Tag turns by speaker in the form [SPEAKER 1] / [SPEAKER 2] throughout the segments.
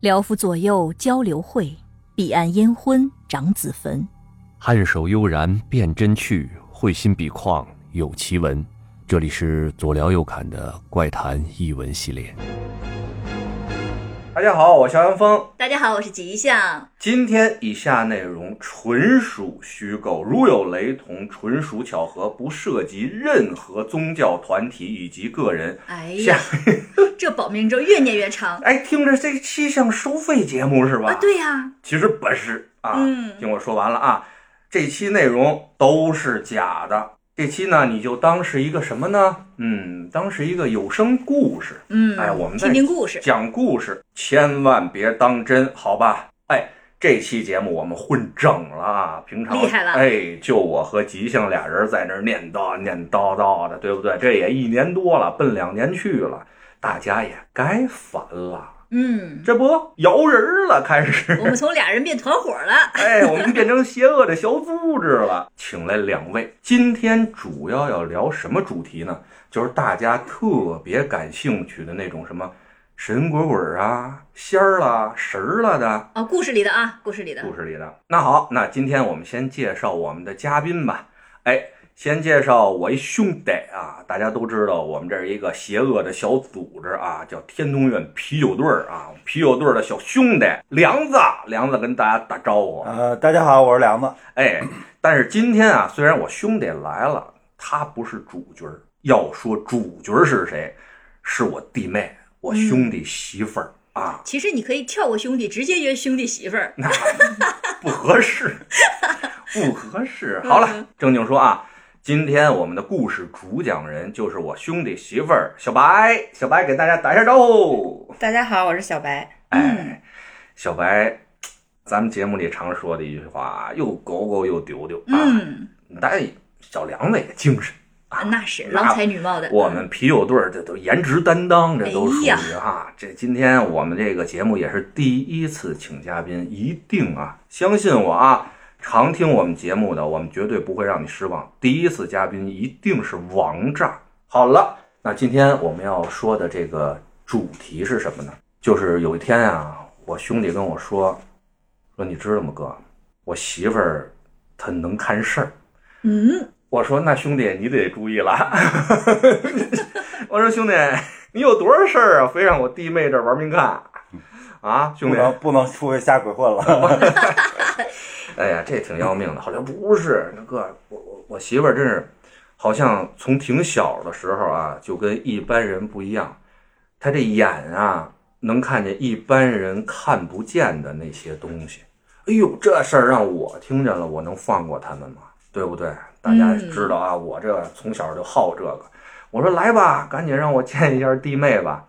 [SPEAKER 1] 辽府左右交流会，彼岸烟婚长子坟。
[SPEAKER 2] 颔首悠然辨真趣，会心笔况有奇文。这里是左聊右侃的怪谈译文系列。
[SPEAKER 3] 大家好，我肖阳峰。
[SPEAKER 1] 大家好，我是吉祥。
[SPEAKER 3] 今天以下内容纯属虚构，如有雷同，纯属巧合，不涉及任何宗教团体以及个人。
[SPEAKER 1] 哎呀，这保命咒越念越长
[SPEAKER 3] 哎，听着这期像收费节目是吧？
[SPEAKER 1] 啊！对呀、
[SPEAKER 3] 其实不是啊。
[SPEAKER 1] 嗯
[SPEAKER 3] 听我说完了啊，这期内容都是假的。这期呢，你就当是一个什么呢？嗯，当是一个有声故事。
[SPEAKER 1] 嗯，
[SPEAKER 3] 哎我们在
[SPEAKER 1] 听听故事。
[SPEAKER 3] 讲故事，千万别当真，好吧？哎，这期节目我们混整了啊，平常
[SPEAKER 1] 厉害了
[SPEAKER 3] 哎，就我和吉祥俩人在那儿念叨念叨叨的，对不对？这也一年多了，奔两年去了，大家也该烦了，
[SPEAKER 1] 嗯，
[SPEAKER 3] 这不摇人了，开始
[SPEAKER 1] 我。们从俩人变团伙了。
[SPEAKER 3] 哎，我们变成邪恶的小组织了。请来两位，今天主要要聊什么主题呢？就是大家特别感兴趣的那种什么神鬼鬼啊、仙儿啦、神儿啦的
[SPEAKER 1] 啊，故事里的啊，故事里的
[SPEAKER 3] 故事里的。那好，那今天我们先介绍我们的嘉宾吧。哎。先介绍我一兄弟啊，大家都知道我们这是一个邪恶的小组织啊，叫天通苑啤酒队儿啊，啤酒队儿的小兄弟梁子，梁子跟大家打招呼。
[SPEAKER 4] 呃，大家好，我是梁子。
[SPEAKER 3] 哎，但是今天啊，虽然我兄弟来了，他不是主角儿。要说主角儿是谁，是我弟妹，我兄弟媳妇儿、啊，
[SPEAKER 1] 其实你可以跳过兄弟，直接约兄弟媳妇儿。
[SPEAKER 3] 那 不合适，不合适。好了，正经说啊，今天我们的故事主讲人就是我兄弟媳妇儿小白，小白给大家打一下招呼。
[SPEAKER 5] 大家好，我是小白。
[SPEAKER 3] 哎，小白，咱们节目里常说的一句话啊，又狗狗又丢丢啊，
[SPEAKER 1] 嗯，
[SPEAKER 3] 但小梁子也精神。啊
[SPEAKER 1] 那是
[SPEAKER 3] 那
[SPEAKER 1] 郎才女貌的。
[SPEAKER 3] 我们啤酒队儿这都颜值担当，这都属于
[SPEAKER 1] 哎呀
[SPEAKER 3] 哈、这今天我们这个节目也是第一次请嘉宾，一定啊，相信我啊，常听我们节目的，我们绝对不会让你失望。第一次嘉宾一定是王炸。好了，那今天我们要说的这个主题是什么呢？就是有一天啊，我兄弟跟我说，说你知道吗，哥，我媳妇儿她能看事儿。
[SPEAKER 1] 嗯，
[SPEAKER 3] 我说那兄弟你得注意了， 我说兄弟你有多少事儿啊，非让我弟妹这玩命干啊，兄
[SPEAKER 4] 不
[SPEAKER 3] 弟，
[SPEAKER 4] 能不能出去瞎鬼混了。
[SPEAKER 3] 哎呀这挺要命的。后来不是那个我我我媳妇儿真是，好像从挺小的时候啊就跟一般人不一样，她这眼啊能看见一般人看不见的那些东西。哎呦，这事儿让我听见了，我能放过他们吗？对不对？大家
[SPEAKER 1] 嗯
[SPEAKER 3] 知道啊，我这从小就好这个。我说来吧，赶紧让我见一下弟妹吧。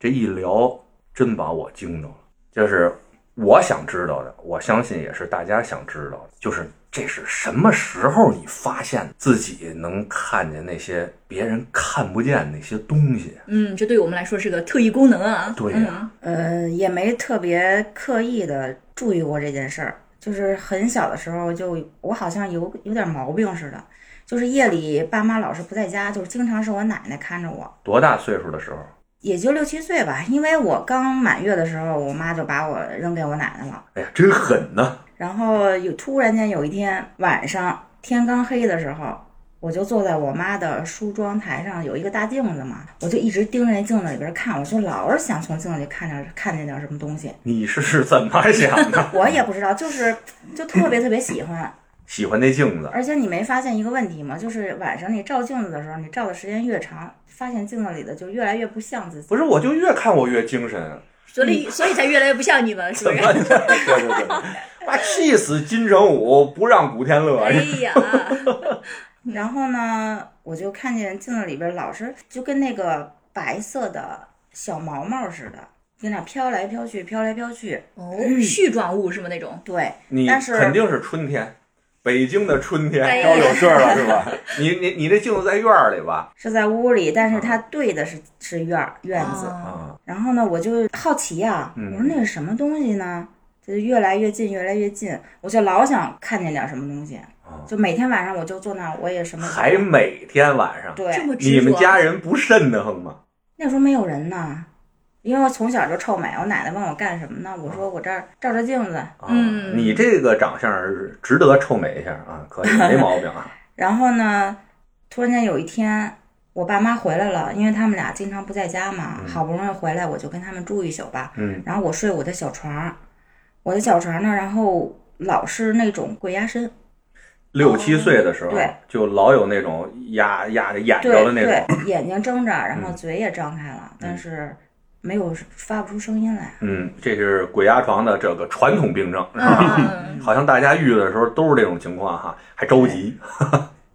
[SPEAKER 3] 这一聊，真把我惊着了。就是我想知道的，我相信也是大家想知道的，就是这是什么时候你发现自己能看见那些别人看不见那些东西？啊
[SPEAKER 1] 嗯，这对我们来说是个特异功能啊。
[SPEAKER 3] 对呀
[SPEAKER 1] 嗯
[SPEAKER 5] 呃，也没特别刻意的注意过这件事儿，就是很小的时候就我好像有有点毛病似的，就是夜里爸妈老是不在家，就是经常是我奶奶看着我，
[SPEAKER 3] 多大岁数的时候？
[SPEAKER 5] 也就六七岁吧。因为我刚满月的时候，我妈就把我扔给我奶奶了。
[SPEAKER 3] 哎呀，真狠呐！
[SPEAKER 5] 然后有突然间有一天晚上天刚黑的时候，我就坐在我妈的梳妆台上，有一个大镜子嘛，我就一直盯着那镜子里边看，我就老是想从镜子里看见看见点什么东西，
[SPEAKER 3] 你是怎么想的？
[SPEAKER 5] 我也不知道，就是就特别特别喜欢。
[SPEAKER 3] 喜欢那镜子，
[SPEAKER 5] 而且你没发现一个问题吗？就是晚上你照镜子的时候，你照的时间越长，发现镜子里的就越来越不像自己。
[SPEAKER 3] 不是我就越看我越精神，啊
[SPEAKER 1] 所以所以才越来越不像你们，是不 是？
[SPEAKER 4] 对对对，
[SPEAKER 3] 妈气死金城武，不让古天乐。
[SPEAKER 1] 哎 呀，
[SPEAKER 5] 然后呢，我就看见镜子里边老是就跟那个白色的小毛毛似的，在那飘来飘去，飘来飘去。
[SPEAKER 1] 哦，絮状物是吗？那种
[SPEAKER 5] 对，
[SPEAKER 3] 你
[SPEAKER 5] 但是
[SPEAKER 3] 肯定是春天，北京的春
[SPEAKER 1] 哎
[SPEAKER 3] 天。
[SPEAKER 4] 招柳絮了是吧？
[SPEAKER 3] 你你你这镜子在院儿里吧？
[SPEAKER 5] 是在屋里，但是它对的是是院儿院子。
[SPEAKER 1] 啊，
[SPEAKER 3] 啊，
[SPEAKER 5] 然后呢，我就好奇呀、
[SPEAKER 3] 嗯
[SPEAKER 5] 我说那是什么东西呢？它就越来越近，越来越近，我就老想看见点什么东西。就每天晚上我就坐那儿，我也什么
[SPEAKER 3] 哦还每天晚上，
[SPEAKER 1] 这
[SPEAKER 5] 对，
[SPEAKER 1] 么执着
[SPEAKER 3] 你们家人不瘆得慌吗？
[SPEAKER 5] 那时候没有人呢，因为我从小就臭美，我奶奶问我干什么呢，我
[SPEAKER 3] 嗯
[SPEAKER 5] 说我这儿照照镜子，
[SPEAKER 3] 啊
[SPEAKER 5] 嗯，
[SPEAKER 3] 你这个长相儿值得臭美一下啊，可以，没毛病 啊。
[SPEAKER 5] 然后呢，突然间有一天，我爸妈回来了，因为他们俩经常不在家嘛，好不容易回来，我就跟他们住一宿吧。
[SPEAKER 3] 嗯，
[SPEAKER 5] 然后我睡我的小床儿，我的小床呢，然后老是那种鬼压身，
[SPEAKER 3] 六七岁的时候
[SPEAKER 5] 对
[SPEAKER 3] 就老有那种压压着眼睛
[SPEAKER 5] 对
[SPEAKER 3] 的那
[SPEAKER 5] 对
[SPEAKER 3] 种，，嗯
[SPEAKER 5] 眼睛睁着，然后嘴也张开了，但是没有发不出声音来。
[SPEAKER 3] 嗯，这是鬼压床的这个传统病症，是吧？
[SPEAKER 6] 啊
[SPEAKER 5] 嗯
[SPEAKER 3] 好像大家遇的时候都是这种情况哈，还着急。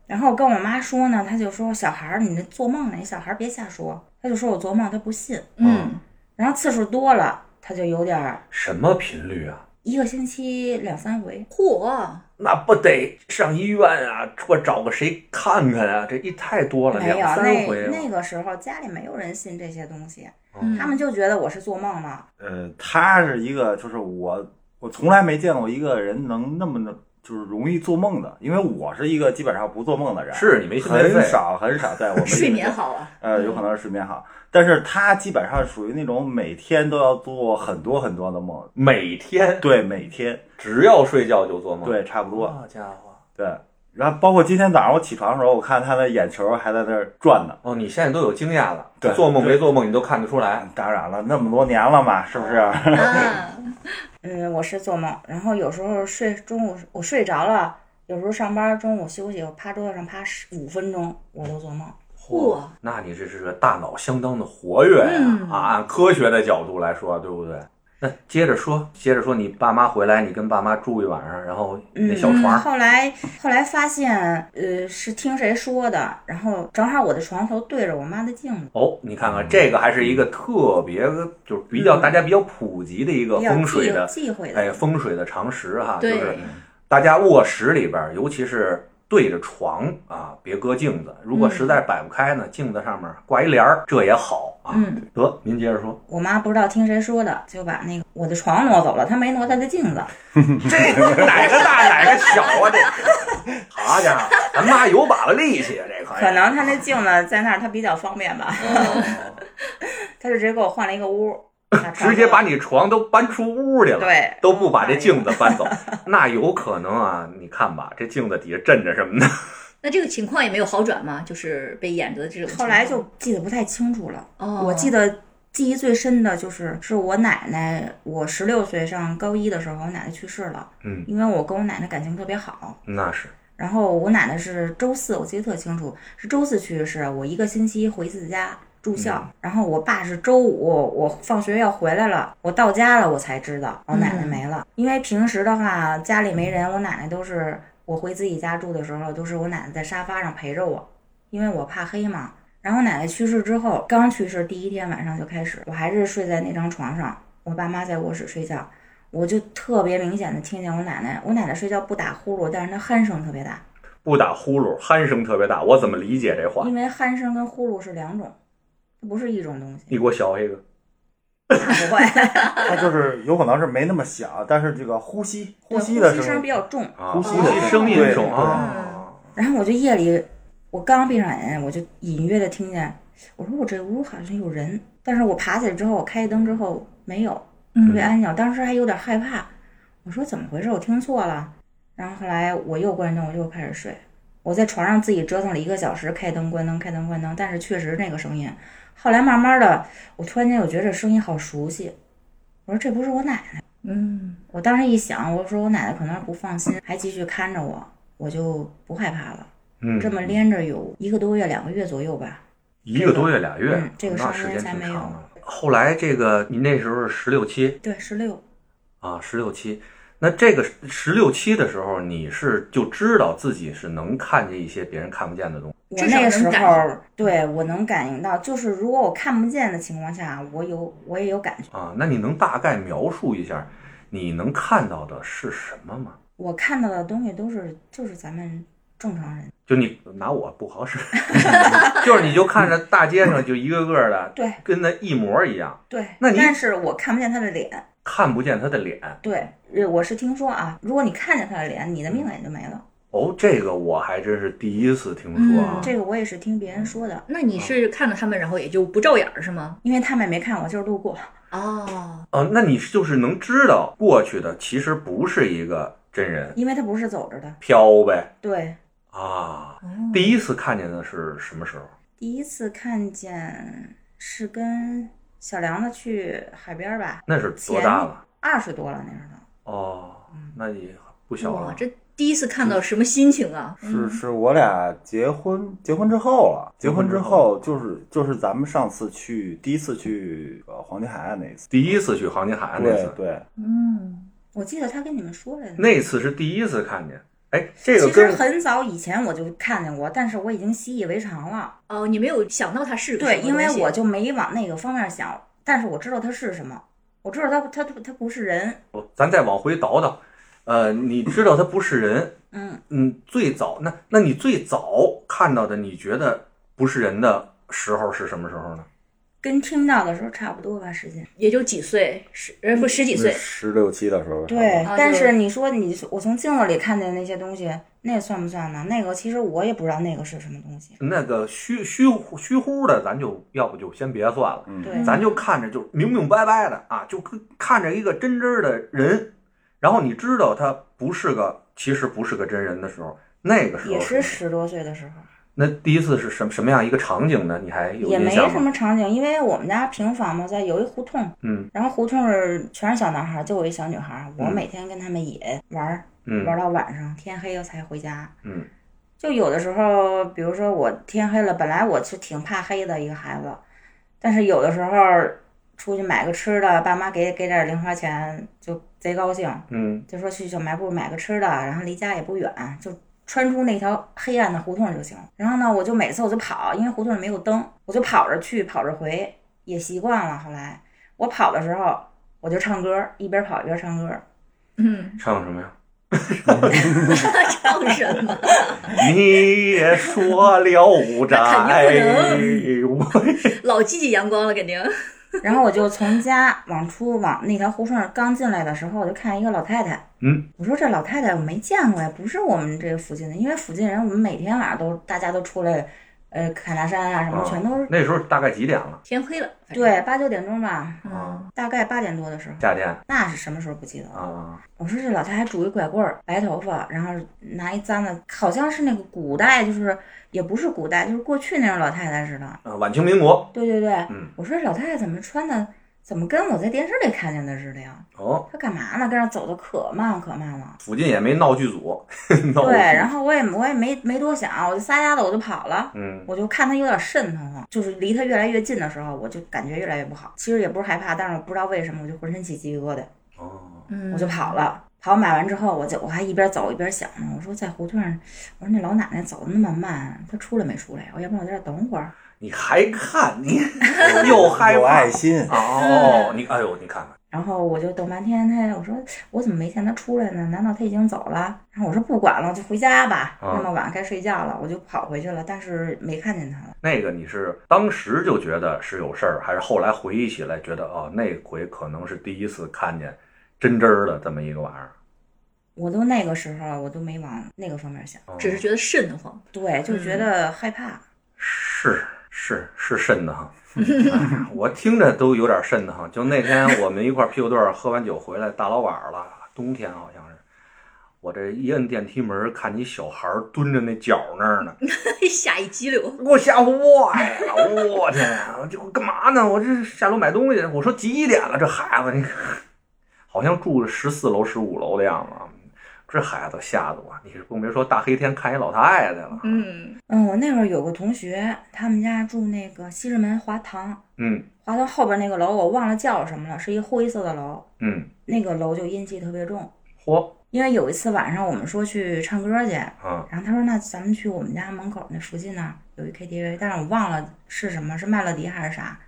[SPEAKER 5] 然后我跟我妈说呢，她就说小孩儿，你这做梦呢，你小孩儿别瞎说。她就说我做梦，她不信。
[SPEAKER 3] 嗯，
[SPEAKER 5] 然后次数多了，她就有点儿
[SPEAKER 3] 什么频率啊？
[SPEAKER 5] 一个星期两三回。
[SPEAKER 1] 嚯，
[SPEAKER 3] 那不得上医院啊，或找个谁看看啊？这一太多了，
[SPEAKER 5] 没有
[SPEAKER 3] 两，三
[SPEAKER 5] 那
[SPEAKER 3] 回了。
[SPEAKER 5] 那个时候家里没有人信这些东西，
[SPEAKER 1] 嗯
[SPEAKER 5] 他们就觉得我是做梦呢。
[SPEAKER 4] 呃，他是一个，就是我，我从来没见过一个人能那么的，就是容易做梦的，因为我是一个基本上不做梦的人，
[SPEAKER 3] 是你没心没
[SPEAKER 4] 很
[SPEAKER 3] 肺，
[SPEAKER 4] 少很少，对我 没
[SPEAKER 1] 睡眠，好啊，
[SPEAKER 4] 呃，有可能是睡眠好，但是他基本上属于那种每天都要做很多很多的梦，
[SPEAKER 3] 每天
[SPEAKER 4] 对，每天，
[SPEAKER 3] 只要睡觉就做梦。，
[SPEAKER 4] 对，差不
[SPEAKER 1] 哦
[SPEAKER 4] 多，
[SPEAKER 3] 好家伙！
[SPEAKER 4] 对。然后包括今天早上我起床的时候，我看他的眼球还在那儿转呢。
[SPEAKER 3] 哦，你现在都有经验了，
[SPEAKER 4] 对
[SPEAKER 3] 做梦没做梦你都看得出来。
[SPEAKER 4] 当然了，那么多年了嘛，是不是？
[SPEAKER 1] 啊，
[SPEAKER 5] 嗯，我是做梦，然后有时候睡中午我睡着了，有时候上班中午休息，我趴桌子上趴十五分钟，我都做梦。
[SPEAKER 1] 嚯，
[SPEAKER 3] 那你这是个大脑相当的活跃呀、
[SPEAKER 1] 嗯
[SPEAKER 3] 啊！按科学的角度来说，对不对？那接着说，接着说，你爸妈回来，你跟爸妈住一晚上，然后那小
[SPEAKER 5] 嗯，
[SPEAKER 3] 床，
[SPEAKER 5] 后来后来发现，呃，是听谁说的，然后正好我的床头对着我妈的镜子，
[SPEAKER 3] 哦，你看看这个还是一个特别，就是比较、大家比较普及的一个
[SPEAKER 5] 比较
[SPEAKER 3] 风呃水
[SPEAKER 5] 忌
[SPEAKER 3] 的，
[SPEAKER 5] 忌讳的，
[SPEAKER 3] 哎，风水的常识哈，就
[SPEAKER 1] 对
[SPEAKER 3] 是大家卧室里边儿，尤其是对着床啊，别搁镜子。如果实在摆不开呢，镜子上面挂一帘儿，这也好啊。
[SPEAKER 1] 嗯
[SPEAKER 3] 得，您接着说，
[SPEAKER 5] 我妈不知道听谁说的，就把那个我的床挪走了，她没挪她的镜子。
[SPEAKER 3] 这哪个大哪个小啊？这， 好家伙，咱妈有把子力气啊，这可以
[SPEAKER 5] 可能他那镜子在那儿，他比较方便吧， 他就直接给我换了一个屋，把 床
[SPEAKER 3] 直接把
[SPEAKER 5] 给
[SPEAKER 3] 你床都搬出屋去了。
[SPEAKER 5] 我对
[SPEAKER 3] 都不把这镜
[SPEAKER 5] 子，
[SPEAKER 3] 子搬走， 那有可能啊！你看吧，这镜子底下震着什么呢？
[SPEAKER 1] 那这个情况也没有好转嘛，就是被演的这种情
[SPEAKER 5] 后
[SPEAKER 1] 况。
[SPEAKER 5] 来就记得不太清楚了。
[SPEAKER 1] 哦，
[SPEAKER 5] 我记得记忆最深的就是是我奶奶，我十六岁上高一的时候，我奶奶去世了。
[SPEAKER 3] 嗯
[SPEAKER 5] 因为我跟我奶奶感情特别好，
[SPEAKER 3] 那是，
[SPEAKER 5] 然后我奶奶是周四，我记得特清楚，是周四去世，我一个星期回一次家住校。然后我爸是周五，我放学要回来了，我到家了我才知道我奶奶没了。因为平时的话家里没人，我奶奶都是我回自己家住的时候，都是我奶奶在沙发上陪着我，因为我怕黑嘛。然后奶奶去世之后，刚去世第一天晚上就开始，我还是睡在那张床上，我爸妈在卧室睡觉，我就特别明显的听见我奶奶，我奶奶睡觉不打呼噜，但是她鼾声特别大，
[SPEAKER 3] 不打呼噜，鼾声特别大，我怎么理解这话？
[SPEAKER 5] 因为鼾声跟呼噜是两种，不是一种东西。
[SPEAKER 3] 你给我学一个。
[SPEAKER 5] 不会，
[SPEAKER 4] 他就是有可能是没那么响，但是这个呼吸
[SPEAKER 5] 对
[SPEAKER 4] 呼吸
[SPEAKER 5] 呼
[SPEAKER 4] 的
[SPEAKER 5] 吸
[SPEAKER 4] 声
[SPEAKER 5] 声
[SPEAKER 4] 音
[SPEAKER 5] 比较重。
[SPEAKER 3] 啊
[SPEAKER 4] 呼吸
[SPEAKER 1] 的
[SPEAKER 5] 哦
[SPEAKER 1] 声
[SPEAKER 3] 声
[SPEAKER 1] 音
[SPEAKER 3] 音
[SPEAKER 4] 对
[SPEAKER 3] 中
[SPEAKER 4] 对
[SPEAKER 3] 啊，
[SPEAKER 5] 然后我就夜里，我刚闭上眼，我就隐约的听见，我说我这屋好像有人，但是我爬起来之后，我开灯之后没有，特别安静，当时还有点害怕，我说怎么回事，我听错了。然后后来我又关灯，我又开始睡。我在床上自己折腾了一个小时，开灯关灯，开灯关灯，但是确实那个声音。后来慢慢的，我突然间我觉得这声音好熟悉，我说这不是我奶奶。
[SPEAKER 1] 嗯，
[SPEAKER 5] 我当时一想，我说我奶奶可能是不放心，还继续看着我，我就不害怕了。
[SPEAKER 3] 嗯，
[SPEAKER 5] 这么连着有一个多月、两个月左右吧。
[SPEAKER 3] 一个多月俩月
[SPEAKER 5] 嗯，这个
[SPEAKER 3] 那
[SPEAKER 5] 伤
[SPEAKER 3] 时
[SPEAKER 5] 心
[SPEAKER 3] 间
[SPEAKER 5] 才
[SPEAKER 3] 挺
[SPEAKER 5] 没
[SPEAKER 3] 长
[SPEAKER 5] 有
[SPEAKER 3] 的。后来这个你那时候是十六七
[SPEAKER 5] 对，十六，
[SPEAKER 3] 啊，十六七。那这个十六七的时候，你是就知道自己是能看见一些别人看不见的东西，
[SPEAKER 5] 我
[SPEAKER 1] 至少
[SPEAKER 5] 那个
[SPEAKER 1] 能
[SPEAKER 5] 时
[SPEAKER 1] 感应
[SPEAKER 5] 候，对我能感应到，就是如果我看不见的情况下，我有我也有感觉。
[SPEAKER 3] 啊？那你能大概描述一下你能看到的是什么吗？
[SPEAKER 5] 我看到的东西都是就是咱们正常人，
[SPEAKER 3] 就你拿我不好使， 就是你就看着大街上就一个个的，
[SPEAKER 5] 对
[SPEAKER 3] 跟那一模一样，
[SPEAKER 5] 对，
[SPEAKER 3] 那你
[SPEAKER 5] 但是我看不见他的脸，
[SPEAKER 3] 看不见他的脸。
[SPEAKER 5] 对，呃我是听说啊，如果你看见他的脸，你的命也就没了。
[SPEAKER 3] 哦，这个我还真是第一次听说啊
[SPEAKER 5] 嗯，。这个我也是听别人说的，
[SPEAKER 6] 那你是
[SPEAKER 3] 嗯
[SPEAKER 6] 看了他们，然后也就不照眼儿是吗？
[SPEAKER 5] 因为他们也没看我，就是路过。
[SPEAKER 6] 哦，
[SPEAKER 3] 呃，那你就是能知道过去的其实不是一个真人
[SPEAKER 5] 因为他不是走着的，
[SPEAKER 3] 飘呗
[SPEAKER 5] 对，
[SPEAKER 3] 啊。
[SPEAKER 5] 哦
[SPEAKER 3] 第一次看见的是什么时候？
[SPEAKER 5] 第一次看见是跟小梁子去海边儿吧，
[SPEAKER 3] 那是多大了？
[SPEAKER 5] 二十多了那时候，
[SPEAKER 3] 哦，
[SPEAKER 5] 嗯
[SPEAKER 3] 那也不小
[SPEAKER 6] 哇，
[SPEAKER 3] 了。
[SPEAKER 6] 这第一次看到什么心情啊？
[SPEAKER 4] 是是我俩结婚结婚之后了，结婚之后就是就是咱们上次去第一次去呃黄金海岸那一次，
[SPEAKER 3] 第一次去航天海岸那
[SPEAKER 4] 对
[SPEAKER 3] 次，
[SPEAKER 4] 对，
[SPEAKER 6] 嗯，
[SPEAKER 5] 我记得他跟你们说来的。
[SPEAKER 3] 那次是第一次看见。哎，这个
[SPEAKER 5] 其实
[SPEAKER 3] 跟
[SPEAKER 5] 很早以前我就看见过，但是我已经习以为常了。
[SPEAKER 6] 哦，你没有想到它是个什
[SPEAKER 5] 对，
[SPEAKER 6] 么
[SPEAKER 5] 因为
[SPEAKER 6] 东西
[SPEAKER 5] 我就没往那个方面想，但是我知道它是什么，我知道它它它不是人，
[SPEAKER 3] 咱再往回倒倒，呃，你知道他不是人，
[SPEAKER 5] 嗯，
[SPEAKER 3] 嗯，最早那那你最早看到的，你觉得不是人的时候是什么时候呢？
[SPEAKER 5] 跟听到的时候差不多吧时间。
[SPEAKER 6] 也就几岁，十呃不十几岁，
[SPEAKER 4] 十六七的时候，
[SPEAKER 5] 对，
[SPEAKER 6] 啊
[SPEAKER 5] 但
[SPEAKER 6] 就是
[SPEAKER 5] 你说你我从镜子里看见那些东西，那算不算呢？那个其实我也不知道那个是什么东西。
[SPEAKER 3] 那个虚虚乎虚乎的，咱就要不就先别算了，
[SPEAKER 5] 对，
[SPEAKER 3] 咱就看着就明明白白的啊，就跟看着一个真真的人，然后你知道他不是个，其实不是个真人的时候，那个时候
[SPEAKER 5] 也是
[SPEAKER 3] 什么
[SPEAKER 5] 十多岁的时候，
[SPEAKER 3] 那第一次是什么什么样一个场景呢？你还有
[SPEAKER 5] 也
[SPEAKER 3] 印
[SPEAKER 5] 没
[SPEAKER 3] 象
[SPEAKER 5] 什么
[SPEAKER 3] 吗？
[SPEAKER 5] 场景，因为我们家平房嘛，在有一胡同，
[SPEAKER 3] 嗯
[SPEAKER 5] 然后胡同儿全是小男孩儿，就我一小女孩儿，我
[SPEAKER 3] 嗯
[SPEAKER 5] 每天跟他们也玩儿，
[SPEAKER 3] 嗯
[SPEAKER 5] 玩到晚上天黑了才回家。
[SPEAKER 3] 嗯，
[SPEAKER 5] 就有的时候，比如说我天黑了，本来我是挺怕黑的一个孩子，但是有的时候出去买个吃的，爸妈给给点零花钱，就贼高兴，
[SPEAKER 3] 嗯
[SPEAKER 5] 就说去小卖部买个吃的，然后离家也不远，就穿出那条黑暗的胡同就行。然后呢，我就每次我就跑，因为胡同里没有灯，我就跑着去，跑着回，也习惯了。后来我跑的时候，我就唱歌，一边跑一边唱歌。
[SPEAKER 6] 嗯，
[SPEAKER 3] 唱什么呀？
[SPEAKER 6] 唱什么？
[SPEAKER 3] 你也说了 五宅，
[SPEAKER 6] 那肯
[SPEAKER 3] 我
[SPEAKER 6] 老积极阳光了，肯定。
[SPEAKER 5] 然后我就从家往出往那条胡同儿刚进来的时候，我就看一个老太太。
[SPEAKER 3] 嗯，
[SPEAKER 5] 我说这老太太我没见过呀，不是我们这个附近的，因为附近人我们每天晚上都大家都出来，呃，砍大山啊什么，
[SPEAKER 3] 啊
[SPEAKER 5] 全都是、
[SPEAKER 3] 那时候大概几点了？啊
[SPEAKER 6] 天黑了，反正，
[SPEAKER 5] 对八九点钟吧，
[SPEAKER 6] 嗯，
[SPEAKER 5] 大概八点多的时候，
[SPEAKER 3] 夏天
[SPEAKER 5] 那是什么时候不记得了。
[SPEAKER 3] 啊，
[SPEAKER 5] 我说这老太太拄一拐棍儿，白头发，然后拿一簪子，好像是那个古代，就是也不是古代，就是过去那种老太太似的。
[SPEAKER 3] 呃晚清民国
[SPEAKER 5] 对对对，
[SPEAKER 3] 嗯
[SPEAKER 5] 我说老太太怎么穿的，怎么跟我在电视里看见的似的呀？
[SPEAKER 3] 哦，
[SPEAKER 5] 他干嘛呢？跟那儿走的可慢可慢了。
[SPEAKER 3] 附近也没闹剧组， 闹
[SPEAKER 5] 对，然
[SPEAKER 3] 后
[SPEAKER 5] 后我也我也没没多想，我就撒丫子我就跑了。
[SPEAKER 3] 嗯
[SPEAKER 5] 我就看他有点瘆得慌，就是离他越来越近的时候，我就感觉越来越不好。其实也不是害怕，但是我不知道为什么，我就浑身起鸡皮疙瘩，
[SPEAKER 3] 哦，
[SPEAKER 6] 嗯
[SPEAKER 5] 我就跑了。跑买完之后，我就我还一边走一边想呢，我说在胡同儿，我说那老奶奶走的那么慢，她出来没出来？我要不然我在这儿等会儿。
[SPEAKER 3] 你还看你 又害
[SPEAKER 4] 有
[SPEAKER 3] 怕
[SPEAKER 4] 爱心，
[SPEAKER 3] 哦，你哎呦，你看看，
[SPEAKER 5] 然后我就等半天，她我说我怎么没见她出来呢？难道她已经走了？然后我说不管了，我就回家吧。
[SPEAKER 3] 啊
[SPEAKER 5] 那么晚该睡觉了，我就跑回去了，但是没看见她了。
[SPEAKER 3] 那个你是当时就觉得是有事儿，还是后来回忆起来觉得哦，那回可能是第一次看见真真儿的这么一个玩意儿，
[SPEAKER 5] 我都那个时候，我都没往那个方面想，
[SPEAKER 3] 哦
[SPEAKER 6] 只是觉得瘆得慌。
[SPEAKER 5] 对，就觉得害怕。
[SPEAKER 3] 是是是瘆得慌， 哎我听着都有点瘆得慌。就那天我们一块儿啤酒队儿喝完酒回来，大老晚儿了，冬天好像是。我这一摁电梯门儿，看你小孩儿蹲着那脚那儿呢，
[SPEAKER 6] 吓一激灵，
[SPEAKER 3] 给我吓唬我哎呀！我天呀，我这干嘛呢？我这下楼买东西，我说几点了？这孩子，你看，好像住十四楼、十五楼的样子啊。这孩子吓得我，你是更别说大黑天看一老太太了。
[SPEAKER 6] 嗯，
[SPEAKER 5] 嗯，我那会儿有个同学，他们家住那个西直门华堂，
[SPEAKER 3] 嗯
[SPEAKER 5] 华堂后边那个楼我忘了叫什么了，是一灰色的楼，
[SPEAKER 3] 嗯，
[SPEAKER 5] 那个楼就阴气特别重。
[SPEAKER 3] 嚯
[SPEAKER 5] 因为有一次晚上我们说去唱歌去，
[SPEAKER 3] 啊
[SPEAKER 5] 然后他说那咱们去我们家门口那附近那儿有一 KTV，但是我忘了是什么，是麦乐迪还是啥。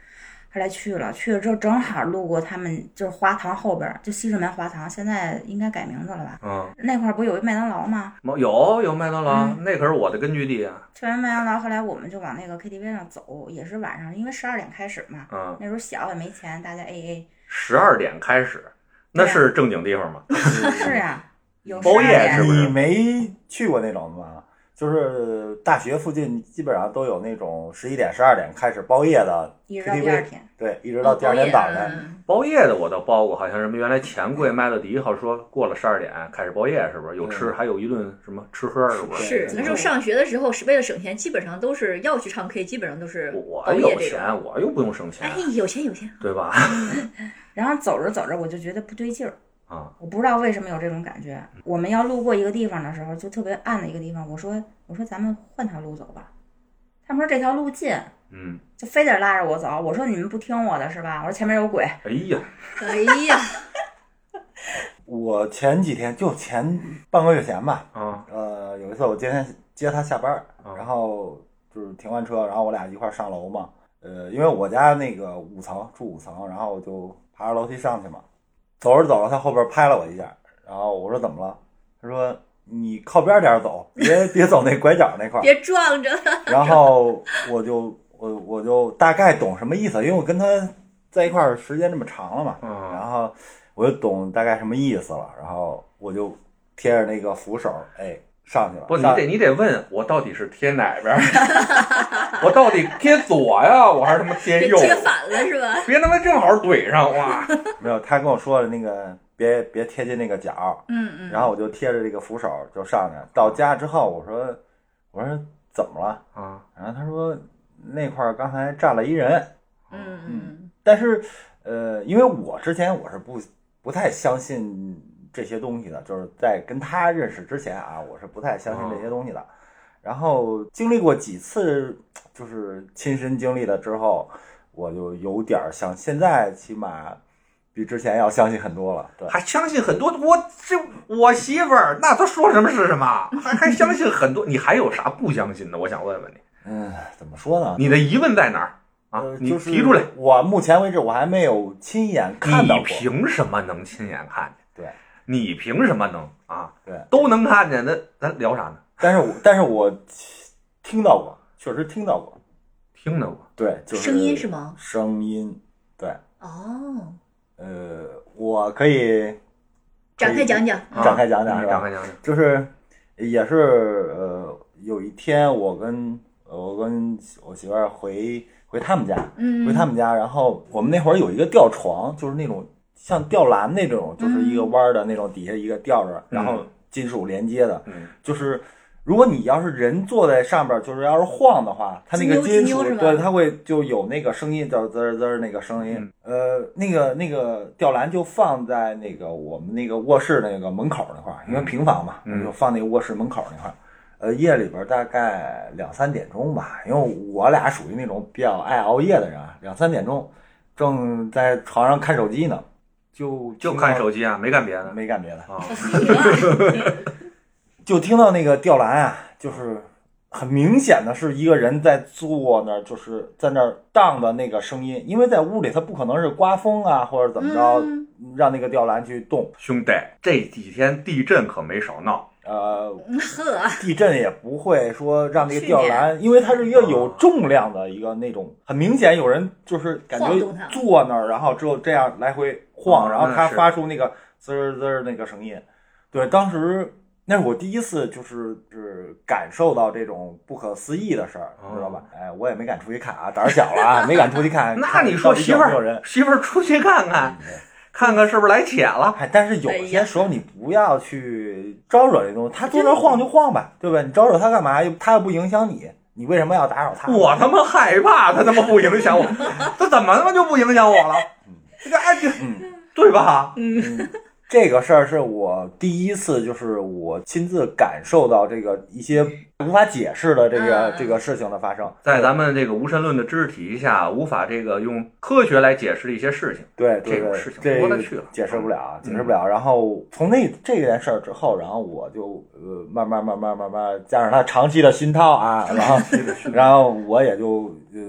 [SPEAKER 5] 后来去了，去了之后正好路过他们就是华堂后边儿，就西直门华堂，现在应该改名字了吧？
[SPEAKER 3] 啊！
[SPEAKER 5] 那块儿不有一麦当劳吗？
[SPEAKER 3] 有有麦当劳，那可是我的根据地啊。
[SPEAKER 5] 去完麦当劳，后来我们就往那个 KTV 上走，也是晚上，因为十二点开始嘛。
[SPEAKER 3] 嗯，
[SPEAKER 5] 那时候小也没钱，大家 AA。
[SPEAKER 3] 十二点 开始，那是正经地方吗？
[SPEAKER 5] 是啊，有
[SPEAKER 3] 包
[SPEAKER 5] 12
[SPEAKER 3] 夜是
[SPEAKER 5] 点
[SPEAKER 3] 不是
[SPEAKER 4] 你没去过那种的吗？就是大学附近基本上都有那种十一点、十二点开始包夜的
[SPEAKER 5] 一直到第二
[SPEAKER 4] KTV，
[SPEAKER 5] 天，
[SPEAKER 4] 对，一直
[SPEAKER 6] 哦
[SPEAKER 4] 到第二天早
[SPEAKER 6] 啊
[SPEAKER 4] 晨。
[SPEAKER 6] 嗯
[SPEAKER 3] 包夜的我倒包过，好像什么原来钱柜麦乐迪好像说过了十二点开始包夜，是不是有吃还有一顿什么吃喝是不是？
[SPEAKER 6] 是那时候上学的时候，是为了省钱，基本上都是要去唱 K，基本上都是
[SPEAKER 3] 我啊
[SPEAKER 6] 熬夜
[SPEAKER 3] 有
[SPEAKER 6] 这种。
[SPEAKER 3] 钱，我又不用省钱
[SPEAKER 6] 哎，，有钱有钱，
[SPEAKER 3] 对吧？
[SPEAKER 5] 然后走着走着我就觉得不对劲儿，
[SPEAKER 3] 啊，
[SPEAKER 5] 我不知道为什么有这种感觉。我们要路过一个地方的时候，就特别暗的一个地方，我说我说咱们换条路走吧，他们说这条路近，
[SPEAKER 3] 嗯，
[SPEAKER 5] 就非得拉着我走。我说你们不听我的是吧？我说前面有鬼，
[SPEAKER 3] 哎呀，
[SPEAKER 6] 哎呀，
[SPEAKER 4] 我前几天就前半个月前吧，
[SPEAKER 3] 啊
[SPEAKER 4] 呃，有一次我今天接他下班儿，
[SPEAKER 3] 嗯
[SPEAKER 4] 然后就是停完车，然后我俩一块儿上楼嘛。呃，因为我家那个五层住五层，然后我就爬着楼梯上去嘛。走着走着，他后边拍了我一下，然后我说怎么了？他说你靠边点儿走，别 别走那拐角那块儿。
[SPEAKER 6] 别撞着了。
[SPEAKER 4] 然后我就我我就大概懂什么意思，因为我跟他在一块儿时间这么长了嘛。
[SPEAKER 3] 啊，
[SPEAKER 4] 然后我就懂大概什么意思了，然后我就贴着那个扶手，哎，上去了。
[SPEAKER 3] 不，你
[SPEAKER 4] 上
[SPEAKER 3] 得你得问我到底是贴哪边儿，我到底贴左呀，我还是他妈贴
[SPEAKER 6] 给
[SPEAKER 3] 右？
[SPEAKER 6] 贴反了是吧？
[SPEAKER 3] 别他妈正好怼上哇！
[SPEAKER 4] 没有，他跟我说了那个别别贴近那个角，
[SPEAKER 6] 嗯嗯。
[SPEAKER 4] 然后我就贴着这个扶手就上去了。到家之后，我说我说怎么了？
[SPEAKER 3] 啊，
[SPEAKER 4] 然后他说那块儿刚才站了一人，
[SPEAKER 6] 嗯嗯
[SPEAKER 4] 但是呃，因为我之前我是不不太相信这些东西的，就是在跟他认识之前啊，我是不太相信
[SPEAKER 3] 哦
[SPEAKER 4] 这些东西的。然后经历过几次就是亲身经历了之后，我就有点儿像现在起码比之前要相信很多了。对，
[SPEAKER 3] 还相信很多，我这我媳妇儿那她说什么是什么，还还相信很多，你还有啥不相信的？我想问问你，
[SPEAKER 4] 嗯，怎么说呢？
[SPEAKER 3] 你的疑问在哪儿啊
[SPEAKER 4] 呃？
[SPEAKER 3] 你
[SPEAKER 4] 就是
[SPEAKER 3] 提出来，
[SPEAKER 4] 我目前为止我还没有亲眼看到
[SPEAKER 3] 你
[SPEAKER 4] 过。
[SPEAKER 3] 凭什么能亲眼看见？
[SPEAKER 4] 对，
[SPEAKER 3] 你凭什么能啊？
[SPEAKER 4] 对
[SPEAKER 3] 都能看见，那咱聊啥呢？
[SPEAKER 4] 但是我但是我听到过，确实听到过。
[SPEAKER 3] 听到过，
[SPEAKER 4] 对，就是
[SPEAKER 6] 声音是吗？
[SPEAKER 4] 声音，对，
[SPEAKER 6] 哦，
[SPEAKER 4] 呃，我可以
[SPEAKER 6] 展开讲讲。
[SPEAKER 3] 啊
[SPEAKER 4] 嗯展开讲讲是吧
[SPEAKER 3] 展开讲讲，
[SPEAKER 4] 就是也是呃，有一天我跟呃我跟我媳妇儿回回他们家，
[SPEAKER 6] 嗯，
[SPEAKER 4] 回他们家，然后我们那会儿有一个吊床，就是那种像吊篮那种，就是一
[SPEAKER 6] 嗯
[SPEAKER 4] 个弯儿的那种，底下一个吊着，然后金属连接的，
[SPEAKER 3] 嗯，
[SPEAKER 4] 就是。如果你要是人坐在上边儿，就是要是晃的话，它那个
[SPEAKER 6] 滋
[SPEAKER 4] 金
[SPEAKER 6] 溜
[SPEAKER 4] 属
[SPEAKER 6] 滋溜是吧
[SPEAKER 4] 对它会就有那个声音，叫滋儿滋儿那个声音。
[SPEAKER 3] 嗯
[SPEAKER 4] 呃，那个那个吊篮就放在那个我们那个卧室那个门口那块儿，因为平房嘛，
[SPEAKER 3] 嗯
[SPEAKER 4] 就放那个卧室门口那块儿。呃，夜里边儿大概两三点钟吧，因为我俩属于那种比较爱熬夜的人，啊，两三点钟正在床上看手机呢，就
[SPEAKER 3] 就看手
[SPEAKER 4] 机，
[SPEAKER 3] 机啊，没干别的
[SPEAKER 4] 没干别的。
[SPEAKER 3] 啊。
[SPEAKER 4] 就听到那个吊篮啊，就是很明显的是一个人在坐那儿，就是在那儿荡的那个声音，因为在屋里他不可能是刮风啊或者怎么着，
[SPEAKER 6] 嗯
[SPEAKER 4] 让那个吊篮去动。
[SPEAKER 3] 兄弟，这几天地震可没少闹，
[SPEAKER 4] 呃，
[SPEAKER 6] 嗯呵，啊
[SPEAKER 4] 地震也不会说让那个吊篮，因为它是一个
[SPEAKER 3] 哦
[SPEAKER 4] 有重量的一个那种，很明显有人就是感觉
[SPEAKER 6] 晃动它
[SPEAKER 4] 坐那儿，然后之后这样来回晃，
[SPEAKER 3] 哦
[SPEAKER 4] 然后它
[SPEAKER 3] 那是
[SPEAKER 4] 发出那个滋儿滋儿那个声音。对，当时那是我第一次就是是感受到这种不可思议的事儿，
[SPEAKER 3] 哦
[SPEAKER 4] 知道吧？哎，我也没敢出去看啊，胆儿小了啊，没敢出去 看。
[SPEAKER 3] 那
[SPEAKER 4] 看
[SPEAKER 3] 你说
[SPEAKER 4] 到底
[SPEAKER 3] 媳
[SPEAKER 4] 有
[SPEAKER 3] 妇
[SPEAKER 4] 没有人嗯
[SPEAKER 3] 儿，？媳妇儿出去看看，看看是不是来且了？
[SPEAKER 4] 哎，但是有些时候你不要去招惹这东西，他坐那儿晃就晃吧，对吧？你招惹他干嘛？又他又不影响你，你为什么要打扰他？
[SPEAKER 3] 我他妈害怕，他他妈不影响 我，他怎么他妈就不影响我了？
[SPEAKER 4] 嗯
[SPEAKER 3] 这个哎，这对吧？
[SPEAKER 4] 这个事儿是我第一次，就是我亲自感受到这个一些无法解释的这个、
[SPEAKER 6] 嗯
[SPEAKER 4] 这个事情的发生。
[SPEAKER 3] 在咱们这个无神论的知识体系下，无法这个用科学来解释的一些事情，
[SPEAKER 4] 对对
[SPEAKER 3] 这种
[SPEAKER 4] 对
[SPEAKER 3] 事情
[SPEAKER 4] 这
[SPEAKER 3] 多了去了
[SPEAKER 4] 解释不了，啊
[SPEAKER 3] 嗯
[SPEAKER 4] 解释不了。然后从那这件事儿之后，然后我就呃慢慢慢慢慢慢加上他长期的熏陶啊，然后然后我也就呃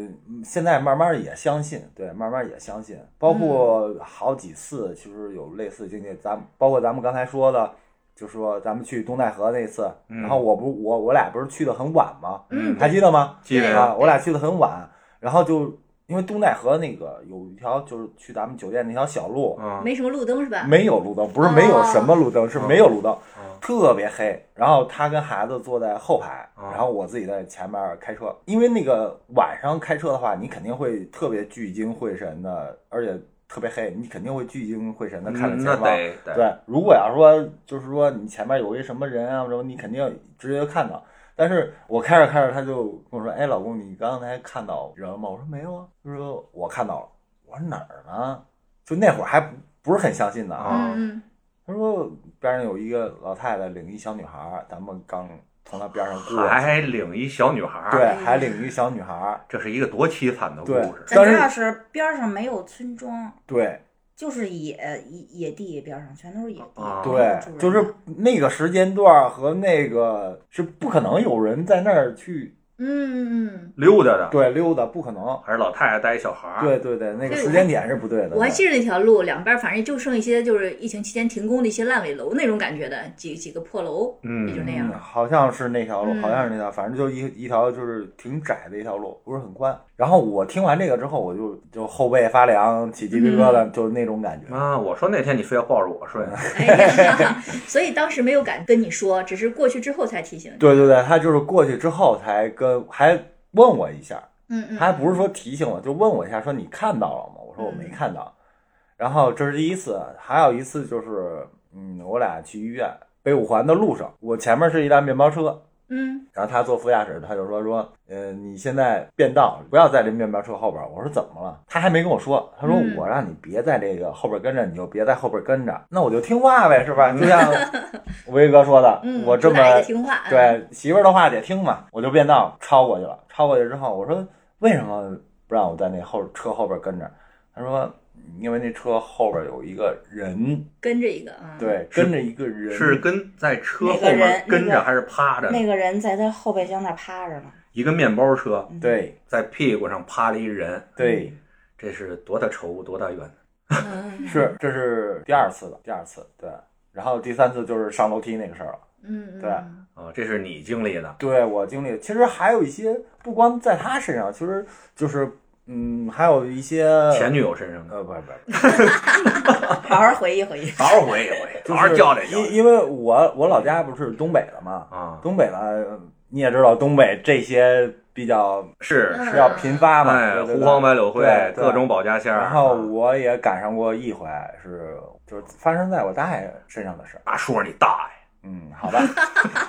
[SPEAKER 4] 现在慢慢也相信，对，慢慢也相信。包
[SPEAKER 3] 嗯
[SPEAKER 4] 括好几次其实有类似经历，咱包括咱们刚才说的。就说咱们去东戴河那次，
[SPEAKER 3] 嗯
[SPEAKER 4] 然后我不我我俩不是去的很晚吗？
[SPEAKER 6] 嗯，
[SPEAKER 4] 还记得吗？
[SPEAKER 3] 记得
[SPEAKER 4] 啊
[SPEAKER 3] 呀，
[SPEAKER 4] 我俩去的很晚，然后就因为东戴河那个有一条就是去咱们酒店那条小路，
[SPEAKER 3] 嗯，
[SPEAKER 6] 没什么路灯是吧？
[SPEAKER 4] 没有路灯，不是没有什么路灯，是没有路灯
[SPEAKER 3] 哦，
[SPEAKER 4] 特别黑。然后他跟孩子坐在后排，
[SPEAKER 3] 啊
[SPEAKER 4] 然后我自己在前面开车。因为那个晚上开车的话，你肯定会特别聚精会神的，而且特别黑，你肯定会聚精会神的看着
[SPEAKER 3] 嗯
[SPEAKER 4] 前
[SPEAKER 3] 那
[SPEAKER 4] 方。
[SPEAKER 3] 得得，
[SPEAKER 4] 对，如果要说就是说你前面有一什么人啊什么，你肯定直接就看到。但是我开着开着，他就跟我说：“哎，老公，你刚才看到人了吗？”我说：“没有啊。”他说：“我看到了。”我说：“哪儿呢？”就那会儿还不不是很相信的
[SPEAKER 3] 啊
[SPEAKER 6] 嗯
[SPEAKER 4] 他说：“边上有一个老太太领一小女孩儿，咱们刚从她边上过去，
[SPEAKER 3] 还领一小女孩儿，
[SPEAKER 4] 对，还领一小女孩儿，
[SPEAKER 3] 这是一个多凄惨的啊故
[SPEAKER 4] 对
[SPEAKER 3] 事。
[SPEAKER 5] 咱
[SPEAKER 4] 但是
[SPEAKER 5] 家要是边上没有村庄，
[SPEAKER 4] 对
[SPEAKER 5] 就是野野野地，边上全都是野地，
[SPEAKER 3] 啊
[SPEAKER 5] 没有
[SPEAKER 4] 对
[SPEAKER 5] 住人，
[SPEAKER 4] 就是那个时间段儿和那个是不可能有人在那儿去
[SPEAKER 6] 嗯嗯
[SPEAKER 3] 溜达的，
[SPEAKER 4] 对溜达，不可能。”
[SPEAKER 3] 还是老太太带一小孩儿，
[SPEAKER 4] 对对对，那个
[SPEAKER 6] 对
[SPEAKER 4] 时间点是不对的。
[SPEAKER 6] 啊我还记得那条路两边，反正就剩一些就是疫情期间停工的一些烂尾楼那种感觉的几几个破楼，
[SPEAKER 3] 嗯
[SPEAKER 6] 也就那
[SPEAKER 4] 嗯，
[SPEAKER 6] 样。
[SPEAKER 4] 好像是那条路，
[SPEAKER 6] 嗯
[SPEAKER 4] 好像是那条，反正就一一条就是挺窄的一条路，不是很宽。然后我听完这个之后，我就就后背发凉，起鸡皮疙
[SPEAKER 6] 嗯
[SPEAKER 4] 瘩，就那种感觉。
[SPEAKER 3] 啊，我说那天你非要抱着我睡，
[SPEAKER 6] 哎呀， 所以当时没有敢跟你说，只是过去之后才提醒你。
[SPEAKER 4] 对对对，他就是过去之后才跟还问我一下，
[SPEAKER 6] 嗯嗯，
[SPEAKER 4] 他还不是说提醒我，就问我一下，说你看到了吗？我说我
[SPEAKER 6] 嗯
[SPEAKER 4] 没看到。然后这是第一次，还有一次就是，嗯，我俩去医院北五环的路上，我前面是一辆面包车，
[SPEAKER 6] 嗯
[SPEAKER 4] 然后他坐副驾驶，他就说说，呃，你现在变道，不要在这面包车后边儿。我说怎么了？他还没跟我说，他说
[SPEAKER 6] 嗯
[SPEAKER 4] 我让你别在这个后边跟着，你就别在后边跟着。那我就听话呗，是吧？就像威哥说的，
[SPEAKER 6] 嗯，
[SPEAKER 4] 我这么
[SPEAKER 6] 不来得听话。，
[SPEAKER 4] 对媳妇儿的话得听嘛，我就变道超过去了。超过去之后，我说为什么不让我在那后车后边跟着？他说因为那车后边有一个人，
[SPEAKER 6] 跟着一个啊。，
[SPEAKER 4] 对，跟着一个人
[SPEAKER 3] 是跟在车后
[SPEAKER 5] 那个人
[SPEAKER 3] 面跟着
[SPEAKER 5] 那个
[SPEAKER 3] 还是趴着呢？
[SPEAKER 5] 那个人在他后备箱那儿趴着呢。
[SPEAKER 3] 一个面包车
[SPEAKER 4] 对
[SPEAKER 3] 在屁股上趴了一人，
[SPEAKER 4] 对。
[SPEAKER 3] 这是多大仇多大怨？
[SPEAKER 6] 嗯
[SPEAKER 4] 是，这是第二次了，第二次对。然后第三次就是上楼梯那个事儿了。
[SPEAKER 6] 嗯，
[SPEAKER 4] 对
[SPEAKER 6] 嗯
[SPEAKER 3] 啊，这是你经历的，
[SPEAKER 4] 对我经历，其实还有一些不光在他身上，其实就是嗯，还有一些
[SPEAKER 3] 前女友身上的，
[SPEAKER 4] 呃，不是不是，
[SPEAKER 5] 好好回忆回忆，
[SPEAKER 3] 好好回忆 回忆，
[SPEAKER 4] 就
[SPEAKER 3] 好好
[SPEAKER 4] 是
[SPEAKER 3] 交代交
[SPEAKER 4] 因
[SPEAKER 3] 代
[SPEAKER 4] 因为我我老家不是东北的嘛，
[SPEAKER 3] 啊！
[SPEAKER 4] 东北的你也知道，东北这些比较
[SPEAKER 3] 是
[SPEAKER 6] 嗯
[SPEAKER 4] 是要频发嘛，
[SPEAKER 3] 哎，
[SPEAKER 4] 对对
[SPEAKER 3] 胡
[SPEAKER 4] 对
[SPEAKER 3] 黄白柳灰
[SPEAKER 4] 对，对
[SPEAKER 3] 各种保家仙儿。
[SPEAKER 4] 然后
[SPEAKER 3] 啊
[SPEAKER 4] 我也赶上过一回，是就是发生在我大爷身上的事儿。
[SPEAKER 3] 大叔你大爷
[SPEAKER 4] 嗯，好 吧，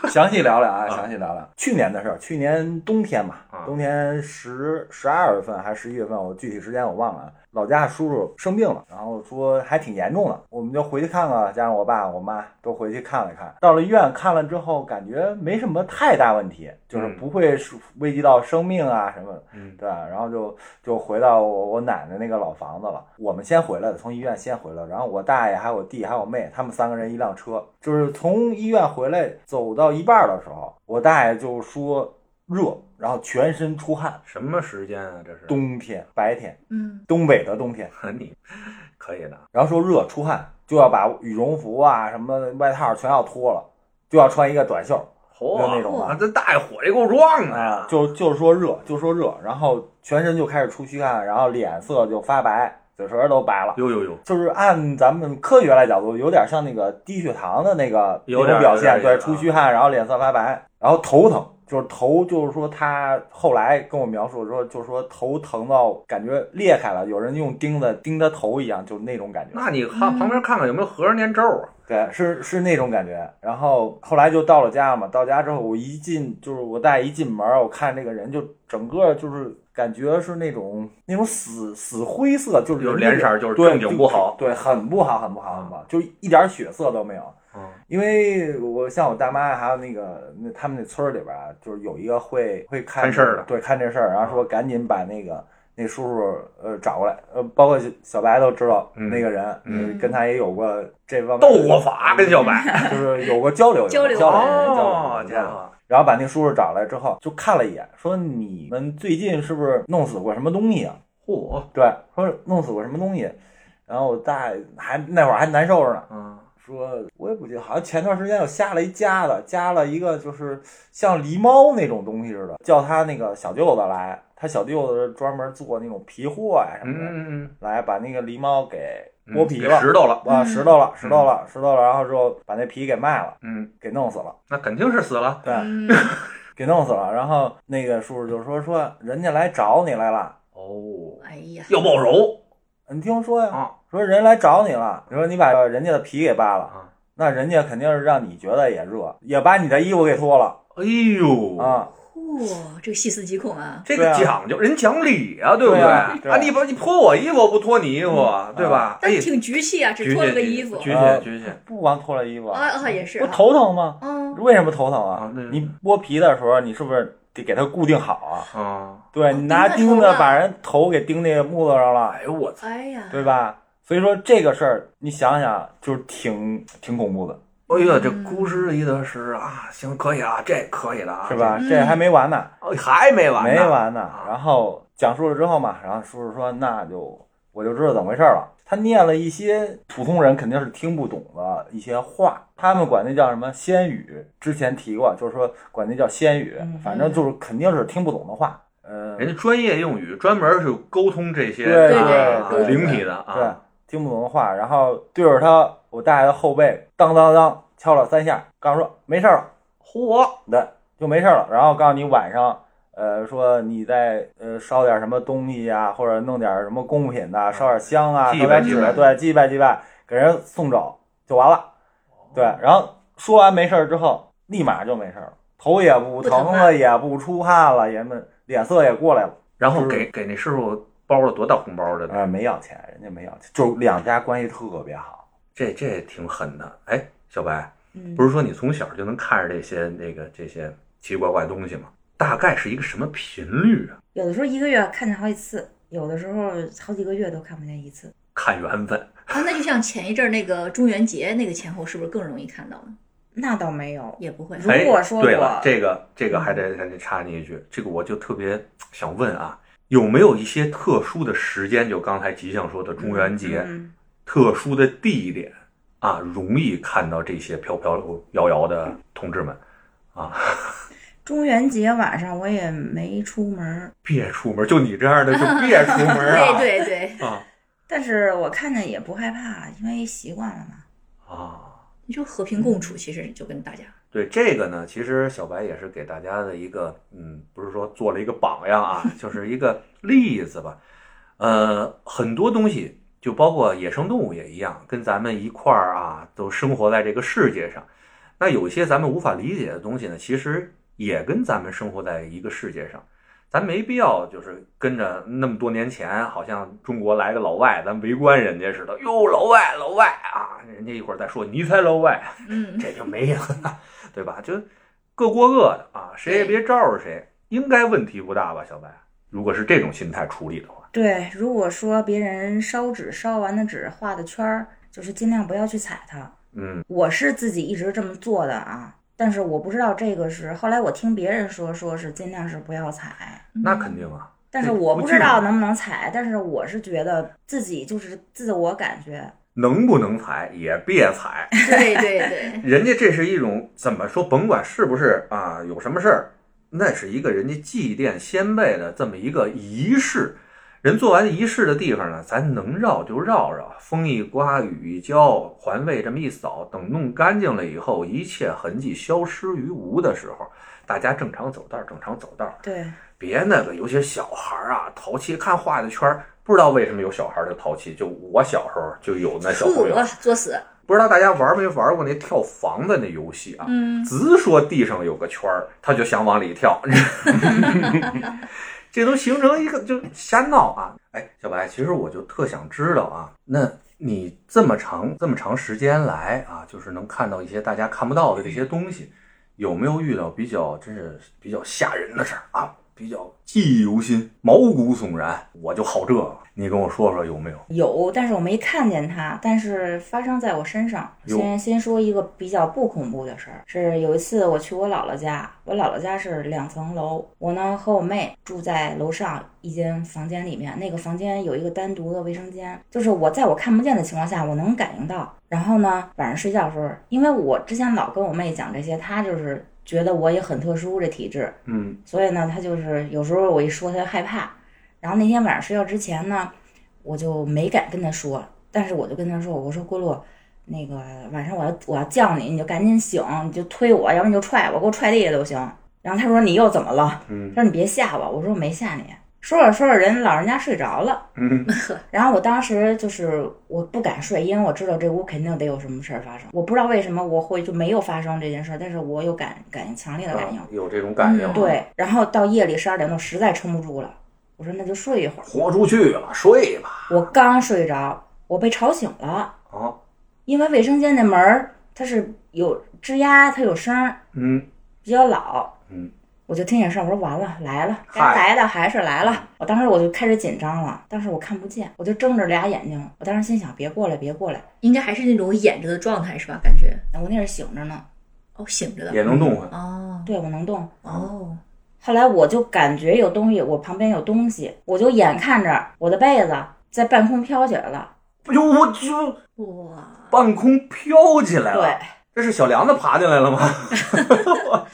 [SPEAKER 4] 详细聊聊啊，详细聊聊去年的事儿。去年冬天嘛
[SPEAKER 3] 啊，
[SPEAKER 4] 冬天十十二月份还是十一月份，我具体时间我忘了啊。老家叔叔生病了，然后说还挺严重的，我们就回去看看，加上我爸我妈都回去看了看。到了医院看了之后，感觉没什么太大问题，就是
[SPEAKER 3] 嗯
[SPEAKER 4] 不会是危及到生命啊什么的。
[SPEAKER 3] 嗯
[SPEAKER 4] 对，然后就就回到我我奶奶那个老房子了。我们先回来的，从医院先回来的。然后我大爷还有我弟还有我妹，他们三个人一辆车。就是从医院回来走到一半的时候，我大爷就说热，然后全身出汗，
[SPEAKER 3] 什么时间啊？这是啊
[SPEAKER 4] 冬天白天
[SPEAKER 6] 嗯
[SPEAKER 4] 东北的冬天，
[SPEAKER 3] 你可以的，
[SPEAKER 4] 然后说热出汗就要把羽绒服啊什么外套全要脱了，就要穿一个短袖。
[SPEAKER 3] 嚯
[SPEAKER 4] 那种
[SPEAKER 3] 啊，这大爷火力够壮
[SPEAKER 4] 哎呀
[SPEAKER 3] 啊，！
[SPEAKER 4] 就就是说热，就说热，然后全身就开始出虚汗，然后脸色就发白，嘴唇都白了。
[SPEAKER 3] 呦呦呦，
[SPEAKER 4] 就是按咱们科学来角度，有点像那个低血糖的那个
[SPEAKER 3] 有
[SPEAKER 4] 那
[SPEAKER 3] 点
[SPEAKER 4] 种表现，
[SPEAKER 3] 有点
[SPEAKER 4] 对，
[SPEAKER 3] 有点嗯
[SPEAKER 4] 出虚汗，然后脸色发白，然后头疼，就是头，就是说他后来跟我描述说，就是说头疼到感觉裂开了，有人用钉子钉他头一样，就是那种感觉。
[SPEAKER 3] 那你看旁边看看有没有和尚念咒啊？
[SPEAKER 4] 对，是是那种感觉。然后后来就到了家嘛，到家之后我一进，就是我大爷一进门，我看这个人就整个就是感觉是那种那种死死灰色，就是
[SPEAKER 3] 有
[SPEAKER 4] 人
[SPEAKER 3] 脸
[SPEAKER 4] 那
[SPEAKER 3] 色
[SPEAKER 4] 种
[SPEAKER 3] 儿就是
[SPEAKER 4] 对
[SPEAKER 3] 正经不好
[SPEAKER 4] 对，很不好，很不好，很不好，就一点血色都没有。
[SPEAKER 3] 嗯
[SPEAKER 4] 因为我像我大妈，啊还有那个那他们那村儿里边儿啊，就是有一个会会看
[SPEAKER 3] 看事儿的嗯
[SPEAKER 4] 对，看这事儿，然后说赶紧把那个那叔叔呃找过来，呃，包括小小白都知道
[SPEAKER 3] 嗯
[SPEAKER 4] 那个人，
[SPEAKER 3] 嗯
[SPEAKER 4] 呃跟他也有过这方面嗯
[SPEAKER 3] 斗过法跟小白，
[SPEAKER 4] 就是有过交流，有过
[SPEAKER 6] 交流
[SPEAKER 4] 交流，有过交
[SPEAKER 3] 哦
[SPEAKER 4] 流，嗯
[SPEAKER 3] 家伙，
[SPEAKER 4] 然后把那叔叔找来之后，就看了一眼，说你们最近是不是弄死过什么东西啊？
[SPEAKER 3] 嚯，
[SPEAKER 4] 对，说弄死过什么东西。然后我大爷还那会儿还难受着呢，
[SPEAKER 3] 嗯
[SPEAKER 4] 说我也不记得，好像前段时间有下了一家子，加了一个就是像狸猫那种东西似的，叫他那个小舅子哎来，他小舅子专门做那种皮货呀、什么的，
[SPEAKER 3] 嗯嗯
[SPEAKER 4] 来把那个狸猫给
[SPEAKER 3] 嗯
[SPEAKER 4] 剥皮
[SPEAKER 3] 给
[SPEAKER 4] 了
[SPEAKER 3] 石头了，
[SPEAKER 4] 啊，
[SPEAKER 5] 嗯
[SPEAKER 4] 拾掇了，拾掇了，拾掇了，然后之后把那皮给卖了，
[SPEAKER 3] 嗯，
[SPEAKER 4] 给弄死了，
[SPEAKER 3] 那肯定是死了，
[SPEAKER 4] 对，
[SPEAKER 6] 嗯，
[SPEAKER 4] 给弄死了。然后那个叔叔就说说人家来找你来了，
[SPEAKER 3] 哦，
[SPEAKER 6] 哎呀，
[SPEAKER 3] 要报仇
[SPEAKER 4] 你听说呀，
[SPEAKER 3] 啊
[SPEAKER 4] 说人来找你了，你说你把人家的皮给扒了，
[SPEAKER 3] 啊！
[SPEAKER 4] 那人家肯定是让你觉得也热，也把你的衣服给脱了
[SPEAKER 3] 哎呦，
[SPEAKER 4] 啊。
[SPEAKER 6] 嚯，这个细思极恐啊！
[SPEAKER 3] 这
[SPEAKER 4] 对
[SPEAKER 3] 个
[SPEAKER 4] 啊
[SPEAKER 3] 讲究，人讲理啊，对不
[SPEAKER 4] 对啊对啊嗯
[SPEAKER 3] 啊，你把你脱我衣服，我不脱你衣服啊，对吧？
[SPEAKER 6] 但
[SPEAKER 3] 哎，
[SPEAKER 6] 挺局气啊，只
[SPEAKER 3] 局
[SPEAKER 6] 脱了
[SPEAKER 3] 限
[SPEAKER 6] 个
[SPEAKER 3] 局
[SPEAKER 6] 衣服
[SPEAKER 3] 局
[SPEAKER 4] 啊
[SPEAKER 3] 限局限
[SPEAKER 4] 不光脱了衣服，
[SPEAKER 6] 啊啊，也是
[SPEAKER 4] 不
[SPEAKER 6] 啊
[SPEAKER 4] 头疼吗？
[SPEAKER 6] 嗯，
[SPEAKER 4] 为什么头疼啊
[SPEAKER 3] 啊那？
[SPEAKER 4] 你剥皮的时候，你是不是得给它固定好啊？
[SPEAKER 3] 啊！
[SPEAKER 4] 对你拿
[SPEAKER 6] 钉在
[SPEAKER 4] 钉子
[SPEAKER 6] 头上
[SPEAKER 4] 把人头给钉那个木头上了，
[SPEAKER 3] 哎呦我操，
[SPEAKER 6] 哎呀，
[SPEAKER 4] 对吧？所以说这个事儿，你想想，就是挺挺恐怖的，
[SPEAKER 3] 哎呀，这
[SPEAKER 6] 嗯
[SPEAKER 3] 孤师一德师啊，行，可以啊，这可以的啊，
[SPEAKER 4] 是吧？
[SPEAKER 6] 嗯
[SPEAKER 4] 这还没完呢，
[SPEAKER 3] 这？哎还没完呢，
[SPEAKER 4] 没完呢。
[SPEAKER 5] 啊
[SPEAKER 4] 然后讲述了之后嘛，然后叔叔说，那就我就知道怎么回事了。他念了一些普通人肯定是听不懂的一些话，他们管那叫什么仙语，之前提过，就是说管那叫仙语
[SPEAKER 5] 嗯，
[SPEAKER 4] 反正就是肯定是听不懂的话。呃，
[SPEAKER 3] 人家专业用语专门是沟通这些
[SPEAKER 4] 对
[SPEAKER 6] 对
[SPEAKER 3] 啊
[SPEAKER 6] 对对
[SPEAKER 3] 灵体的
[SPEAKER 4] 对
[SPEAKER 3] 啊，，
[SPEAKER 4] 听不懂的话，然后对着他我大爷的后背当当当敲了三下，告诉说没事儿了，
[SPEAKER 3] 嚯，
[SPEAKER 4] 对，就没事儿了。然后告诉你晚上，呃，说你再呃烧点什么东西呀、或者弄点什么贡品呐、烧点香啊，
[SPEAKER 3] 祭
[SPEAKER 4] 烧点
[SPEAKER 3] 拜祭
[SPEAKER 4] 纸，
[SPEAKER 3] 拜
[SPEAKER 4] 对，祭拜祭拜，给人送走就完了。对，然后说完没事儿之后，立马就没事儿了，头也
[SPEAKER 6] 不
[SPEAKER 4] 不
[SPEAKER 6] 疼
[SPEAKER 4] 疼
[SPEAKER 6] 了
[SPEAKER 4] 了，也不出汗了，也没脸色也过来了。
[SPEAKER 3] 然后
[SPEAKER 4] 是
[SPEAKER 3] 给给那师傅包了多大红包的呢？
[SPEAKER 4] 呃，没要钱，人家没要钱，就两家关系特别好。
[SPEAKER 3] 这这挺狠的。哎，小白，
[SPEAKER 5] 嗯
[SPEAKER 3] 不是说你从小就能看着这些那个这些奇奇怪怪的东西吗？大概是一个什么频率啊？
[SPEAKER 5] 有的时候一个月看见好几次，有的时候好几个月都看不见一次。
[SPEAKER 3] 看缘分，
[SPEAKER 6] 啊，那就像前一阵儿那个中元节那个前后，是不是更容易看到呢？
[SPEAKER 5] 那倒没有，
[SPEAKER 6] 也不会，啊
[SPEAKER 5] 如果说
[SPEAKER 3] 哎、对
[SPEAKER 5] 我
[SPEAKER 3] 了，这个这个还得还得插你一句，这个我就特别想问啊，有没有一些特殊的时间？就刚才吉祥说的中元节，
[SPEAKER 5] 嗯，
[SPEAKER 3] 特殊的地点啊，容易看到这些飘飘摇摇的同志们，
[SPEAKER 5] 中元节晚上我也没出门，
[SPEAKER 3] 别出门，就你这样的就别出门啊！
[SPEAKER 6] 对对对，
[SPEAKER 3] 啊
[SPEAKER 5] 但是我看见也不害怕，因为习惯了嘛。
[SPEAKER 3] 啊！
[SPEAKER 6] 你就和平共处，其实就跟大家
[SPEAKER 3] 对这个呢，其实小白也是给大家的一个，嗯，不是说做了一个榜样啊， 就是一个例子吧。呃，很多东西，就包括野生动物也一样，跟咱们一块儿啊，都生活在这个世界上。那有些咱们无法理解的东西呢，其实也跟咱们生活在一个世界上。咱没必要就是跟着那么多年前，好像中国来个老外，咱围观人家似的。哟，老外，老外啊！人家一会儿再说你才老外，
[SPEAKER 6] 嗯，
[SPEAKER 3] 这就没人了，对吧？就各过各的啊，谁也别招惹谁，应该问题不大吧，小白？如果是这种心态处理的话，
[SPEAKER 5] 对，如果说别人烧纸烧完的纸画的圈儿，就是尽量不要去踩它。
[SPEAKER 3] 嗯，
[SPEAKER 5] 我是自己一直这么做的啊，但是我不知道这个是后来我听别人说，说是尽量是不要踩，
[SPEAKER 3] 那肯定啊，
[SPEAKER 5] 但是
[SPEAKER 3] 对
[SPEAKER 5] 我
[SPEAKER 3] 不
[SPEAKER 5] 不
[SPEAKER 3] 至
[SPEAKER 5] 知
[SPEAKER 3] 于
[SPEAKER 5] 道能不能踩，但是我是觉得自己就是自我感觉，
[SPEAKER 3] 能不能踩也别踩，
[SPEAKER 6] 对对对，
[SPEAKER 3] 人家这是一种怎么说？甭管是不是啊，有什么事儿，那是一个人家祭奠先辈的这么一个仪式。人做完仪式的地方呢，咱能绕就绕绕，风一刮，雨一浇，环卫这么一扫，等弄干净了以后，一切痕迹消失于无的时候，大家正常走道，正常走道，
[SPEAKER 5] 对，
[SPEAKER 3] 别那个，尤其是小孩儿啊，淘气。看画的圈儿，不知道为什么有小孩儿就淘气，就我小时候就有 那小
[SPEAKER 6] 出
[SPEAKER 3] 朋
[SPEAKER 6] 我
[SPEAKER 3] 友，
[SPEAKER 6] 啊作死，
[SPEAKER 3] 不知道大家玩没玩过那跳房子那游戏啊？
[SPEAKER 6] 嗯，
[SPEAKER 3] 直说地上有个圈儿，他就想往里跳， 这都形成一个就瞎闹啊！哎，小白，其实我就特想知道啊，那你这么长这么长时间来啊，就是能看到一些大家看不到的这些东西，有没有遇到比较真是比较吓人的事儿啊？比较记忆犹新、毛骨悚然，我就好这个，你跟我说说有没有？
[SPEAKER 5] 有，但是我没看见它，但是发生在我身上。
[SPEAKER 3] 有
[SPEAKER 5] 先先说一个比较不恐怖的事儿，是有一次我去我姥姥家，我姥姥家是两层楼，我呢和我妹住在楼上一间房间里面，那个房间有一个单独的卫生间，就是我在我看不见的情况下，我能感应到。然后呢，晚上睡觉的时候，因为我之前老跟我妹讲这些，她就是觉得我也很特殊这体质，
[SPEAKER 3] 嗯，
[SPEAKER 5] 所以呢，他就是有时候我一说他就害怕。然后那天晚上睡觉之前呢，我就没敢跟他说，但是我就跟他说，我说咕噜，那个晚上我要我要叫你，你就赶紧醒，你就推我，要不然你就踹我，给我踹地下都行。然后他说你又怎么了？
[SPEAKER 3] 嗯
[SPEAKER 5] 他说你别吓我，我说我没吓你。说着说着，人老人家睡着了。
[SPEAKER 3] 嗯
[SPEAKER 5] 然后我当时就是我不敢睡，因为我知道这屋肯定得有什么事儿发生。我不知道为什么我会就没有发生这件事儿，但是我有感感强烈的感应。
[SPEAKER 3] 啊有这种感应，
[SPEAKER 6] 嗯，
[SPEAKER 5] 对，然后到夜里十二点多，实在撑不住了，我说那就睡一会儿。
[SPEAKER 3] 豁出去了，睡吧
[SPEAKER 5] 我刚睡着，我被吵醒了，
[SPEAKER 3] 啊，
[SPEAKER 5] 因为卫生间那门儿它是有吱呀，它有声儿，
[SPEAKER 3] 嗯
[SPEAKER 5] 比较老。
[SPEAKER 3] 嗯，
[SPEAKER 5] 我就听见声儿，我说完了，来了，该
[SPEAKER 3] 嗨嗯
[SPEAKER 5] 来的还是来了。我当时我就开始紧张了，但是我看不见，我就睁着俩眼睛。我当时心想，别过来，别过来。
[SPEAKER 6] 应该还是那种演着的状态是吧？感觉
[SPEAKER 5] 我那是醒着呢，
[SPEAKER 6] 哦，醒着的
[SPEAKER 3] 也能动啊弹，
[SPEAKER 6] 哦
[SPEAKER 5] 对我能动。
[SPEAKER 6] 哦，
[SPEAKER 5] 后来我就感觉有东西，我旁边有东西，我就眼看着我的被子在半空飘起来了。
[SPEAKER 3] 哎呦，我就
[SPEAKER 6] 哇，
[SPEAKER 3] 半空飘起来了，
[SPEAKER 5] 对，，
[SPEAKER 3] 这是小梁子爬进来了吗？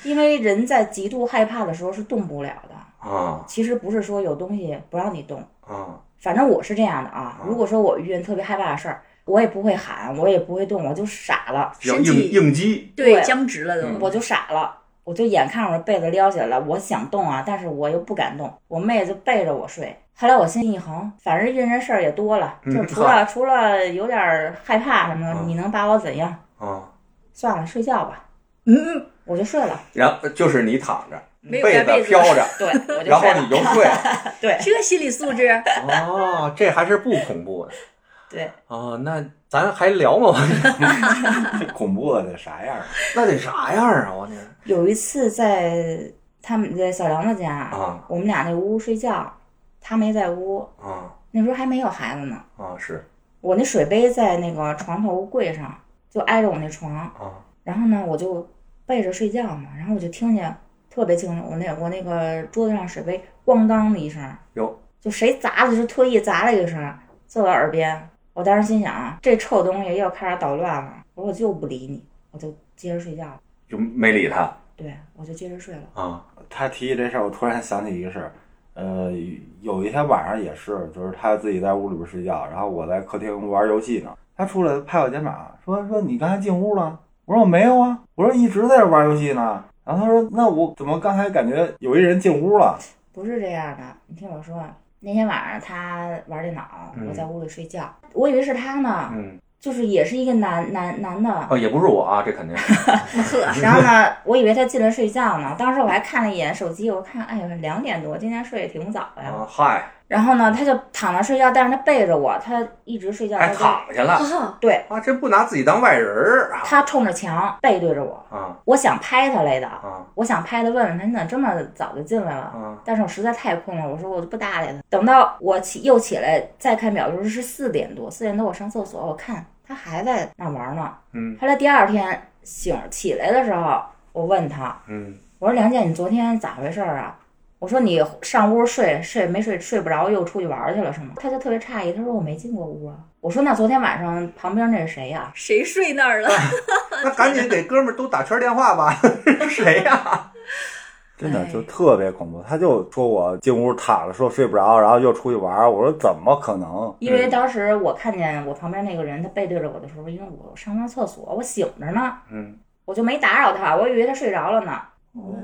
[SPEAKER 5] 因为人在极度害怕的时候是动不了的。
[SPEAKER 3] 啊
[SPEAKER 5] 其实不是说有东西不让你动，
[SPEAKER 3] 啊，
[SPEAKER 5] 反正我是这样的啊
[SPEAKER 3] 啊。
[SPEAKER 5] 如果说我遇见特别害怕的事儿，我也不会喊，我也不会动，我就傻了，
[SPEAKER 3] 要
[SPEAKER 6] 身体
[SPEAKER 3] 应应激，
[SPEAKER 6] 对，
[SPEAKER 5] 对嗯
[SPEAKER 6] 僵直了都，
[SPEAKER 5] 我就傻了，我就眼看我这被子撩起来了，我想动啊，但是我又不敢动，我妹就背着我睡。后来我心一横，反正遇见这事儿也多了，
[SPEAKER 3] 嗯
[SPEAKER 5] 就是除了除了有点儿害怕什么的，
[SPEAKER 3] 嗯
[SPEAKER 5] 你能把我怎样？
[SPEAKER 3] 啊，
[SPEAKER 5] 算了，睡觉吧，
[SPEAKER 6] 嗯，
[SPEAKER 5] 我就睡了。
[SPEAKER 3] 然后就是你躺着，
[SPEAKER 6] 没有
[SPEAKER 3] 被
[SPEAKER 6] 盖被
[SPEAKER 3] 子
[SPEAKER 6] 子
[SPEAKER 3] 飘着，
[SPEAKER 5] 对， 我就
[SPEAKER 3] 然后
[SPEAKER 5] 睡
[SPEAKER 3] 你
[SPEAKER 5] 了。
[SPEAKER 3] 就睡了，
[SPEAKER 5] 对
[SPEAKER 6] 这心理素质，
[SPEAKER 3] 哦，这还是不恐怖的
[SPEAKER 5] 对，
[SPEAKER 3] 哦，那咱还聊 吗？
[SPEAKER 4] 这恐怖的得啥样啊？
[SPEAKER 3] 那得啥样啊？我那
[SPEAKER 5] 有一次在他们在小梁子家，
[SPEAKER 3] 啊
[SPEAKER 5] 我们俩那屋睡觉，他没在屋，
[SPEAKER 3] 啊
[SPEAKER 5] 那时候还没有孩子呢。
[SPEAKER 3] 啊是
[SPEAKER 5] 我那水杯在那个床头柜上，就挨着我那床。
[SPEAKER 3] 啊
[SPEAKER 5] 然后呢，我就背着睡觉嘛，然后我就听见特别清楚，我那我那个桌子上水杯咣当的一声，
[SPEAKER 3] 哟，
[SPEAKER 5] 就谁砸的，就特意砸了一声，坐到耳边。我当时心想啊，这臭东西又开始捣乱了。我说我就不理你，我就接着睡觉了。
[SPEAKER 3] 就没理他
[SPEAKER 5] 对，我就接着睡了。
[SPEAKER 3] 啊
[SPEAKER 4] 他提起这事儿，我突然想起一个事儿，呃，有一天晚上也是，就是他自己在屋里边睡觉，然后我在客厅玩游戏呢，他出来拍我肩膀说说你刚才进屋了，我说我没有啊，我说一直在这玩游戏呢，然后他说那我怎么刚才感觉有一人进屋了？
[SPEAKER 5] 不是这样的，你听我说，啊那天晚上他玩电脑，
[SPEAKER 3] 嗯
[SPEAKER 5] 我在屋里睡觉，我以为是他呢，
[SPEAKER 3] 嗯
[SPEAKER 5] 就是也是一个男男男的。
[SPEAKER 3] 哦也不是我啊，这肯定是
[SPEAKER 6] 呵，
[SPEAKER 5] 然后呢，我以为他进来睡觉呢，当时我还看了一眼手机，我看，哎呦，两点多，今天睡得挺早呀。
[SPEAKER 3] 啊嗨，
[SPEAKER 5] 然后呢，他就躺着睡觉，但是他背着我，他一直睡觉，
[SPEAKER 3] 还
[SPEAKER 5] 他就
[SPEAKER 3] 躺下了
[SPEAKER 6] 哦，
[SPEAKER 5] 对
[SPEAKER 3] 啊，这不拿自己当外人儿啊
[SPEAKER 5] 他冲着墙背对着我，
[SPEAKER 3] 啊
[SPEAKER 5] 我想拍他来的，
[SPEAKER 3] 啊
[SPEAKER 5] 我想拍他问问他你怎么这么早就进来了，
[SPEAKER 3] 啊
[SPEAKER 5] 但是我实在太困了，我说我就不搭理他。等到我起又起来再看表的时候是四点多，四点多我上厕所，我看他还在那玩呢。
[SPEAKER 3] 嗯
[SPEAKER 5] 后来第二天醒起来的时候，我问他，
[SPEAKER 3] 嗯
[SPEAKER 5] 我说梁姐，你昨天咋回事儿啊？我说你上屋睡睡没睡睡不着，又出去玩去了是吗？他就特别诧异，他说我没进过屋啊。我说那昨天晚上旁边那是谁啊呀、
[SPEAKER 6] 谁睡那儿了？
[SPEAKER 5] 啊
[SPEAKER 3] 那赶紧给哥们儿都打圈电话吧， 谁呀？
[SPEAKER 4] 真的
[SPEAKER 6] 哎
[SPEAKER 4] 就特别恐怖，他就说我进屋躺着，说睡不着，然后又出去玩儿。我说怎么可能？
[SPEAKER 5] 因为当时我看见我旁边那个人，他背对着我的时候，因为我上完厕所，我醒着呢，
[SPEAKER 3] 嗯
[SPEAKER 5] 我就没打扰他，我以为他睡着了呢。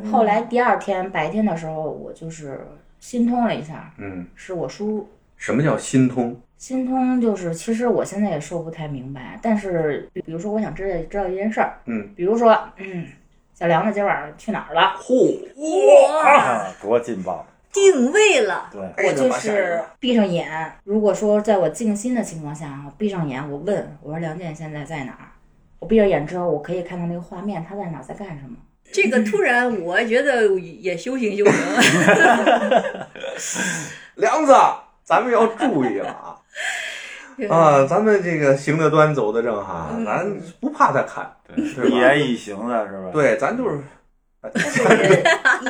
[SPEAKER 5] 后来第二天白天的时候，我就是心通了一下，
[SPEAKER 3] 嗯，
[SPEAKER 5] 是我叔。
[SPEAKER 3] 什么叫心通？
[SPEAKER 5] 心通就是，其实我现在也说不太明白，但是比比如说，我想知道知道一件事儿，
[SPEAKER 3] 嗯，
[SPEAKER 5] 比如说，嗯，小梁子今晚上去哪儿了？
[SPEAKER 3] 嚯，
[SPEAKER 6] 哇，
[SPEAKER 4] 啊，多劲爆！
[SPEAKER 6] 定位了，
[SPEAKER 4] 对，
[SPEAKER 3] 哎
[SPEAKER 5] 我就是闭上眼，如果说在我静心的情况下，我闭上眼，我问我说梁健现在在哪儿？我闭上眼之后，我可以看到那个画面，他在哪儿，在干什么？
[SPEAKER 6] 这
[SPEAKER 5] 嗯
[SPEAKER 6] 个突然我觉得也修行修行，
[SPEAKER 3] 梁子，咱们要注意了 啊。啊，咱们这个行得端，走得正哈，
[SPEAKER 5] 嗯
[SPEAKER 3] 咱不怕他看，对
[SPEAKER 4] 一
[SPEAKER 3] 吧
[SPEAKER 4] 言一行的是吧？，
[SPEAKER 3] 对，咱就是
[SPEAKER 5] 但是我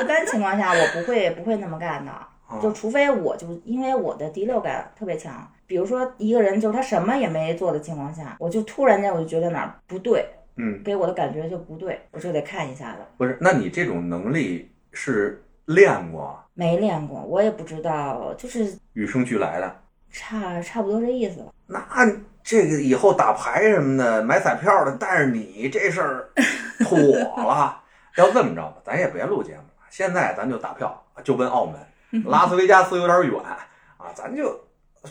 [SPEAKER 5] 一般情况下我不会不会那么干的，
[SPEAKER 3] 哦
[SPEAKER 5] 就除非我就因为我的第六感特别强，比如说一个人就是他什么也没做的情况下，我就突然间我就觉得哪儿不对，
[SPEAKER 3] 嗯，
[SPEAKER 5] 给我的感觉就不对，我就得看一下子。
[SPEAKER 3] 不是，那你这种能力是练过，
[SPEAKER 5] 没练过，我也不知道，就是
[SPEAKER 3] 与生俱来的，
[SPEAKER 5] 差差不多这意思吧。
[SPEAKER 3] 那这个以后打牌什么的，买彩票的，但是你这事 儿妥了。要这么着吧，咱也别录节目了，现在咱就打票，就奔澳
[SPEAKER 5] 嗯
[SPEAKER 3] 门，拉斯维加斯有点远啊，咱就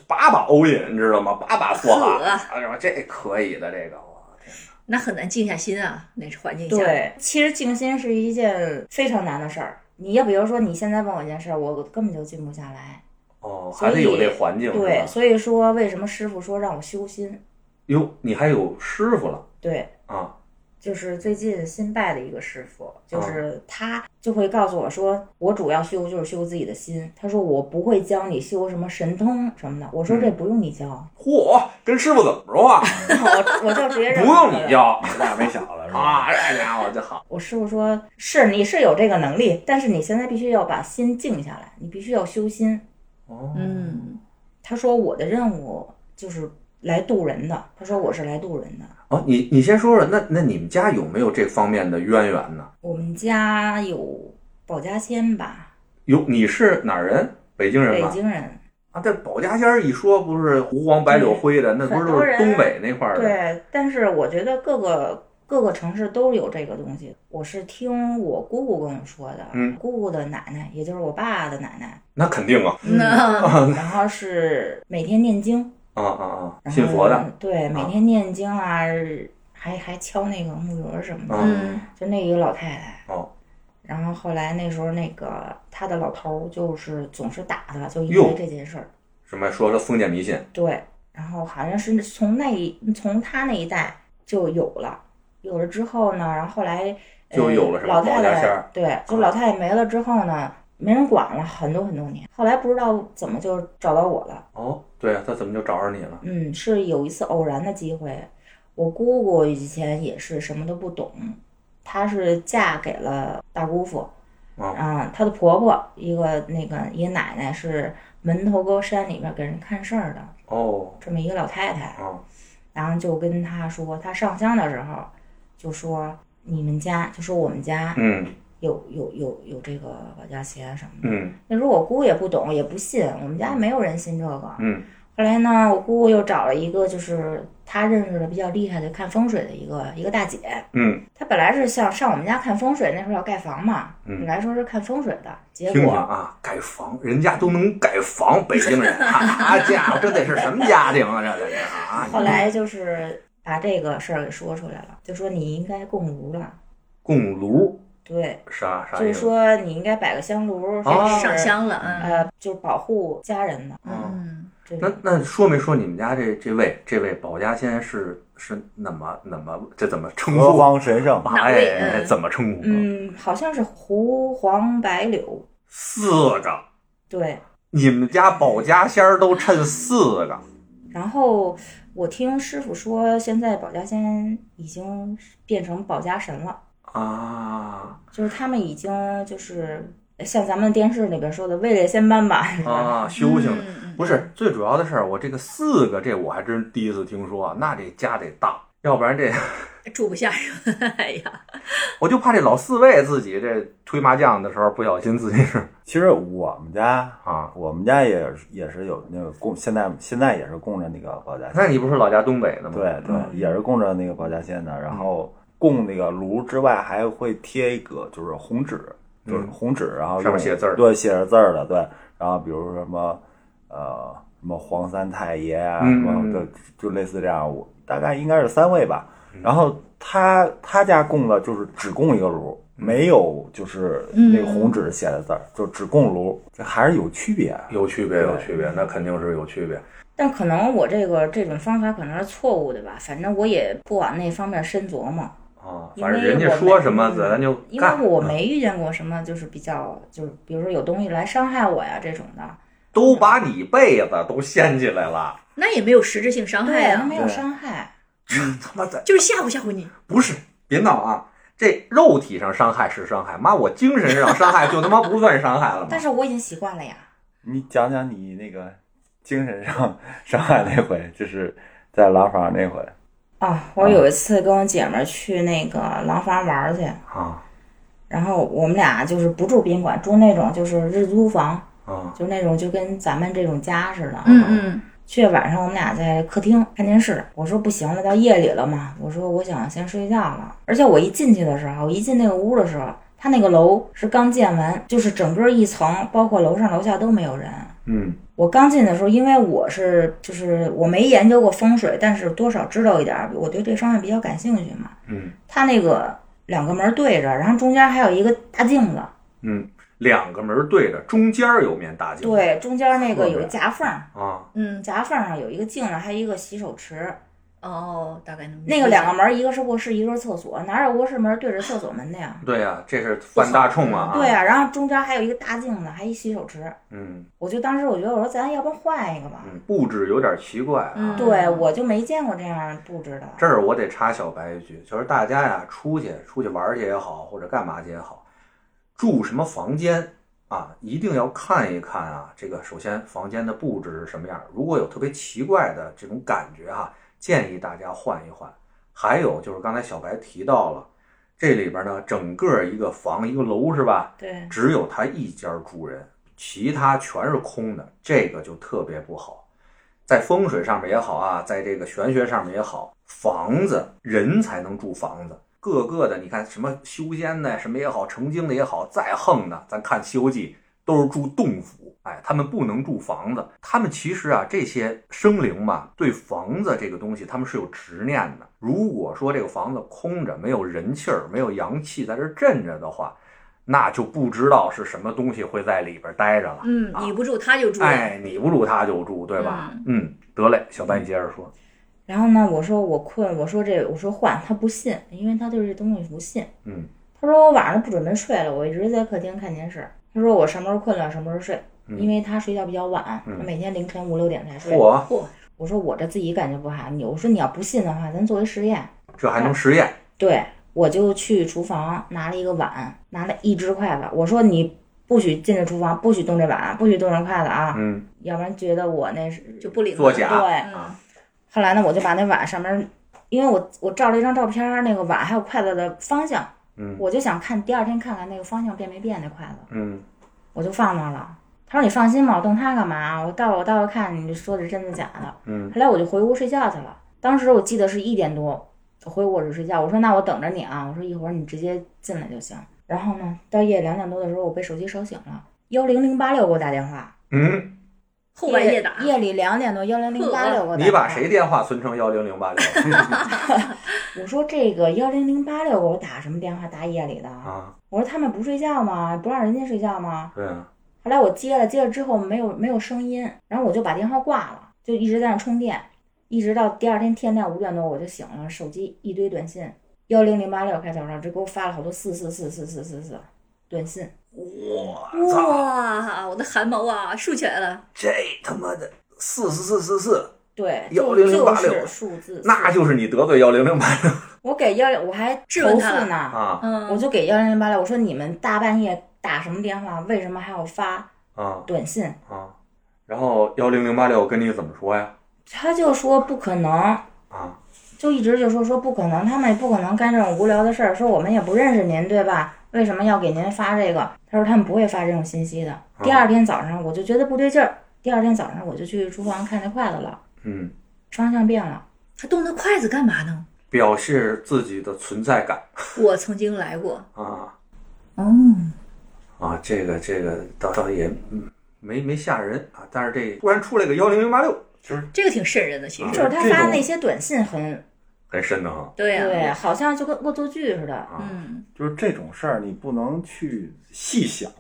[SPEAKER 3] 把把欧引，你知道吗？把把梭哈，啊，然后这可以的，这个我天
[SPEAKER 6] 那很难静下心啊，那是环境下。
[SPEAKER 5] 对，其实静心是一件非常难的事儿。你要比如说，你现在问我一件事儿，我根本就静不下来。
[SPEAKER 3] 哦，
[SPEAKER 5] 所
[SPEAKER 3] 还得有
[SPEAKER 5] 以
[SPEAKER 3] 这环境，
[SPEAKER 5] 对，
[SPEAKER 3] 是吧？
[SPEAKER 5] 所以说为什么师傅说让我修心？
[SPEAKER 3] 哟，你还有师傅了
[SPEAKER 5] 对，
[SPEAKER 3] 啊？
[SPEAKER 5] 就是最近新拜的一个师傅，
[SPEAKER 3] 哦
[SPEAKER 5] 就是他就会告诉我说，我主要修就是修自己的心。他说我不会教你修什么神通什么的。我
[SPEAKER 3] 嗯
[SPEAKER 5] 说这不用你教，
[SPEAKER 3] 嚯，跟师傅怎么说话？
[SPEAKER 5] 我我就直接
[SPEAKER 3] 不
[SPEAKER 5] 认
[SPEAKER 3] 用
[SPEAKER 5] 了
[SPEAKER 3] 你教
[SPEAKER 4] 大没小了是吧？
[SPEAKER 3] 啊，这家伙就好。
[SPEAKER 5] 我师傅说：“是，你是有这个能力，但是你现在必须要把心静下来，你必须要修心。
[SPEAKER 3] 哦，
[SPEAKER 6] 嗯，”
[SPEAKER 5] 他说：“我的任务就是来渡人的。”他说：“我是来渡人的。
[SPEAKER 3] 哦，你你先说说，那那你们家有没有这方面的渊源呢？”
[SPEAKER 5] 我们家有保家仙吧，
[SPEAKER 3] 有，你是哪儿人？北京人
[SPEAKER 5] 北
[SPEAKER 3] 吧？
[SPEAKER 5] 京人，
[SPEAKER 3] 啊，这保家仙儿一说不是胡黄白柳灰的，那不是
[SPEAKER 5] 很
[SPEAKER 3] 都
[SPEAKER 5] 多
[SPEAKER 3] 是
[SPEAKER 5] 人
[SPEAKER 3] 东北那块儿的？
[SPEAKER 5] 对。但是我觉得各个各个城市都有这个东西。我是听我姑姑跟我说的，
[SPEAKER 3] 嗯
[SPEAKER 5] 姑姑的奶奶，也就是我爸的奶 奶，
[SPEAKER 3] 那肯定啊，
[SPEAKER 5] 嗯
[SPEAKER 6] 那
[SPEAKER 5] 然后是每天念经，
[SPEAKER 3] 啊啊啊，
[SPEAKER 5] 然后
[SPEAKER 3] 信佛的，
[SPEAKER 5] 对，每天念经啊，还还敲那个木鱼儿什么的，
[SPEAKER 3] 嗯
[SPEAKER 6] 嗯
[SPEAKER 5] 就那一个老太太。
[SPEAKER 3] 哦，
[SPEAKER 5] 然后后来那时候那个她的老头儿就是总是打她，就因
[SPEAKER 3] 哟
[SPEAKER 5] 为这件事儿。
[SPEAKER 3] 什么说说封建迷信？
[SPEAKER 5] 对，然后好像是从那一从她那一代就有了，有了之后呢，然后后来呃
[SPEAKER 3] 就有了什么
[SPEAKER 5] 老
[SPEAKER 3] 保
[SPEAKER 5] 太
[SPEAKER 3] 家仙
[SPEAKER 5] 太
[SPEAKER 3] 儿啊
[SPEAKER 5] 对，就老太太没了之后呢，没人管了很多很多年。后来不知道怎么就找到我了。
[SPEAKER 3] 哦，对啊，他怎么就找着你了？
[SPEAKER 5] 嗯，是有一次偶然的机会，我姑姑以前也是什么都不懂，她是嫁给了大姑父，
[SPEAKER 3] 啊
[SPEAKER 5] 啊，她的婆婆一个那个一个奶奶是门头沟山里边给人看事儿的
[SPEAKER 3] 哦，
[SPEAKER 5] 这么一个老太太，
[SPEAKER 3] 啊，
[SPEAKER 5] 然后就跟她说，她上香的时候就说你们家就说我们家
[SPEAKER 3] 嗯
[SPEAKER 5] 有有有有这个保家仙什么的，
[SPEAKER 3] 嗯
[SPEAKER 5] 那时候我姑也不懂也不信，我们家没有人信这个，
[SPEAKER 3] 嗯，
[SPEAKER 5] 后来呢，我姑姑又找了一个，就是她认识的比较厉害的看风水的一个一个大姐。
[SPEAKER 3] 嗯，
[SPEAKER 5] 她本来是想上我们家看风水，那时候要盖房嘛，
[SPEAKER 3] 嗯
[SPEAKER 5] 本来说是看风水的，结
[SPEAKER 3] 听听
[SPEAKER 5] 果
[SPEAKER 3] 啊，盖房，人家都能盖房，北京人，啊家伙，这得是什么家庭啊？这得是啊，
[SPEAKER 5] 后来就是把这个事儿给说出来了，就说你应该供炉了，
[SPEAKER 3] 供炉
[SPEAKER 5] 对，
[SPEAKER 3] 啥啥
[SPEAKER 5] 就
[SPEAKER 3] 意
[SPEAKER 5] 是
[SPEAKER 3] 思？
[SPEAKER 5] 说你应该摆个香炉，
[SPEAKER 3] 哦
[SPEAKER 6] 上，香了啊。
[SPEAKER 5] 呃，就是保护家人的
[SPEAKER 3] 嗯，
[SPEAKER 6] 嗯，
[SPEAKER 5] 这
[SPEAKER 3] 那
[SPEAKER 5] 种。
[SPEAKER 3] 那说没说你们家这这位这位保家仙是是怎么怎么这怎么称
[SPEAKER 4] 何
[SPEAKER 3] 呼？
[SPEAKER 4] 方神圣，
[SPEAKER 6] 哪位
[SPEAKER 3] 哎，
[SPEAKER 6] 嗯
[SPEAKER 3] 怎么称呼？
[SPEAKER 5] 嗯，好像是胡黄白柳，
[SPEAKER 3] 四个，
[SPEAKER 5] 对。
[SPEAKER 3] 你们家保家仙儿都趁四个，
[SPEAKER 5] 然后我听师傅说，现在保家仙已经变成保家神了，
[SPEAKER 3] 啊
[SPEAKER 5] 就是他们已经就是像咱们电视里边说的位列仙班吧，
[SPEAKER 3] 啊，修行
[SPEAKER 6] 嗯嗯
[SPEAKER 3] 不是最主要的事儿。我这个四个，这我还真第一次听说，啊那这家得大，要不然这
[SPEAKER 6] 住不下 是吧？哎呀，
[SPEAKER 3] 我就怕这老四位自己这推麻将的时候不小心自己是
[SPEAKER 4] 其实我们家
[SPEAKER 3] 啊。
[SPEAKER 4] 我们家也是也是有那个供，现在现在也是供着那个保家仙。
[SPEAKER 3] 那你不是老家东北的吗？嗯
[SPEAKER 4] 对对，也是供着那个保家仙的，然后供那个炉之外，还会贴一个就是红纸，就是红纸，然
[SPEAKER 3] 嗯
[SPEAKER 4] 后
[SPEAKER 3] 上面
[SPEAKER 4] 用
[SPEAKER 3] 写字儿
[SPEAKER 4] 对，写着字儿的，对，然后比如说什么呃什么黄三太爷啊，什
[SPEAKER 3] 嗯
[SPEAKER 4] 么
[SPEAKER 3] 嗯
[SPEAKER 4] 的，就类似这样，我大概应该是三位吧。
[SPEAKER 3] 嗯
[SPEAKER 4] 然后他他家供的就是只供一个炉，
[SPEAKER 3] 嗯
[SPEAKER 4] 没有就是那个红纸写的字儿，就只供炉，这还是有区别啊。
[SPEAKER 3] 有区别，有区别，那肯定是有区别。
[SPEAKER 5] 但可能我这个这种方法可能是错误的吧，反正我也不往那方面深琢磨，
[SPEAKER 3] 啊，
[SPEAKER 5] 因为
[SPEAKER 3] 反正人家
[SPEAKER 5] 我们
[SPEAKER 3] 说什么，
[SPEAKER 5] 嗯
[SPEAKER 3] 咱就
[SPEAKER 5] 因为
[SPEAKER 3] 干。
[SPEAKER 5] 我没遇见过什么就是比较就是比如说有东西来伤害我呀这种的，
[SPEAKER 3] 都把你被子都掀起来 了，
[SPEAKER 6] 那也没有实质性伤害
[SPEAKER 5] 对，它
[SPEAKER 6] 啊，
[SPEAKER 5] 没有伤害，
[SPEAKER 3] 这
[SPEAKER 5] 嗯
[SPEAKER 3] 他妈的
[SPEAKER 6] 就是吓唬吓唬你。
[SPEAKER 3] 不是，别闹啊！这肉体上伤害是伤害，妈，我精神上伤害就他妈不算伤害了吗
[SPEAKER 5] 但？是我已经习惯了呀。
[SPEAKER 4] 你讲讲你那个精神上伤害那回，就是在廊坊那回，
[SPEAKER 3] 嗯
[SPEAKER 5] 啊，我有一次跟我姐们儿去那个廊坊玩儿去，
[SPEAKER 3] 啊
[SPEAKER 5] 然后我们俩就是不住宾馆，住那种就是日租房，
[SPEAKER 3] 啊
[SPEAKER 5] 就那种就跟咱们这种家似的。啊
[SPEAKER 6] 嗯嗯，
[SPEAKER 5] 去晚上我们俩在客厅看电视，我说不行了，到夜里了嘛，我说我想先睡觉了。而且我一进去的时候，我一进那个屋的时候，他那个楼是刚建完，就是整个一层，包括楼上楼下都没有人。
[SPEAKER 3] 嗯，
[SPEAKER 5] 我刚进的时候，因为我是就是我没研究过风水，但是多少知道一点儿，我对这方面比较感兴趣嘛。
[SPEAKER 3] 嗯，
[SPEAKER 5] 它那个两个门对着，然后中间还有一个大镜子，
[SPEAKER 3] 嗯，两个门对着，中间有面大镜。
[SPEAKER 5] 对，中间那个
[SPEAKER 3] 后
[SPEAKER 5] 有
[SPEAKER 3] 面
[SPEAKER 5] 夹缝儿，
[SPEAKER 3] 啊，
[SPEAKER 6] 嗯，
[SPEAKER 5] 夹缝儿上有一个镜子，还有一个洗手池。
[SPEAKER 6] 哦，大概能
[SPEAKER 5] 那个两个门儿，一个是卧室，一个是厕所，哪有卧室门儿对着厕所门的呀？
[SPEAKER 3] 对呀、这是犯大冲啊！
[SPEAKER 5] 对，啊，然后中间还有一个大镜子，还一洗手池。
[SPEAKER 3] 嗯
[SPEAKER 5] 我就当时我觉得，我说咱要不然换一个吧？
[SPEAKER 3] 嗯，布置有点奇怪啊。
[SPEAKER 6] 嗯
[SPEAKER 5] 对，我就没见过这样布置的。
[SPEAKER 3] 这儿我得插小白一句，就是大家呀，出去出去玩儿去也好，或者干嘛去也好，住什么房间啊，一定要看一看啊。这个首先房间的布置是什么样儿，如果有特别奇怪的这种感觉哈、建议大家换一换。还有就是刚才小白提到了，这里边呢，整个一个房一个楼是吧？
[SPEAKER 5] 对，
[SPEAKER 3] 只有他一家住人，其他全是空的，这个就特别不好。在风水上面也好啊，在这个玄学上面也好，房子人才能住房子，各个的你看什么修仙的什么也好，成精的也好，再横的，咱看《西游记》都是住洞府，哎，他们不能住房子。他们其实啊，这些生灵嘛，对房子这个东西他们是有执念的。如果说这个房子空着，没有人气儿，没有阳气在这儿镇着的话，那就不知道是什么东西会在里边待着了。
[SPEAKER 6] 嗯，
[SPEAKER 3] 啊
[SPEAKER 6] 你不住他就住，
[SPEAKER 3] 哎，你不住他就住，对吧？嗯，得嘞，小白你接着说。
[SPEAKER 5] 然后呢，我说我困，我说这我说换，他不信，因为他对这东西不信。
[SPEAKER 3] 嗯
[SPEAKER 5] 他说我晚上不准备睡了，我一直在客厅看电视。他说我什么时候困了什么时候睡，
[SPEAKER 3] 嗯
[SPEAKER 5] 因为他睡觉比较晚，
[SPEAKER 3] 嗯
[SPEAKER 5] 他每天凌晨五六点才睡。
[SPEAKER 3] 嚯，
[SPEAKER 6] 嚯，
[SPEAKER 5] 我说我这自己感觉不好，你我说你要不信的话，咱做一实验。
[SPEAKER 3] 这还能实验？
[SPEAKER 5] 对，我就去厨房拿了一个碗，拿了一只筷子。我说你不许进这厨房，不许动这碗，不许动这筷子啊，
[SPEAKER 3] 嗯，
[SPEAKER 5] 要不然觉得我那是
[SPEAKER 6] 就不灵了
[SPEAKER 3] 作假
[SPEAKER 5] 对
[SPEAKER 6] 嗯
[SPEAKER 5] 后来呢，我就把那碗上面，因为我我照了一张照片儿，那个碗还有筷子的方向，
[SPEAKER 3] 嗯
[SPEAKER 5] 我就想看第二天看看那个方向变没变那筷子，
[SPEAKER 3] 嗯
[SPEAKER 5] 我就放那儿了。他说你放心吧，我动它干嘛？啊我到我到时候看你说的是真的假的。
[SPEAKER 3] 嗯
[SPEAKER 5] 后来我就回屋睡觉去了。当时我记得是一点多，我回卧室睡觉。我说那我等着你啊，我说一会儿你直接进来就行。然后呢，到夜里两点多的时候，我被手机吵醒了，幺零零八六给我打电话。
[SPEAKER 3] 嗯，
[SPEAKER 6] 后半夜打，
[SPEAKER 5] 夜里两点多，幺零零八六给我打电话。
[SPEAKER 3] 你把谁电话存成幺零零 八六
[SPEAKER 5] 我说这个幺零零八六给我打什么电话？打夜里的。
[SPEAKER 3] 啊？
[SPEAKER 5] 我说他们不睡觉吗？不让人家睡觉吗？
[SPEAKER 3] 对啊，
[SPEAKER 5] 后来我接了，接了之后没有没有声音，然后我就把电话挂了，就一直在那充电，一直到第二天天亮五点多我就醒了，手机一堆短信，幺零零八六开头的，这给我发了好多四四四四四四四短信。
[SPEAKER 3] 我操，
[SPEAKER 6] 哇，我的汗毛啊竖起来了，
[SPEAKER 3] 这他妈的四四四四四，
[SPEAKER 5] 对，就
[SPEAKER 3] 10086
[SPEAKER 5] 就是数字，
[SPEAKER 3] 那就是你得罪幺零零八六
[SPEAKER 5] 我给幺零，我还
[SPEAKER 6] 质问
[SPEAKER 5] 投
[SPEAKER 6] 他
[SPEAKER 5] 诉
[SPEAKER 6] 了
[SPEAKER 5] 呢，
[SPEAKER 3] 啊
[SPEAKER 6] 嗯，
[SPEAKER 5] 我就给幺零零八六，我说你们大半夜打什么电话？为什么还要发
[SPEAKER 3] 啊
[SPEAKER 5] 短信？
[SPEAKER 3] 啊！然后幺零零八六跟你怎么说呀？
[SPEAKER 5] 他就说不可能，
[SPEAKER 3] 啊，
[SPEAKER 5] 就一直就说说不可能，他们也不可能干这种无聊的事儿。说我们也不认识您，对吧？为什么要给您发这个？他说他们不会发这种信息的。第二天早上我就觉得不对劲儿，第二天早上我就去厨房看那筷子了，
[SPEAKER 3] 嗯，
[SPEAKER 5] 方向变了。
[SPEAKER 6] 他动那筷子干嘛呢？
[SPEAKER 3] 表示自己的存在感
[SPEAKER 6] 我曾经来过，
[SPEAKER 3] 啊。
[SPEAKER 6] 哦，
[SPEAKER 5] 嗯
[SPEAKER 3] 啊，这个这个倒倒也嗯没没吓人啊，但是这突然出来个幺零零八六，
[SPEAKER 6] 这个挺瘆人的，其
[SPEAKER 3] 啊
[SPEAKER 5] 就
[SPEAKER 6] 实
[SPEAKER 5] 是他发那些短信很
[SPEAKER 3] 很瘆得慌。
[SPEAKER 6] 对
[SPEAKER 5] 对，
[SPEAKER 6] 呀，
[SPEAKER 5] 好像就跟恶作剧似的。
[SPEAKER 6] 嗯，
[SPEAKER 4] 就是这种事儿，你不能去细想。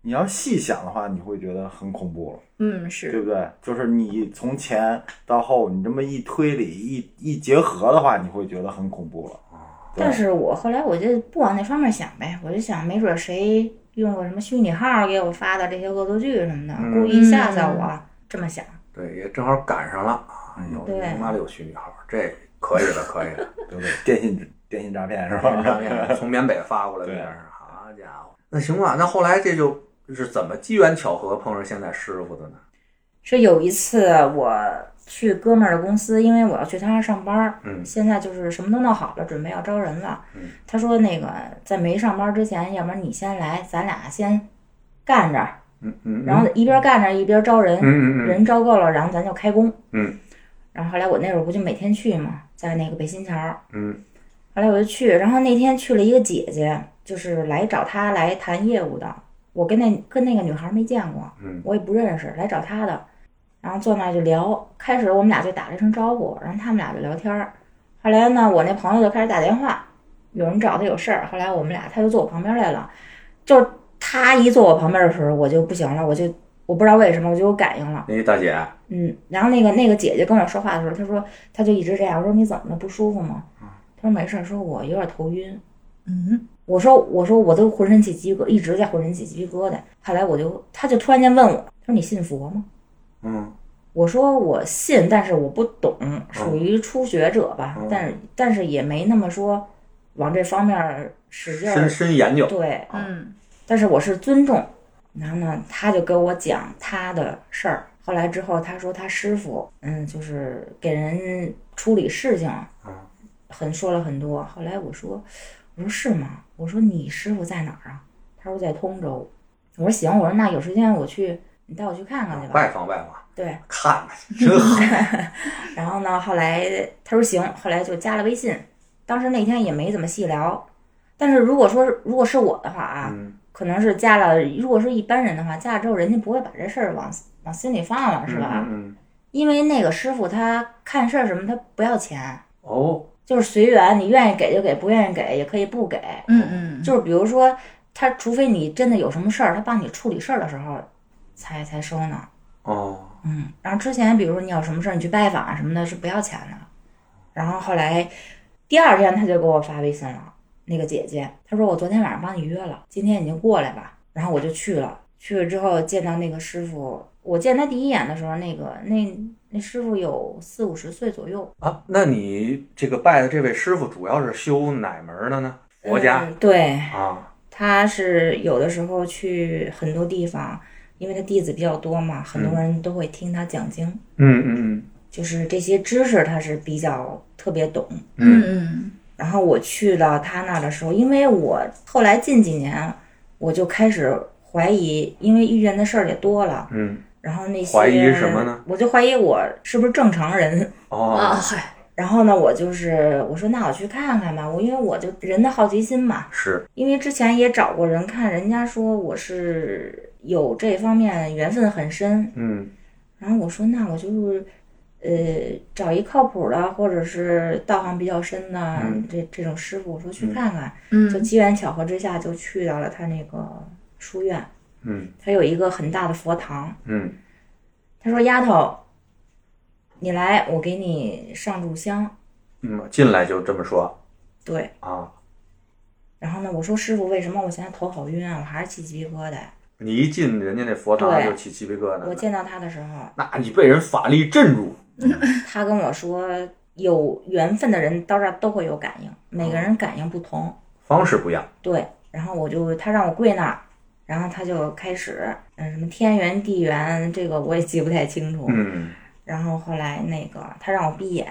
[SPEAKER 4] 你要细想的话，你会觉得很恐怖了，
[SPEAKER 6] 嗯
[SPEAKER 4] 对
[SPEAKER 6] 是，
[SPEAKER 4] 不对？就是你从前到后，你这么一推理、一一结合的话，你会觉得很恐怖了。对
[SPEAKER 5] 但是我后来我就不往那方面想呗，我就想没准谁用过什么虚拟号给我发的这些恶作剧什么的，
[SPEAKER 3] 嗯
[SPEAKER 5] 故意吓吓我，这么想。
[SPEAKER 3] 对，也正好赶上了啊，
[SPEAKER 5] 嗯
[SPEAKER 3] 幺零零八六虚拟号，这可以了，可以了，
[SPEAKER 4] 对不对？电信电信诈骗是
[SPEAKER 3] 从
[SPEAKER 4] 吧？
[SPEAKER 3] 缅北哎从缅北发过来的，
[SPEAKER 4] 对
[SPEAKER 3] 这是好家伙，那行吧，那后来这就是怎么机缘巧合碰上现在师傅的呢？
[SPEAKER 5] 是有一次我去哥们儿的公司，因为我要去他那儿上班儿，
[SPEAKER 3] 嗯
[SPEAKER 5] 现在就是什么都弄好了，准备要招人了。
[SPEAKER 3] 嗯
[SPEAKER 5] 他说那个在没上班之前，要不然你先来，咱俩先干着，
[SPEAKER 3] 嗯嗯，
[SPEAKER 5] 然后一边干着一边招人，
[SPEAKER 3] 嗯嗯嗯
[SPEAKER 5] 人招够了，然后咱就开工。
[SPEAKER 3] 嗯，
[SPEAKER 5] 然后后来我那会儿不就每天去嘛，在那个北新桥。
[SPEAKER 3] 嗯
[SPEAKER 5] 后来我就去，然后那天去了一个姐姐，就是来找她来谈业务的。我跟那跟那个女孩没见过，
[SPEAKER 3] 嗯
[SPEAKER 5] 我也不认识，来找她的。然后坐那儿就聊，开始我们俩就打了一声招呼，然后他们俩就聊天儿。后来呢，我那朋友就开始打电话，有人找他有事儿。后来我们俩，他就坐我旁边来了，就是他一坐我旁边的时候，我就不行了，我就我不知道为什么，我就有感应了。
[SPEAKER 3] 那大姐，
[SPEAKER 5] 嗯，然后那个那个姐姐跟我说话的时候，她说她就一直这样，我说你怎么了？不舒服吗？
[SPEAKER 3] 嗯
[SPEAKER 5] 她说没事儿，说我有点头晕。
[SPEAKER 1] 嗯，
[SPEAKER 5] 我说我说我都浑身起鸡皮疙瘩，一直在浑身起鸡皮疙瘩。后来我就，她就突然间问我，她说你信佛吗？
[SPEAKER 3] 嗯
[SPEAKER 5] 我说我信，但是我不懂，
[SPEAKER 3] 哦
[SPEAKER 5] 属于初学者吧，
[SPEAKER 3] 嗯
[SPEAKER 5] 但是但是也没那么说往这方面儿使劲
[SPEAKER 3] 深
[SPEAKER 5] 儿。
[SPEAKER 3] 深研究，
[SPEAKER 5] 对，
[SPEAKER 6] 嗯，
[SPEAKER 5] 但是我是尊重。然后呢，他就给我讲他的事儿。后来之后，他说他师傅，嗯，就是给人处理事情，
[SPEAKER 3] 嗯
[SPEAKER 5] 很说了很多。后来我说，我说是吗？我说你师傅在哪儿啊？他说在通州。我说行，我说那有时间我去，你带我去看看去吧。
[SPEAKER 3] 啊拜访拜访，
[SPEAKER 5] 对，
[SPEAKER 3] 看看真好，
[SPEAKER 5] 然后呢，后来他说行，后来就加了微信。当时那天也没怎么细聊，但是如果说是如果是我的话啊，
[SPEAKER 3] 嗯
[SPEAKER 5] 可能是加了，如果是一般人的话，加了之后人家不会把这事儿往往心里放了，是吧？
[SPEAKER 3] 嗯嗯，
[SPEAKER 5] 因为那个师傅他看事儿什么，他不要钱，
[SPEAKER 3] 哦，
[SPEAKER 5] 就是随缘，你愿意给就给，不愿意给也可以不给。
[SPEAKER 6] 嗯嗯，
[SPEAKER 5] 就是比如说，他除非你真的有什么事儿，他帮你处理事儿的时候才才收呢。
[SPEAKER 3] 哦，
[SPEAKER 5] 嗯，然后之前比如说你有什么事儿，你去拜访啊什么的，是不要钱的。然后后来第二天他就给我发微信了，那个姐姐，她说我昨天晚上帮你约了，今天你就过来吧。然后我就去了，去了之后见到那个师傅，我见他第一眼的时候，那个那那师傅有四五十岁左右，
[SPEAKER 3] 啊，那你这个拜的这位师傅主要是修哪门儿的呢？佛家
[SPEAKER 5] 嗯对，
[SPEAKER 3] 啊，
[SPEAKER 5] 他是有的时候去很多地方，因为他弟子比较多嘛，很多人都会听他讲经，
[SPEAKER 3] 嗯嗯
[SPEAKER 5] 就是这些知识他是比较特别懂。
[SPEAKER 6] 嗯
[SPEAKER 3] 嗯
[SPEAKER 6] 嗯
[SPEAKER 5] 然后我去到他那儿的时候，因为我后来近几年我就开始怀疑，因为遇见的事儿也多了，
[SPEAKER 3] 嗯，
[SPEAKER 5] 然后那些
[SPEAKER 3] 怀疑什么呢？
[SPEAKER 5] 我就怀疑我是不是正常人。
[SPEAKER 6] 啊
[SPEAKER 3] 哦，
[SPEAKER 6] 嗨，
[SPEAKER 5] 然后呢，我就是我说那我去看看吧，我因为我就人的好奇心嘛，
[SPEAKER 3] 是，
[SPEAKER 5] 因为之前也找过人看，人家说我是有这方面缘分很深，
[SPEAKER 3] 嗯
[SPEAKER 5] 然后我说那我就是，呃，找一靠谱的或者是道行比较深的、
[SPEAKER 3] 嗯
[SPEAKER 5] 这这种师傅，我说去看看。就
[SPEAKER 6] 嗯
[SPEAKER 5] 机缘巧合之下就去到了他那个书院，
[SPEAKER 3] 嗯
[SPEAKER 5] 他有一个很大的佛堂。
[SPEAKER 3] 嗯
[SPEAKER 5] 他说：“丫头，你来，我给你上炷香。
[SPEAKER 3] 嗯，进来就这么说”
[SPEAKER 5] 对，
[SPEAKER 3] 啊，
[SPEAKER 5] 然后呢，我说师傅，为什么我现在头好晕啊？我还是起鸡皮疙瘩。
[SPEAKER 3] 你一进人家那佛堂
[SPEAKER 5] 对
[SPEAKER 3] 就起鸡皮疙瘩
[SPEAKER 5] 我
[SPEAKER 3] 了，
[SPEAKER 5] 见到他的时候，
[SPEAKER 3] 那你被人法力镇住，
[SPEAKER 5] 他跟我说，有缘分的人到这儿都会有感应，每个人感应不同。
[SPEAKER 3] 方式不一样，
[SPEAKER 5] 对，然后我就他让我跪那儿，然后他就开始，嗯，什么天缘地缘，这个我也记不太清楚。
[SPEAKER 3] 嗯
[SPEAKER 5] 然后后来那个他让我闭眼，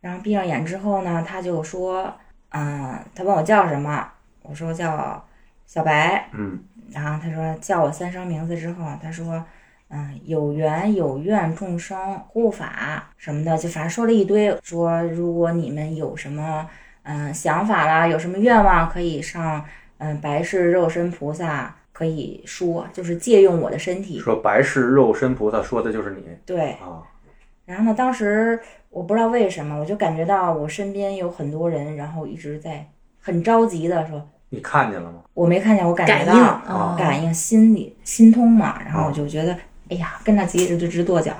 [SPEAKER 5] 然后闭上眼之后呢，他就说，嗯，他问我叫什么，我说叫小白，
[SPEAKER 3] 嗯
[SPEAKER 5] 然后他说叫我三声名字之后，他说，嗯，有缘有愿众生护法什么的，就反正说了一堆，说如果你们有什么嗯想法啦，有什么愿望可以上嗯白世肉身菩萨可以说，就是借用我的身体，
[SPEAKER 3] 说白是肉身菩萨说的就是你
[SPEAKER 5] 对，
[SPEAKER 3] 啊，
[SPEAKER 5] 然后呢，当时我不知道为什么，我就感觉到我身边有很多人，然后一直在很着急的说，
[SPEAKER 3] 你看见了吗？
[SPEAKER 5] 我没看见，我感觉
[SPEAKER 6] 感
[SPEAKER 5] 到
[SPEAKER 6] 应哦
[SPEAKER 5] 感应心里心通嘛，然
[SPEAKER 3] 哦
[SPEAKER 5] 后我就觉得，哎呀，跟着急着就直跺脚，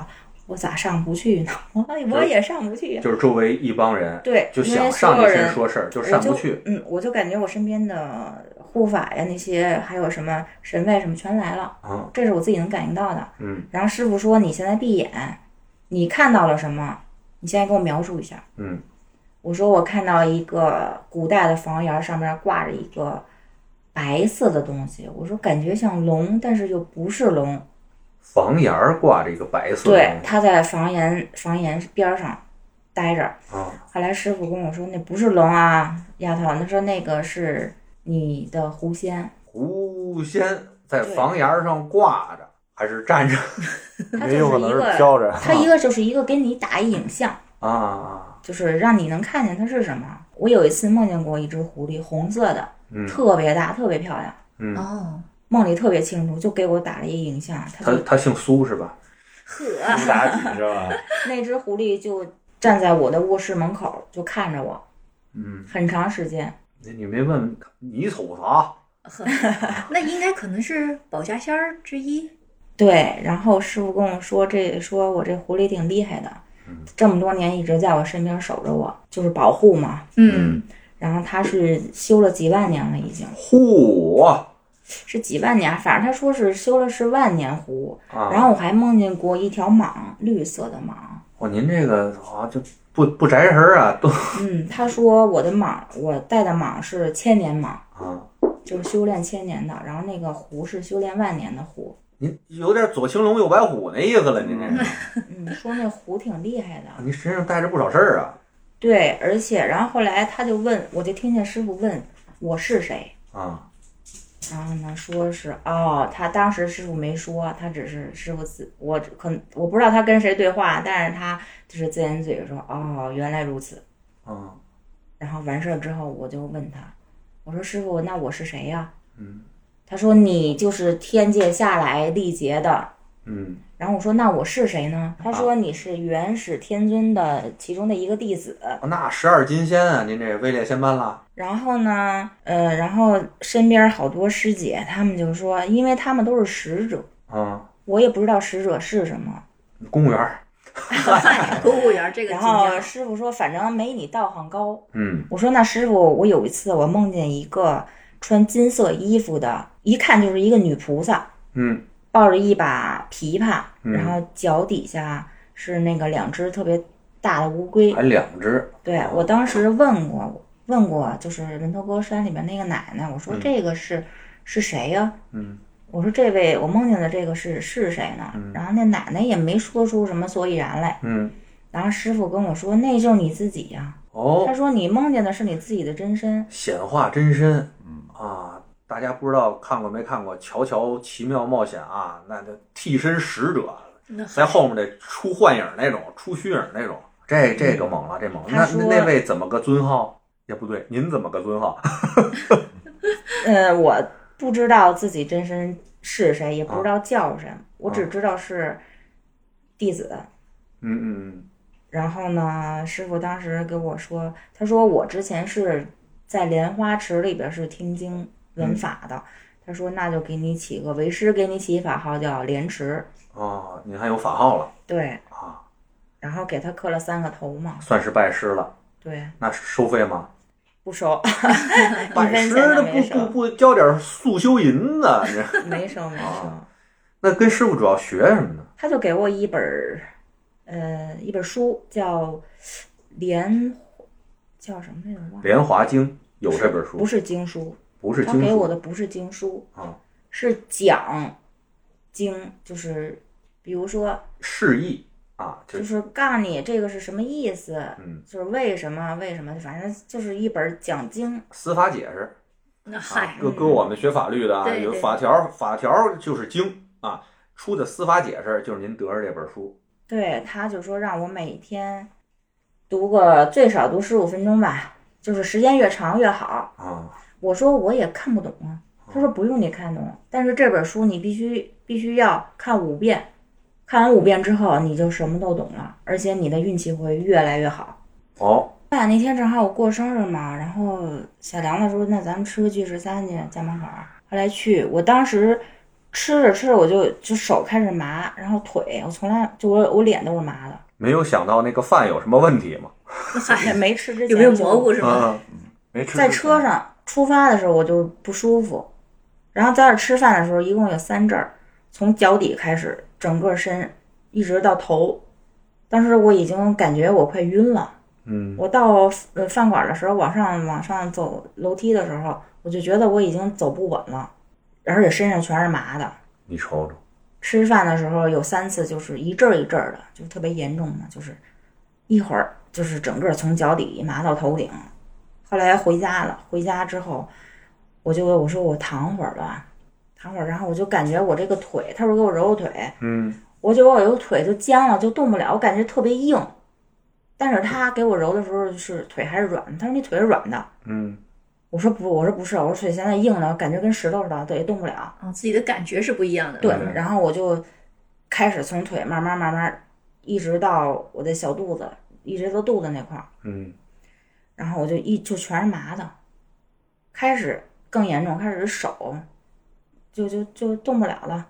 [SPEAKER 5] 我咋上不去呢？ 我我也上不去呀、
[SPEAKER 3] 就是周围一帮人
[SPEAKER 5] 对，
[SPEAKER 3] 就
[SPEAKER 5] 因为
[SPEAKER 3] 想
[SPEAKER 5] 所
[SPEAKER 3] 上
[SPEAKER 5] 有
[SPEAKER 3] 去先
[SPEAKER 5] 人
[SPEAKER 3] 说事儿，就
[SPEAKER 5] 我
[SPEAKER 3] 上不
[SPEAKER 5] 就
[SPEAKER 3] 去，
[SPEAKER 5] 嗯，我就感觉我身边的护法呀，那些还有什么神位什么全来了，
[SPEAKER 3] 啊，
[SPEAKER 5] 这是我自己能感应到的。
[SPEAKER 3] 嗯
[SPEAKER 5] 然后师傅说：“你现在闭眼，你看到了什么？你现在给我描述一下。”
[SPEAKER 3] 嗯
[SPEAKER 5] 我说我看到一个古代的房檐上面挂着一个白色的东西，我说感觉像龙，但是又不是龙。
[SPEAKER 3] 房檐儿挂着一个白色的
[SPEAKER 5] 对，
[SPEAKER 3] 东西
[SPEAKER 5] 它在房檐房檐边上待着。
[SPEAKER 3] 啊，
[SPEAKER 5] 后来师傅跟我说那不是龙啊，丫头，他说那个是你的狐仙。
[SPEAKER 3] 狐仙在
[SPEAKER 5] 对
[SPEAKER 3] 房檐儿上挂着，还是站着
[SPEAKER 5] 它
[SPEAKER 4] 也有可
[SPEAKER 5] 就是
[SPEAKER 4] 能
[SPEAKER 5] 一
[SPEAKER 4] 是
[SPEAKER 5] 个，
[SPEAKER 4] 飘着。
[SPEAKER 5] 它一个就是一个给你打一影像，
[SPEAKER 3] 啊 啊？
[SPEAKER 5] 就是让你能看见它是什么。我有一次梦见过一只狐狸，红色的，
[SPEAKER 3] 嗯
[SPEAKER 5] 特别大，特别漂亮，
[SPEAKER 3] 嗯，
[SPEAKER 6] 哦，
[SPEAKER 5] 梦里特别清楚，就给我打了一影像。它
[SPEAKER 3] 他
[SPEAKER 5] 就
[SPEAKER 3] 他姓苏是吧？
[SPEAKER 6] 呵，
[SPEAKER 4] 苏妲己是吧？
[SPEAKER 5] 那只狐狸就站在我的卧室门口，就看着我
[SPEAKER 3] 嗯，
[SPEAKER 5] 很长时间。
[SPEAKER 3] 你你没问你瞅啥？
[SPEAKER 6] 呵，那应该可能是保家仙儿之一。
[SPEAKER 5] 对，然后师傅跟我说这，说我这狐狸挺厉害的，
[SPEAKER 3] 嗯
[SPEAKER 5] 这么多年一直在我身边守着我，就是保护嘛。
[SPEAKER 6] 嗯，
[SPEAKER 5] 然后它是修了几万年了，已经
[SPEAKER 3] 嚯
[SPEAKER 5] 是几万年，反正他说是修了是万年狐。
[SPEAKER 3] 啊！
[SPEAKER 5] 然后我还梦见过一条蟒，绿色的蟒。
[SPEAKER 3] 哇，您这个好像就不不宅人啊， 都
[SPEAKER 5] 嗯，他说我的蟒，我带的蟒是千年蟒，
[SPEAKER 3] 啊，
[SPEAKER 5] 就是修炼千年的，然后那个狐是修炼万年的狐。
[SPEAKER 3] 您有点左青龙右白虎那意思了，您这个，
[SPEAKER 5] 嗯，说那狐挺厉害的。
[SPEAKER 3] 您身上带着不少事儿啊
[SPEAKER 5] 对，而且然后后来他就问，我就听见师傅问我是谁，
[SPEAKER 3] 啊！
[SPEAKER 5] 然后呢说是哦，他当时师傅没说，他只是师傅自我可能我不知道他跟谁对话，但是他就是自言自语说哦，原来如此。
[SPEAKER 3] 啊，
[SPEAKER 5] 然后完事儿之后，我就问他，我说师傅，那我是谁呀、
[SPEAKER 3] 嗯
[SPEAKER 5] 他说你就是天界下来历劫的。
[SPEAKER 3] 嗯
[SPEAKER 5] 然后我说那我是谁呢？他说你是元始天尊的其中的一个弟子。
[SPEAKER 3] 啊那十二金仙啊，您这位列仙班了，
[SPEAKER 5] 然后呢，呃，然后身边好多师姐，他们就说，因为他们都是使者，
[SPEAKER 3] 啊，
[SPEAKER 5] 我也不知道使者是什么。
[SPEAKER 3] 公务员儿，
[SPEAKER 6] 公务员儿这个
[SPEAKER 5] 然
[SPEAKER 6] 紧
[SPEAKER 5] 后
[SPEAKER 6] 张，啊
[SPEAKER 5] 师傅说，反正没你道行高。
[SPEAKER 3] 嗯
[SPEAKER 5] 我说那师傅，我有一次我梦见一个穿金色衣服的，一看就是一个女菩萨，
[SPEAKER 3] 嗯
[SPEAKER 5] 抱着一把琵琶，
[SPEAKER 3] 嗯
[SPEAKER 5] 然后脚底下是那个两只特别大的乌龟
[SPEAKER 3] 还。两只，
[SPEAKER 5] 对我当时问过，问过就是门头沟山里面那个奶奶，我说这个是、是谁呀、
[SPEAKER 3] 嗯
[SPEAKER 5] 我说这位我梦见的这个是是谁呢？然后那奶奶也没说出什么所以然来。
[SPEAKER 3] 嗯，
[SPEAKER 5] 然后师傅跟我说，那就是你自己呀、他
[SPEAKER 3] 哦，
[SPEAKER 5] 说你梦见的是你自己的真身。
[SPEAKER 3] 显化真身，啊。大家不知道看过没看过《乔乔奇妙冒险》啊？那这替身使者
[SPEAKER 6] 那
[SPEAKER 3] 在后面得出幻影那种，出虚影那种，这这个猛了，这猛了。那
[SPEAKER 5] 他说
[SPEAKER 3] 那那位怎么个尊号？也不对，您怎么个尊号？
[SPEAKER 5] 呃，我不知道自己真身是谁，也不
[SPEAKER 3] 啊
[SPEAKER 5] 知道叫什么，我只知道是弟子。
[SPEAKER 3] 嗯嗯
[SPEAKER 5] 然后呢，师傅当时给我说，他说我之前是在莲花池里边是听经
[SPEAKER 3] 嗯
[SPEAKER 5] 闻法的，他说那就给你起个为师，给你起法号叫莲池，
[SPEAKER 3] 嗯，哦，您还有法号了
[SPEAKER 5] 对，
[SPEAKER 3] 啊，
[SPEAKER 5] 然后给他磕了三个头嘛，
[SPEAKER 3] 算是拜师了。
[SPEAKER 5] 对，
[SPEAKER 3] 那收费吗？
[SPEAKER 5] 不收，
[SPEAKER 3] 拜
[SPEAKER 5] 一分
[SPEAKER 3] 师
[SPEAKER 5] 钱
[SPEAKER 3] 那
[SPEAKER 5] 都
[SPEAKER 3] 不
[SPEAKER 5] 没
[SPEAKER 3] 不
[SPEAKER 5] 收，
[SPEAKER 3] 不交点速修银子？这
[SPEAKER 5] 没收没收，
[SPEAKER 3] 那跟师傅主要学什么呢？
[SPEAKER 5] 他就给我一本儿，呃，一本书叫《莲》，叫什么来着？忘
[SPEAKER 3] 《
[SPEAKER 5] 了，
[SPEAKER 3] 莲华经》有这本书，
[SPEAKER 5] 不是经书，
[SPEAKER 3] 不是
[SPEAKER 5] 他
[SPEAKER 3] 经
[SPEAKER 5] 给我
[SPEAKER 3] 书
[SPEAKER 5] 的不是经书，
[SPEAKER 3] 啊，
[SPEAKER 5] 是讲经，就是比如说，
[SPEAKER 3] 释义啊，就
[SPEAKER 5] 就是是告诉你这个是什么意思，
[SPEAKER 3] 嗯，
[SPEAKER 5] 就是为什么为什么，反正就是一本讲经。
[SPEAKER 3] 司法解释。
[SPEAKER 6] 那
[SPEAKER 3] 啊
[SPEAKER 6] 嗨，，
[SPEAKER 3] 搁搁我们学法律的啊，
[SPEAKER 6] 对
[SPEAKER 3] 有
[SPEAKER 6] 对
[SPEAKER 3] 法条，法条就是经啊，出的司法解释就是您得着这本书。
[SPEAKER 5] 对，他就说让我每天读个最少读十五分钟吧，就是时间越长越好。
[SPEAKER 3] 啊，
[SPEAKER 5] 我说我也看不懂啊。他说不用你看懂，但是这本书你必须必须要看五遍，看完五遍之后你就什么都懂了，而且你的运气会越来越好。
[SPEAKER 3] 哦，
[SPEAKER 5] 哎呀，那天正好我过生日嘛，然后小梁子说那咱们吃个聚十三去家门口儿。后来去，我当时吃着吃着我就就手开始麻，然后腿我从来就我我脸都是麻的，
[SPEAKER 3] 没有想到那个饭有什么问题吗？
[SPEAKER 5] 也没吃之前
[SPEAKER 6] 有没有
[SPEAKER 5] 就
[SPEAKER 6] 蘑菇是吗？
[SPEAKER 3] 啊，
[SPEAKER 4] 没吃
[SPEAKER 5] 在
[SPEAKER 4] 之前
[SPEAKER 5] 车上出发的时候我就不舒服，然后在这儿吃饭的时候，一共有三阵儿，从脚底开始，整个身一直到头。当时我已经感觉我快晕了。
[SPEAKER 3] 嗯，
[SPEAKER 5] 我到呃饭馆的时候，往上往上走楼梯的时候，我就觉得我已经走不稳了，而且身上全是麻的。
[SPEAKER 3] 你瞅瞅，
[SPEAKER 5] 吃饭的时候有三次，就是一阵儿一阵儿的，就特别严重的，就是一会儿就是整个从脚底麻到头顶。后来回家了，回家之后我就我说我躺会儿吧，躺会儿，然后我就感觉我这个腿，他说给我揉揉腿，
[SPEAKER 3] 嗯，
[SPEAKER 5] 我觉得我有腿就僵了，就动不了，我感觉特别硬。但是他给我揉的时候是腿还是软的，他说你腿是软的，
[SPEAKER 3] 嗯，
[SPEAKER 5] 我说不，我说不是，我说腿现在硬了，感觉跟石头似的，对，动不了。
[SPEAKER 6] 啊，自己的感觉是不一样的。
[SPEAKER 5] 对
[SPEAKER 3] 嗯，
[SPEAKER 5] 然后我就开始从腿慢慢慢慢，一直到我的小肚子，一直到肚子那块儿，
[SPEAKER 3] 嗯，
[SPEAKER 5] 然后我就一就全是麻的，开始更严重，开始是手就就就动不了了，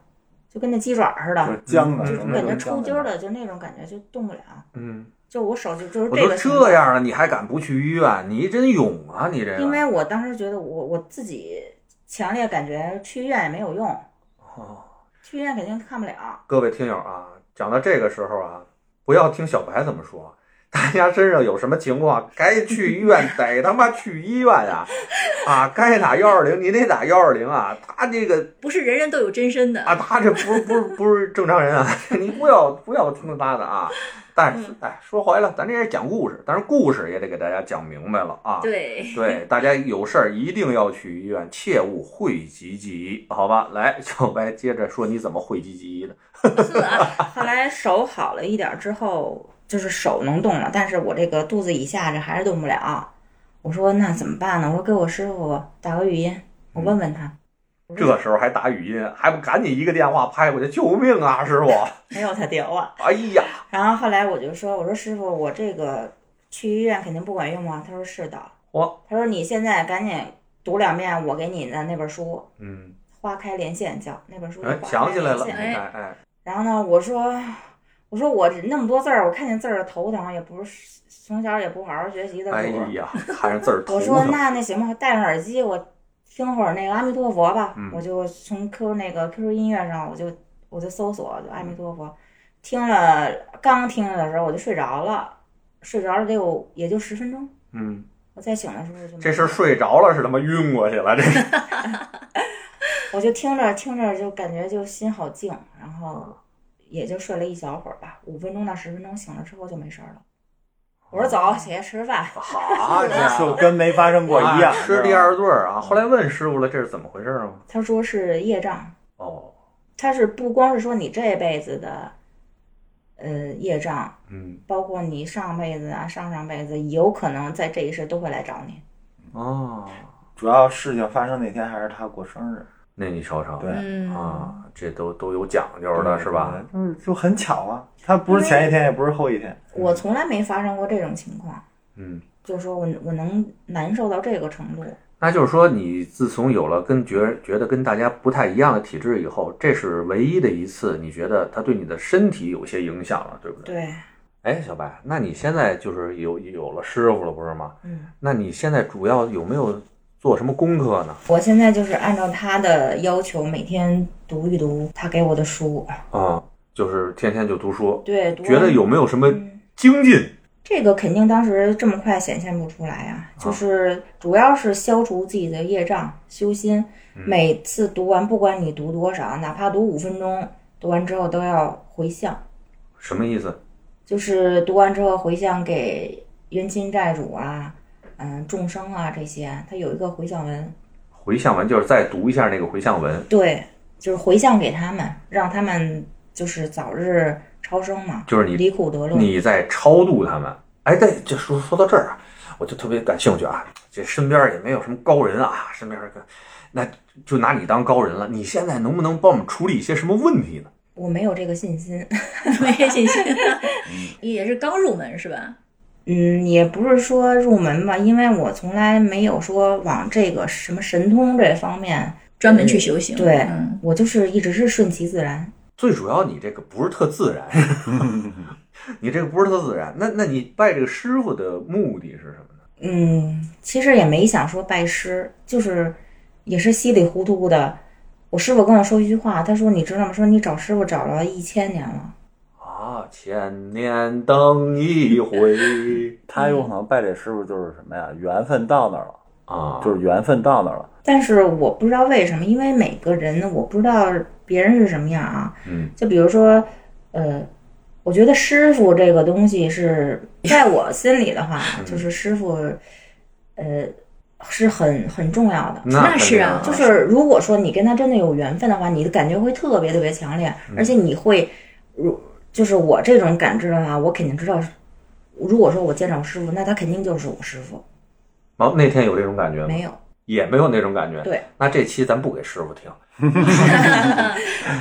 [SPEAKER 5] 就跟那鸡爪似
[SPEAKER 4] 就
[SPEAKER 5] 的
[SPEAKER 4] 是，僵的，
[SPEAKER 3] 嗯
[SPEAKER 5] 就是
[SPEAKER 4] 整个
[SPEAKER 5] 感觉
[SPEAKER 4] 人
[SPEAKER 5] 抽
[SPEAKER 4] 僵
[SPEAKER 5] 筋儿
[SPEAKER 4] 的。
[SPEAKER 5] 的，就那种感觉就动不了，
[SPEAKER 3] 嗯，
[SPEAKER 5] 就我手就就是
[SPEAKER 3] 我
[SPEAKER 5] 这
[SPEAKER 3] 都
[SPEAKER 5] 个情
[SPEAKER 3] 这
[SPEAKER 5] 况。
[SPEAKER 3] 样了，你还敢不去医院？你真勇啊，你这个。
[SPEAKER 5] 因为我当时觉得我我自己强烈感觉去医院也没有用，
[SPEAKER 3] 哦
[SPEAKER 5] 去医院肯定看不了。
[SPEAKER 3] 各位听友啊，讲到这个时候啊，不要听小白怎么说， 大家身上有什么情况，该去医院得他妈去医院呀、啊！该打幺二零你得打幺二零啊！他这个
[SPEAKER 6] 不是人人都有真身的
[SPEAKER 3] 啊，他这不是不是不是正常人啊！ 你不要不要听他的啊！但
[SPEAKER 5] 嗯
[SPEAKER 3] 是哎，说回来，咱这也讲故事，但是故事也得给大家讲明白了啊！
[SPEAKER 6] 对，
[SPEAKER 3] 对，大家有事儿一定要去医院，切勿讳疾忌医，好吧？来， 小白接着说你怎么讳疾忌医的？
[SPEAKER 6] 是啊，
[SPEAKER 5] 后来手好了一点之后，就是手能动了，但是我这个肚子以下这还是动不了。我说那怎么办呢？我说给我师傅打个语音，我问问
[SPEAKER 3] 哎
[SPEAKER 5] 他。我说
[SPEAKER 3] 这时候还打语音，还不赶紧一个电话拍过去，救命啊，师傅！
[SPEAKER 5] 没有他屌啊。
[SPEAKER 3] 哎呀，
[SPEAKER 5] 然后后来我就说，我说师傅，我这个去医院肯定不管用啊。他说是的。
[SPEAKER 3] 嚯
[SPEAKER 5] 他说你现在赶紧读两遍我给你的那本书，
[SPEAKER 3] 嗯，
[SPEAKER 5] 花开连线叫那本书
[SPEAKER 3] 哎
[SPEAKER 5] 叫，花
[SPEAKER 3] 想
[SPEAKER 5] 开
[SPEAKER 3] 起来了，
[SPEAKER 5] 连
[SPEAKER 3] 你
[SPEAKER 5] 线
[SPEAKER 6] 哎
[SPEAKER 3] 看，哎，
[SPEAKER 5] 然后呢，我说，我说我那么多字儿，我看见字儿头疼，也不是从小也不好好学习的
[SPEAKER 3] 哎
[SPEAKER 5] 主。
[SPEAKER 3] 呀，看着字儿头
[SPEAKER 5] 我说
[SPEAKER 3] 疼，
[SPEAKER 5] 那那行吧，戴上耳机，我听会儿那个阿弥陀佛吧。
[SPEAKER 3] 嗯
[SPEAKER 5] 我就从 Q 那个 QQ 音乐上，我就我就搜索就阿
[SPEAKER 3] 嗯
[SPEAKER 5] 弥陀佛，听了刚听了的时候我就睡着了，睡着了得有也就十分钟。
[SPEAKER 3] 嗯，
[SPEAKER 5] 我再醒的时候就没
[SPEAKER 3] 这是睡着了是他妈晕过去了，这是，
[SPEAKER 5] 我就听着听着就感觉就心好静，然后也就睡了一小会儿吧，五分钟到十分钟，醒了之后就没事儿了。我
[SPEAKER 3] 哦
[SPEAKER 5] 说走，起来吃饭。
[SPEAKER 3] 好家伙
[SPEAKER 4] 就跟没发生过一样
[SPEAKER 3] 啊，吃第二顿儿啊。后来问师傅了，这是怎么回事儿吗？
[SPEAKER 5] 他说是业障，
[SPEAKER 3] 哦，
[SPEAKER 5] 他是不光是说你这辈子的，呃，业障，
[SPEAKER 3] 嗯，
[SPEAKER 5] 包括你上辈子啊、上上辈子，有可能在这一世都会来找你。
[SPEAKER 3] 哦，
[SPEAKER 4] 主要事情发生那天还是他过生日，
[SPEAKER 3] 那你瞅瞅，
[SPEAKER 4] 对
[SPEAKER 6] 嗯，
[SPEAKER 3] 啊，这都都有讲究的是吧？？
[SPEAKER 4] 嗯，就很巧啊，他不是前一天，也不是后一天，
[SPEAKER 5] 我从来没发生过这种情况，
[SPEAKER 3] 嗯，
[SPEAKER 5] 就说我我能难受到这个程度。
[SPEAKER 3] 那就是说，你自从有了跟觉觉得跟大家不太一样的体质以后，这是唯一的一次，你觉得它对你的身体有些影响了，对不对？。
[SPEAKER 5] 对，
[SPEAKER 3] 哎，小白，那你现在就是有有了师傅了，不是吗？
[SPEAKER 5] 嗯。
[SPEAKER 3] 那你现在主要有没有做什么功课呢？
[SPEAKER 5] 我现在就是按照他的要求，每天读一读他给我的书。
[SPEAKER 3] 啊，就是天天就读书，
[SPEAKER 5] 对，读完
[SPEAKER 3] 觉得有没有什么
[SPEAKER 5] 嗯
[SPEAKER 3] 精进？
[SPEAKER 5] 这个肯定当时这么快显现不出来啊，就是主要是消除自己的业障，修心。
[SPEAKER 3] 嗯
[SPEAKER 5] 每次读完，不管你读多少，哪怕读五分钟，读完之后都要回向，
[SPEAKER 3] 什么意思？
[SPEAKER 5] 就是读完之后回向给冤亲债主啊，嗯，众生啊这些，它有一个回向文，
[SPEAKER 3] 回向文就是再读一下那个回向文，
[SPEAKER 5] 对，就是回向给他们，让他们就是早日超生嘛，
[SPEAKER 3] 就是你
[SPEAKER 5] 离苦得乐。
[SPEAKER 3] 你在超度他们。哎，对，就说说到这儿啊，我就特别感兴趣啊。这身边也没有什么高人啊，身边个，那就拿你当高人了。你现在能不能帮我们处理一些什么问题呢？
[SPEAKER 5] 我没有这个信心，
[SPEAKER 6] 没这信心，
[SPEAKER 3] 嗯
[SPEAKER 6] 也是刚入门是吧？
[SPEAKER 5] 嗯，也不是说入门吧，因为我从来没有说往这个什么神通这方面，
[SPEAKER 6] 专门去修行，
[SPEAKER 5] 对、
[SPEAKER 6] 嗯
[SPEAKER 5] 我就是一直是顺其自然。
[SPEAKER 3] 最主要你这个不是特自 然，你这个不是特自然。那那你拜这个师傅的目的是什么呢？
[SPEAKER 5] 嗯，其实也没想说拜师，就是也是稀里糊涂的。我师傅跟我说一句话，他说：“你知道吗？说你找师傅找了一千年了。
[SPEAKER 3] 啊，千年等一回
[SPEAKER 4] 他有可能拜这师傅就是什么呀？缘分到那儿了，
[SPEAKER 3] 啊，
[SPEAKER 4] 就是缘分到那儿了。”
[SPEAKER 5] 但是我不知道为什么，因为每个人我不知道别人是什么样啊。
[SPEAKER 3] 嗯
[SPEAKER 5] 就比如说，呃，我觉得师傅这个东西是在我心里的话，就是师傅，呃，是很很重要的。
[SPEAKER 3] 那
[SPEAKER 6] 那是啊
[SPEAKER 3] 肯定
[SPEAKER 5] 就是如果说你跟他真的有缘分的话，你的感觉会特别特别强烈，而且你会，如就是我这种感知的话，我肯定知道，如果说我见着我师傅，那他肯定就是我师傅。
[SPEAKER 3] 然哦后那天有这种感觉吗？
[SPEAKER 5] 没有，
[SPEAKER 3] 也没有那种感觉。
[SPEAKER 5] 对，
[SPEAKER 3] 那这期咱不给师傅听，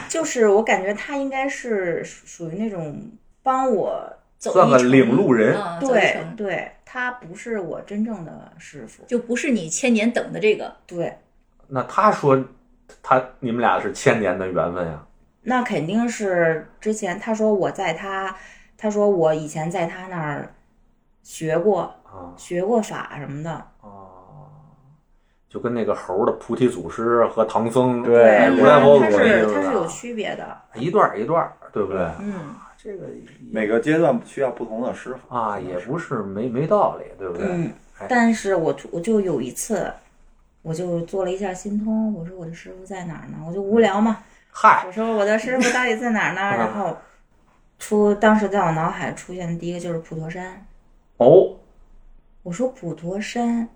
[SPEAKER 5] 就是我感觉他应该是属属于那种帮我，
[SPEAKER 6] 走
[SPEAKER 3] 算
[SPEAKER 6] 一
[SPEAKER 3] 个
[SPEAKER 6] 程
[SPEAKER 3] 领路人
[SPEAKER 6] 嗯、走一
[SPEAKER 5] 对
[SPEAKER 6] 程
[SPEAKER 5] 对，他不是我真正的师傅，
[SPEAKER 6] 就不是你千年等的这个，
[SPEAKER 5] 对，
[SPEAKER 3] 那他说他你们俩是千年的缘分呀、
[SPEAKER 5] 那肯定是之前他说我在他，他说我以前在他那儿学过
[SPEAKER 3] 啊。
[SPEAKER 5] 学过法什么的，
[SPEAKER 3] 哦，就跟那个猴儿的菩提祖师和唐僧
[SPEAKER 4] 对
[SPEAKER 5] 对，
[SPEAKER 3] 如来佛祖
[SPEAKER 5] 它
[SPEAKER 3] 那意
[SPEAKER 5] 是
[SPEAKER 3] 思
[SPEAKER 5] 它是有
[SPEAKER 3] 啊
[SPEAKER 5] 区别的，
[SPEAKER 3] 一段儿一段儿，对不对？
[SPEAKER 5] 嗯，
[SPEAKER 3] 这个也
[SPEAKER 4] 每个阶段需要不同的师傅
[SPEAKER 3] 啊也不是没没道理，对不对？
[SPEAKER 5] 嗯
[SPEAKER 3] 哎，
[SPEAKER 5] 但是我突我就有一次，我就做了一下心通，我说我的师傅在哪儿呢？我就无聊嘛，
[SPEAKER 3] 嗨，
[SPEAKER 5] 我说我的师傅到底在哪 儿呢？
[SPEAKER 3] 嗯
[SPEAKER 5] 然后出当时在我脑海出现的第一个就是普陀山，
[SPEAKER 3] 哦，
[SPEAKER 5] 我说普陀山，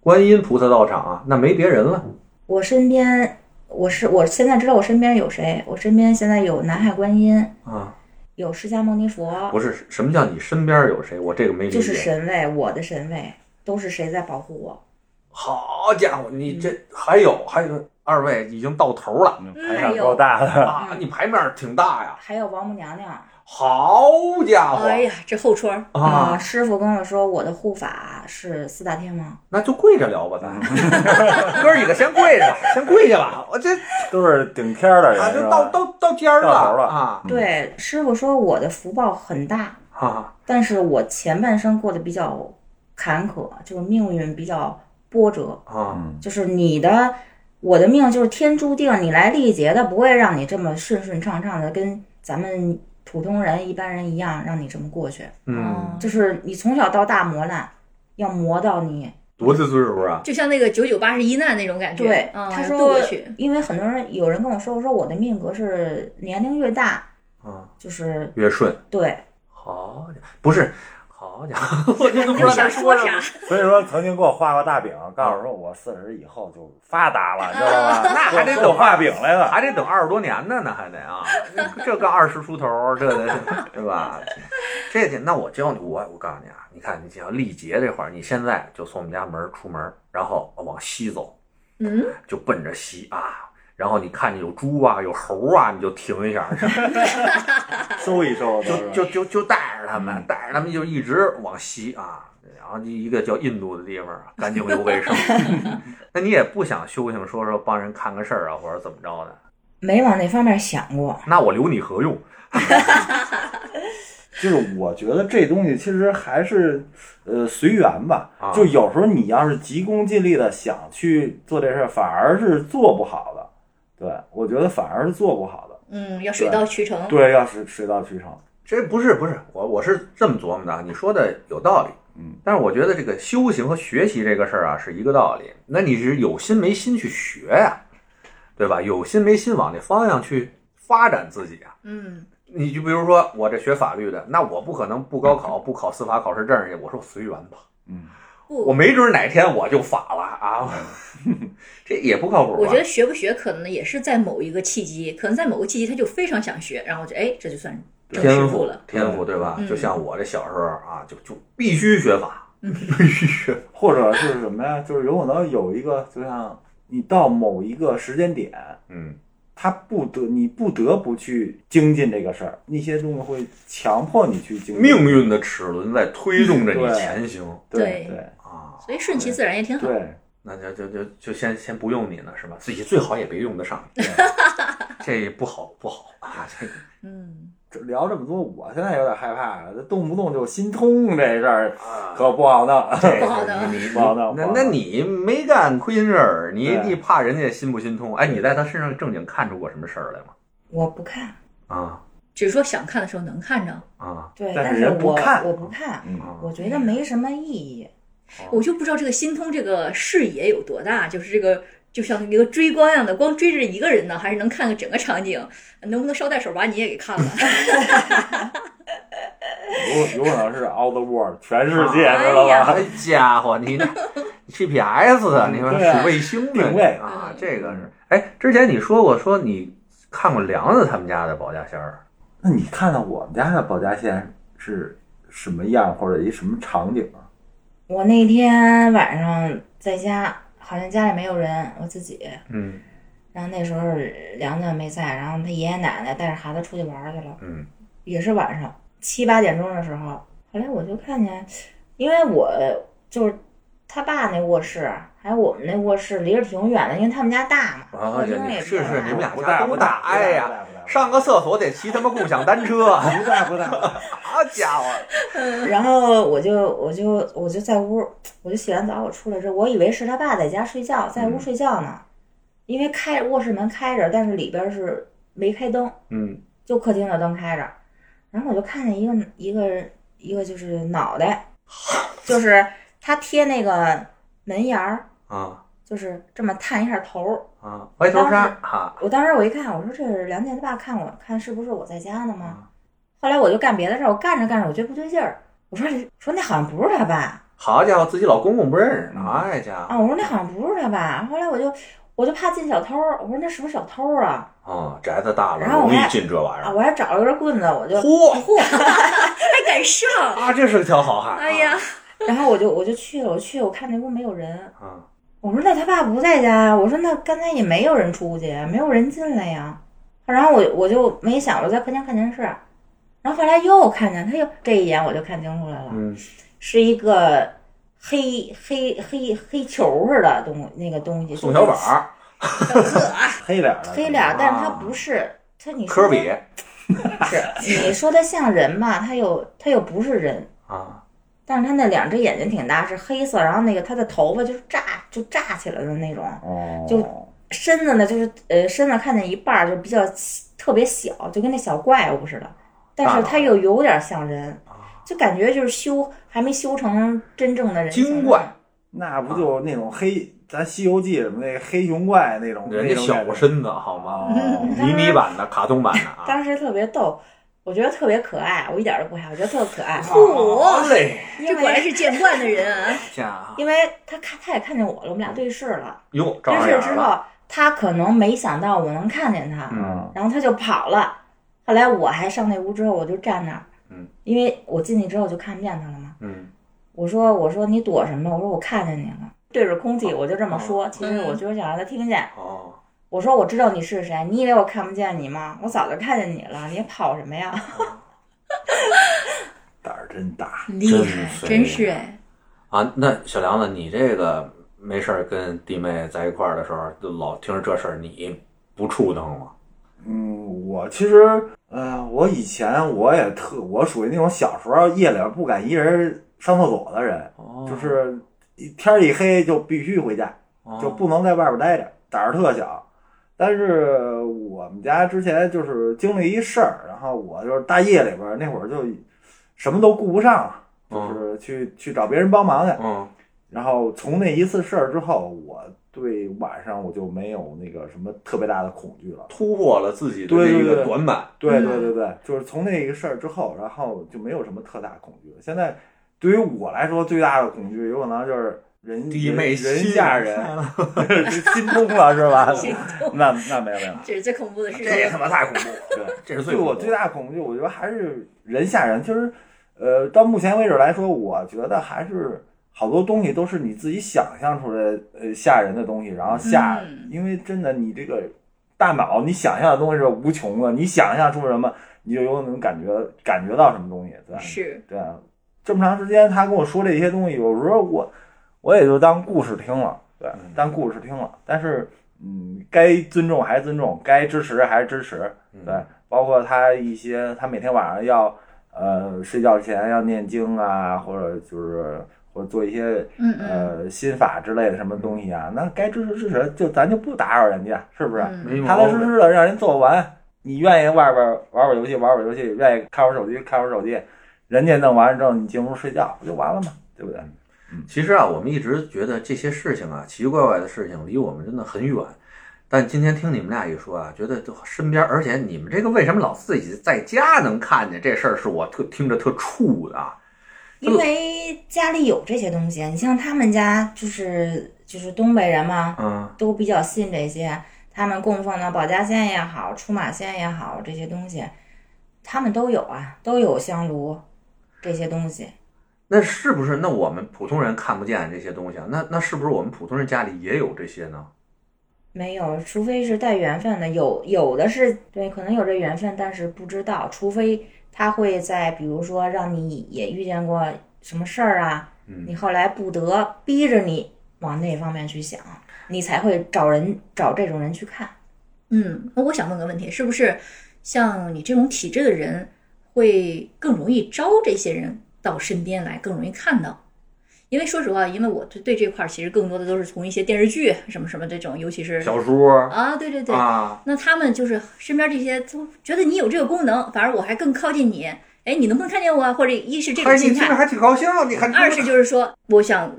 [SPEAKER 3] 观音菩萨到场啊，那没别人了。
[SPEAKER 5] 嗯我身边我是我现在知道我身边有谁，我身边现在有南海观音，
[SPEAKER 3] 啊，
[SPEAKER 5] 有释迦牟尼佛，
[SPEAKER 3] 不是什么叫你身边有谁？我这个没理解。
[SPEAKER 5] 就是神位，我的神位都是谁在保护我？
[SPEAKER 3] 好家伙，
[SPEAKER 6] 嗯
[SPEAKER 3] 你这还有还有二位已经到头了
[SPEAKER 4] 排场够大
[SPEAKER 6] 嗯
[SPEAKER 4] 的，
[SPEAKER 3] 啊！你牌面挺大呀，
[SPEAKER 5] 还有王母娘娘
[SPEAKER 3] 啊好家伙
[SPEAKER 6] 哎呀，嗯这后窗儿
[SPEAKER 5] 啊、
[SPEAKER 3] 啊！
[SPEAKER 5] 师傅跟我说我的护法是四大天王，
[SPEAKER 3] 那就跪着聊吧，咱
[SPEAKER 6] 嗯
[SPEAKER 3] 哥儿几个先 跪着，先跪下吧。我这
[SPEAKER 4] 都是顶天儿的人
[SPEAKER 3] 啊，
[SPEAKER 4] 是
[SPEAKER 3] 就
[SPEAKER 4] 吧
[SPEAKER 3] 到？到到尖儿
[SPEAKER 4] 到头
[SPEAKER 3] 了
[SPEAKER 4] 了
[SPEAKER 3] 啊
[SPEAKER 5] 对，师傅说我的福报很大，
[SPEAKER 3] 啊！
[SPEAKER 5] 但是我前半生过得比较坎坷，就是命运比较波折，
[SPEAKER 3] 啊，
[SPEAKER 5] 就是你的我的命就是天注定，你来历劫的不会让你这么顺顺畅畅的跟咱们普通人一般人一样让你这么过去。
[SPEAKER 3] 嗯，
[SPEAKER 5] 就是你从小到大磨难，要磨到你。
[SPEAKER 3] 多大岁数啊？
[SPEAKER 6] 就像那个九九八十一难那种感觉。
[SPEAKER 5] 对，
[SPEAKER 6] 嗯、
[SPEAKER 5] 他
[SPEAKER 6] 渡
[SPEAKER 5] 说
[SPEAKER 6] 过去，，
[SPEAKER 5] 因为很多人有人跟我说，我说我的命格是年龄越大，
[SPEAKER 3] 啊，
[SPEAKER 5] 就是
[SPEAKER 3] 越顺，
[SPEAKER 5] 对，
[SPEAKER 3] 好家伙，不是，好家伙，我这都
[SPEAKER 6] 哎
[SPEAKER 3] 不知道该说什么。
[SPEAKER 4] 所以说曾经给我画过大饼，告诉说我四十以后就发达了，知道吧？
[SPEAKER 3] 那还得
[SPEAKER 4] 给我画饼来了。
[SPEAKER 3] 还得等二十多年呢呢，还得啊，这刚二十出头儿，这得对吧？这得那我教你，我我告诉你啊，你看你像历劫这块儿，你现在就从我们家门儿出门儿，然后往西走，
[SPEAKER 6] 嗯，
[SPEAKER 3] 就奔着西啊，然后你看见有猪啊，有猴啊，你就停一下，
[SPEAKER 4] 收一收，都
[SPEAKER 3] 就是就就就带着他们，带着他们就一直往西啊，然后一个叫印度的地方啊干净又卫生。 那你也不想修行，说说帮人看个事儿啊，或者怎么着的？
[SPEAKER 5] 没往那方面想过。
[SPEAKER 3] 那我留你何用？
[SPEAKER 4] 就是我觉得这东西其实还是呃随缘吧
[SPEAKER 3] 啊。
[SPEAKER 4] 就有时候你要是急功近利的想去做这事儿，反而是做不好的。对，我觉得反而是做不好的。
[SPEAKER 6] 嗯，要水到渠成。
[SPEAKER 4] 对，要是水到渠成，
[SPEAKER 3] 这不是不是我我是这么琢磨的啊，你说的有道理，
[SPEAKER 4] 嗯，
[SPEAKER 3] 但是我觉得这个修行和学习这个事儿啊是一个道理。那你是有心没心去学呀、对吧？有心没心往那方向去发展自己啊。
[SPEAKER 6] 嗯，
[SPEAKER 3] 你就比如说我这学法律的，那我不可能不高考不考司法考试证去，我说我随缘吧，
[SPEAKER 4] 嗯，
[SPEAKER 6] 不，
[SPEAKER 3] 我没准儿哪天我就法了啊，这也不靠谱吧。
[SPEAKER 6] 我觉得学不学可能也是在某一个契机，可能在某个契机他就非常想学，然后就哎，这就算正式
[SPEAKER 3] 天
[SPEAKER 6] 入
[SPEAKER 3] 赋
[SPEAKER 6] 了。
[SPEAKER 3] 天赋对吧？
[SPEAKER 6] 嗯
[SPEAKER 3] 就像我这小时候啊，就就必须学法，必须学法
[SPEAKER 4] 或者是什么呀？就是有可能有一个，就像你到某一个时间点，
[SPEAKER 3] 嗯。
[SPEAKER 4] 他不得你不得不去精进这个事儿，那些东西会强迫你去精进。
[SPEAKER 3] 命运的齿轮在推动着你
[SPEAKER 4] 对
[SPEAKER 3] 前行
[SPEAKER 4] 对
[SPEAKER 6] 对
[SPEAKER 4] 对
[SPEAKER 3] 啊。
[SPEAKER 6] 所以顺其自然也挺好。
[SPEAKER 4] 对，
[SPEAKER 3] 那就就就就先先不用你了，是吧？自己最好也别用得上，这不好不好啊！这个
[SPEAKER 6] 嗯，
[SPEAKER 4] 这聊这么多，我现在有点害怕了，这动不动就心痛这事儿
[SPEAKER 3] 啊
[SPEAKER 4] 可不好弄。
[SPEAKER 3] 这
[SPEAKER 6] 不好
[SPEAKER 3] 个
[SPEAKER 6] 弄
[SPEAKER 3] 你你
[SPEAKER 4] 不好弄
[SPEAKER 3] 那
[SPEAKER 4] 不好弄
[SPEAKER 3] 那你没干亏心事儿，你
[SPEAKER 4] 对
[SPEAKER 3] 你怕人家心不心痛？哎，你在他身上正经看出过什么事儿来吗？
[SPEAKER 5] 我不看，
[SPEAKER 3] 啊
[SPEAKER 6] 只是说想看的时候能看着，
[SPEAKER 3] 啊！
[SPEAKER 5] 对，
[SPEAKER 4] 但
[SPEAKER 5] 但
[SPEAKER 4] 是
[SPEAKER 5] 是
[SPEAKER 4] 人不
[SPEAKER 5] 我
[SPEAKER 4] 看
[SPEAKER 5] 我不看，
[SPEAKER 3] 啊
[SPEAKER 5] 我觉得没什么意义。
[SPEAKER 6] 我就不知道这个心通这个视野有多大，就是这个。就像一个追光一样的，光追着一个人呢，还是能看个整个场景？能不能捎带手把你也给看了？
[SPEAKER 4] 有有可能是 all the world 全世界，
[SPEAKER 6] 哎呀
[SPEAKER 4] 知道吧？
[SPEAKER 3] 哎家伙，你这 GPS 的，你说
[SPEAKER 4] 对啊
[SPEAKER 3] 数卫星的
[SPEAKER 4] 定位
[SPEAKER 3] 啊，这个是。哎，之前你说过，说你看过梁子他们家的保家仙儿，
[SPEAKER 4] 那你看看我们家的保家仙是什么样，或者一什么场景啊？
[SPEAKER 5] 我那天晚上在家，好像家里没有人，我自己。
[SPEAKER 3] 嗯
[SPEAKER 5] 然后那时候梁家没在，然后他爷爷奶奶带着孩子出去玩儿去了，
[SPEAKER 3] 嗯
[SPEAKER 5] 也是晚上七八点钟的时候。后来我就看见，因为我就是他爸那卧室，还有我们那卧室离着挺远的，因为他们家大嘛，
[SPEAKER 3] 啊，
[SPEAKER 5] 客
[SPEAKER 3] 也
[SPEAKER 5] 厅也比
[SPEAKER 3] 是
[SPEAKER 5] 较
[SPEAKER 3] 是
[SPEAKER 5] 大
[SPEAKER 3] 你们俩
[SPEAKER 4] 不
[SPEAKER 3] 家
[SPEAKER 4] 大
[SPEAKER 3] 都
[SPEAKER 4] 不
[SPEAKER 3] 大，
[SPEAKER 4] 大，
[SPEAKER 3] 哎呀，上个厕所得骑他妈共享单车，
[SPEAKER 4] 不大不大，
[SPEAKER 3] 好家伙，
[SPEAKER 5] 然后我就我就我就在屋，我就洗完澡我出来之后，我以为是他爸在家睡觉，在屋睡觉呢，因为开卧室门开着，但是里边是没开灯，
[SPEAKER 3] 嗯
[SPEAKER 5] 就客厅的灯开着，然后我就看见一个一个人一个就是脑袋，就是他贴那个门沿儿，
[SPEAKER 3] 啊
[SPEAKER 5] 就是这么探一下头儿。
[SPEAKER 3] 啊，白头
[SPEAKER 5] 当
[SPEAKER 3] 纱
[SPEAKER 5] 时
[SPEAKER 3] 哈，
[SPEAKER 5] 我当时我一看，我说这是梁健他爸看我看是不是我在家呢吗？后来我就干别的事儿，我干着干着我觉得不对劲儿，我说说那好像不是他爸。
[SPEAKER 3] 好家伙，自己老公公不认识呢，哎家
[SPEAKER 5] 啊，
[SPEAKER 3] 伙，
[SPEAKER 5] 我说那好像不是他吧？后来我就我就怕进小偷儿，我说那是不是小偷儿啊？
[SPEAKER 3] 啊，宅子大了
[SPEAKER 5] 然后我
[SPEAKER 3] 容易
[SPEAKER 5] 还
[SPEAKER 3] 进这玩意
[SPEAKER 5] 啊，
[SPEAKER 3] 儿，
[SPEAKER 5] 我还找了根棍子，我就，
[SPEAKER 3] 嚯
[SPEAKER 6] 还敢上？
[SPEAKER 3] 啊，这是条好汉，
[SPEAKER 6] 哎呀，
[SPEAKER 5] 然后我就我就去了，我去我看那屋没有人，
[SPEAKER 3] 啊，
[SPEAKER 5] 我说那他爸不在家，我说那刚才也没有人出去，没有人进来呀。然后我我就没想，我在客厅看电视，然后后来又看见他又这一眼我就看清楚来了，
[SPEAKER 3] 嗯
[SPEAKER 5] 是一个黑黑黑黑球似的东那个东西，
[SPEAKER 3] 宋小宝儿、
[SPEAKER 4] 黑脸儿的，
[SPEAKER 5] 黑脸儿，但是它
[SPEAKER 3] 啊
[SPEAKER 5] 不是。它你说
[SPEAKER 3] 科
[SPEAKER 5] 它
[SPEAKER 3] 比
[SPEAKER 5] 是 你说它像人吧，它又它又不是人，
[SPEAKER 3] 啊，
[SPEAKER 5] 但是它那两只眼睛挺大，是黑色，然后那个它的头发就是炸就炸起来的那种，
[SPEAKER 4] 哦，
[SPEAKER 5] 就身子呢就是呃身子看见一半儿就比较特别小，就跟那小怪物似的，但是它又有点像人，就感觉就是修还没修成真正的人形
[SPEAKER 3] 精怪，
[SPEAKER 4] 那不就那种黑，咱《西游记》什么那个黑熊怪那
[SPEAKER 5] 嗯
[SPEAKER 4] 种，
[SPEAKER 3] 人家小
[SPEAKER 4] 身
[SPEAKER 3] 身子好吗？
[SPEAKER 4] 哦
[SPEAKER 3] 迷你版的、卡通版的啊，
[SPEAKER 5] 当时特别逗。我觉得特别可爱，我一点儿都不害怕，我觉得特可 爱。
[SPEAKER 3] 好嘞，
[SPEAKER 5] 因
[SPEAKER 6] 这果然
[SPEAKER 5] 为
[SPEAKER 6] 是见惯的人啊！
[SPEAKER 3] 家伙
[SPEAKER 5] 因为他看他也看见我了，我们俩对视了，
[SPEAKER 3] 哟，照
[SPEAKER 5] 但
[SPEAKER 3] 上
[SPEAKER 5] 是
[SPEAKER 3] 眼
[SPEAKER 5] 之
[SPEAKER 3] 儿了，
[SPEAKER 5] 后，他可能没想到我能看见他，
[SPEAKER 3] 嗯
[SPEAKER 4] 嗯，
[SPEAKER 5] 然后他就跑了。后来我还上那屋之后，我就站那儿，
[SPEAKER 3] 嗯，
[SPEAKER 5] 因为我进去之后就看不见他了嘛。
[SPEAKER 3] 嗯，
[SPEAKER 5] 我说我说你躲什么？我说我看见你了，对着空气我就这么说。其实我就是想让他听见。
[SPEAKER 3] 哦，
[SPEAKER 5] 我说我知道你是谁，你以为我看不见你吗？我早就看见你了，你跑什么呀？
[SPEAKER 4] 胆儿真大，
[SPEAKER 6] 厉害，
[SPEAKER 3] 真
[SPEAKER 6] 真是哎！
[SPEAKER 3] 啊，那小梁子，你这个没事儿跟弟妹在一块儿的时候，就老听着这事儿，你不触动吗？
[SPEAKER 4] 嗯，我其实，呃，我以前我也特，我属于那种小时候夜里边不敢一人上厕所的人，
[SPEAKER 3] 哦
[SPEAKER 4] 就是一天儿一黑就必须回家，
[SPEAKER 3] 哦
[SPEAKER 4] 就不能在外边待着，胆儿特小。但是我们家之前就是经历一事儿，然后我就是大夜里边儿那会儿就什么都顾不上了，就
[SPEAKER 3] 嗯
[SPEAKER 4] 是去去找别人帮忙去。
[SPEAKER 3] 嗯
[SPEAKER 4] 然后从那一次事儿之后，我对晚上我就没有那个什么特别大的恐惧了。
[SPEAKER 3] 突破了自己的
[SPEAKER 4] 对
[SPEAKER 3] 这
[SPEAKER 4] 对
[SPEAKER 3] 个
[SPEAKER 4] 对
[SPEAKER 3] 短板，
[SPEAKER 4] 对
[SPEAKER 6] 嗯
[SPEAKER 4] 对对对，就是从那个事儿之后，然后就没有什么特大恐惧了。现在对于我来说，最大的恐惧有可能就是人
[SPEAKER 3] 弟妹
[SPEAKER 4] 人人
[SPEAKER 3] 心
[SPEAKER 4] 吓人， 心痛了是吧？那那没有没有，
[SPEAKER 6] 哎 这是最恐怖的事
[SPEAKER 3] 这
[SPEAKER 6] 情。
[SPEAKER 3] 他妈太恐怖了，
[SPEAKER 4] 对，
[SPEAKER 3] 这是最
[SPEAKER 4] 对我
[SPEAKER 3] 恐怖
[SPEAKER 4] 最大恐惧，我觉得还是人吓人。其实，呃，到目前为止来说，我觉得还是好多东西都是你自己想象出来呃吓人的东西，然后吓，
[SPEAKER 6] 嗯
[SPEAKER 4] 因为真的你这个大脑你想象的东西是无穷的，你想象出什么，你就有能感觉感觉到什么东西，对吧？
[SPEAKER 6] 是，
[SPEAKER 4] 对啊，这么长时间他跟我说这些东西，有时候我我也就当故事听了，对
[SPEAKER 3] 嗯，
[SPEAKER 4] 当故事听了。但是，嗯，该尊重还是尊重，该支持还是支持，
[SPEAKER 3] 嗯
[SPEAKER 4] 对。包括他一些，他每天晚上要呃睡觉前要念经啊，或者就是或者做一些
[SPEAKER 6] 嗯嗯，
[SPEAKER 4] 呃心法之类的什么东西啊，那该支持支持，就咱就不打扰人家，是不是？
[SPEAKER 6] 嗯
[SPEAKER 3] 没
[SPEAKER 4] 踏
[SPEAKER 3] 毛
[SPEAKER 4] 踏实
[SPEAKER 3] 病。
[SPEAKER 4] 实的让人做完。你愿意外边玩会儿游戏，玩会儿游戏；愿意看会儿手机，看会儿手机。人家弄完了之后，你进屋睡觉不就完了吗？对不对？
[SPEAKER 3] 其实啊，我们一直觉得这些事情啊，奇奇怪怪的事情离我们真的很远。但今天听你们俩一说啊，觉得就身边，而且你们这个为什么老自己在家能看见这事儿，是我特听着特怵的啊。
[SPEAKER 5] 因为家里有这些东西，你像他们家就是就是东北人嘛，
[SPEAKER 3] 嗯，
[SPEAKER 5] 都比较信这些，他们供奉的保家仙也好，出马仙也好，这些东西，他们都有啊，都有香炉这些东西。
[SPEAKER 3] 那是不是那我们普通人看不见这些东西啊？那那是不是我们普通人家里也有这些呢？
[SPEAKER 5] 没有，除非是带缘分的，有有的是对，可能有这缘分，但是不知道，除非他会在，比如说让你也遇见过什么事儿啊，你后来不得逼着你往那方面去想，你才会找人找这种人去看。
[SPEAKER 6] 嗯，那我想问个问题，是不是像你这种体质的人，会更容易招这些人到身边来，更容易看到？因为说实话，因为我对对这块儿其实更多的都是从一些电视剧什么什么这种，尤其是
[SPEAKER 3] 小说
[SPEAKER 6] 啊，对对对，
[SPEAKER 3] 啊，
[SPEAKER 6] 那他们就是身边这些都觉得你有这个功能，反而我还更靠近你，哎，你能不能看见我啊？或者一是这
[SPEAKER 3] 嗨，
[SPEAKER 6] 种
[SPEAKER 3] 哎
[SPEAKER 6] 心
[SPEAKER 3] 你听着
[SPEAKER 6] 态，
[SPEAKER 3] 还挺高兴，你还
[SPEAKER 6] 二是就是说，我想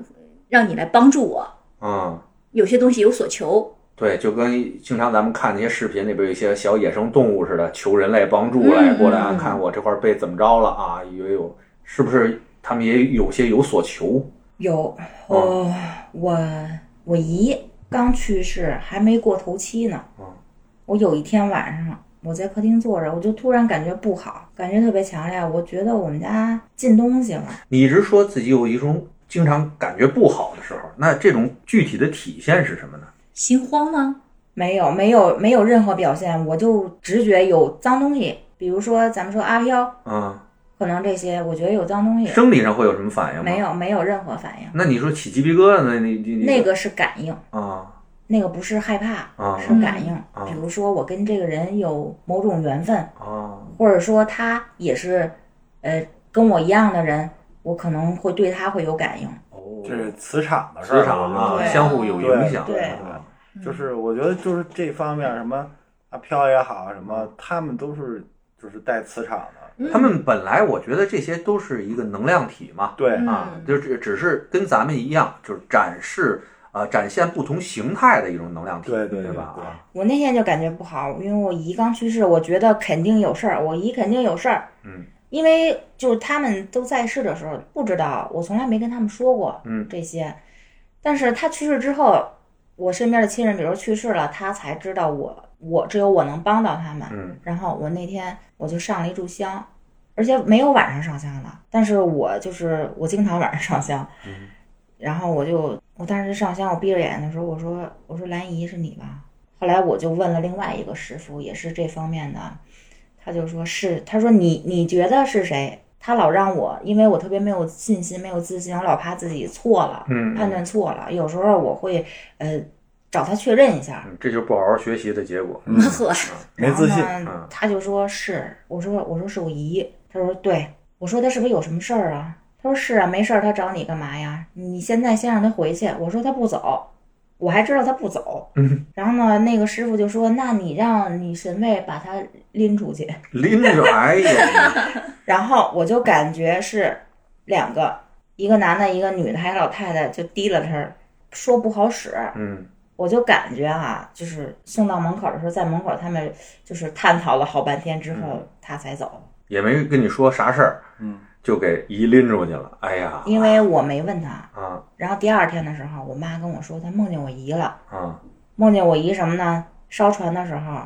[SPEAKER 6] 让你来帮助我，
[SPEAKER 3] 嗯，
[SPEAKER 6] 有些东西有所求，
[SPEAKER 3] 对，就跟经常咱们看那些视频里边有一些小野生动物似的，求人类帮助来
[SPEAKER 6] 嗯
[SPEAKER 3] 过来啊
[SPEAKER 6] 嗯
[SPEAKER 3] 看我这块被怎么着了啊，以为有是不是他们也有些有所求？
[SPEAKER 5] 有，我我我姨刚去世，还没过头七呢
[SPEAKER 3] 嗯。
[SPEAKER 5] 我有一天晚上，我在客厅坐着，我就突然感觉不好，感觉特别强烈，我觉得我们家进东西了。
[SPEAKER 3] 你一直说自己有一种经常感觉不好的时候，那这种具体的体现是什么呢？
[SPEAKER 6] 心慌吗？
[SPEAKER 5] 没有，没有，没有任何表现，我就直觉有脏东西，比如说咱们说阿飘，
[SPEAKER 3] 嗯，
[SPEAKER 5] 可能这些，我觉得有脏东西，
[SPEAKER 3] 生理上会有什么反应吗？
[SPEAKER 5] 没。有，没有任何反应，
[SPEAKER 3] 那你说起鸡皮疙瘩呢？你你你
[SPEAKER 5] 那个是感应，
[SPEAKER 3] 啊
[SPEAKER 5] 那个不是害怕，
[SPEAKER 3] 啊
[SPEAKER 5] 是感应。比如说我跟这个人有某种缘分，
[SPEAKER 3] 啊
[SPEAKER 5] 或者说他也是，呃，跟我一样的人，我可能会对他会有感应。
[SPEAKER 3] 哦，
[SPEAKER 4] 这是磁场的事儿
[SPEAKER 3] 磁场啊，
[SPEAKER 5] 对
[SPEAKER 3] 相互有影响。
[SPEAKER 5] 对对
[SPEAKER 3] 啊
[SPEAKER 6] 嗯
[SPEAKER 4] 就是我觉得就是这方面什么阿飘也好，啊什
[SPEAKER 6] 嗯
[SPEAKER 4] 么他们都是就是带磁场的，
[SPEAKER 3] 他们本来我觉得这些都是一个能量体嘛，
[SPEAKER 4] 对，
[SPEAKER 6] 嗯
[SPEAKER 3] 啊，就只只是跟咱们一样，就是展示呃展现不同形态的一种能量体，
[SPEAKER 4] 对对对
[SPEAKER 3] 吧？
[SPEAKER 4] 对
[SPEAKER 3] 啊，
[SPEAKER 5] 我那天就感觉不好，因为我姨刚去世，我觉得肯定有事儿，我姨肯定有事儿。
[SPEAKER 3] 嗯，
[SPEAKER 5] 因为就是他们都在世的时候不知道，我从来没跟他们说过
[SPEAKER 3] 嗯
[SPEAKER 5] 这些，但是他去世之后，我身边的亲人，比如去世了，他才知道我我只有我能帮到他们。
[SPEAKER 3] 嗯，
[SPEAKER 5] 然后我那天我就上了一炷香，而且没有晚上上香的，但是我就是我经常晚上上香，
[SPEAKER 3] 嗯
[SPEAKER 5] 然后我就我当时上香，我闭着眼的时候，我说我说兰姨是你吧？后来我就问了另外一个师傅，也是这方面的，他就说是，他说你你觉得是谁？他老让我，因为我特别没有信心，没有自信，我老怕自己错了，
[SPEAKER 3] 嗯嗯
[SPEAKER 5] 判断错了。有时候我会呃找他确认一下，
[SPEAKER 3] 嗯这就是不好好学习的结果。
[SPEAKER 4] 嗯
[SPEAKER 6] 呵，
[SPEAKER 4] 没自信，
[SPEAKER 5] 然后
[SPEAKER 3] 嗯
[SPEAKER 5] 呢，他就说是，我说我说是我姨，他说对，我说他是不是有什么事儿啊？他说是啊，没事儿，他找你干嘛呀？你现在先让他回去。我说他不走，我还知道他不走。
[SPEAKER 3] 嗯，
[SPEAKER 5] 然后呢，那个师傅就说，那你让你神位把他拎出去。
[SPEAKER 3] 拎着，哎呀，
[SPEAKER 5] 然后我就感觉是两个，一个男的，一个女的，还有老太太，就提了他，说不好使。
[SPEAKER 3] 嗯，
[SPEAKER 5] 我就感觉啊，就是送到门口的时候，在门口他们就是探讨了好半天之后，他才走，
[SPEAKER 3] 也没跟你说啥事儿，
[SPEAKER 4] 嗯，
[SPEAKER 3] 就给姨拎出去了。哎呀，
[SPEAKER 5] 因为我没问他。
[SPEAKER 3] 啊
[SPEAKER 5] 然后第二天的时候，我妈跟我说，她梦见我姨了，
[SPEAKER 3] 啊，
[SPEAKER 5] 梦见我姨什么呢？烧船的时候，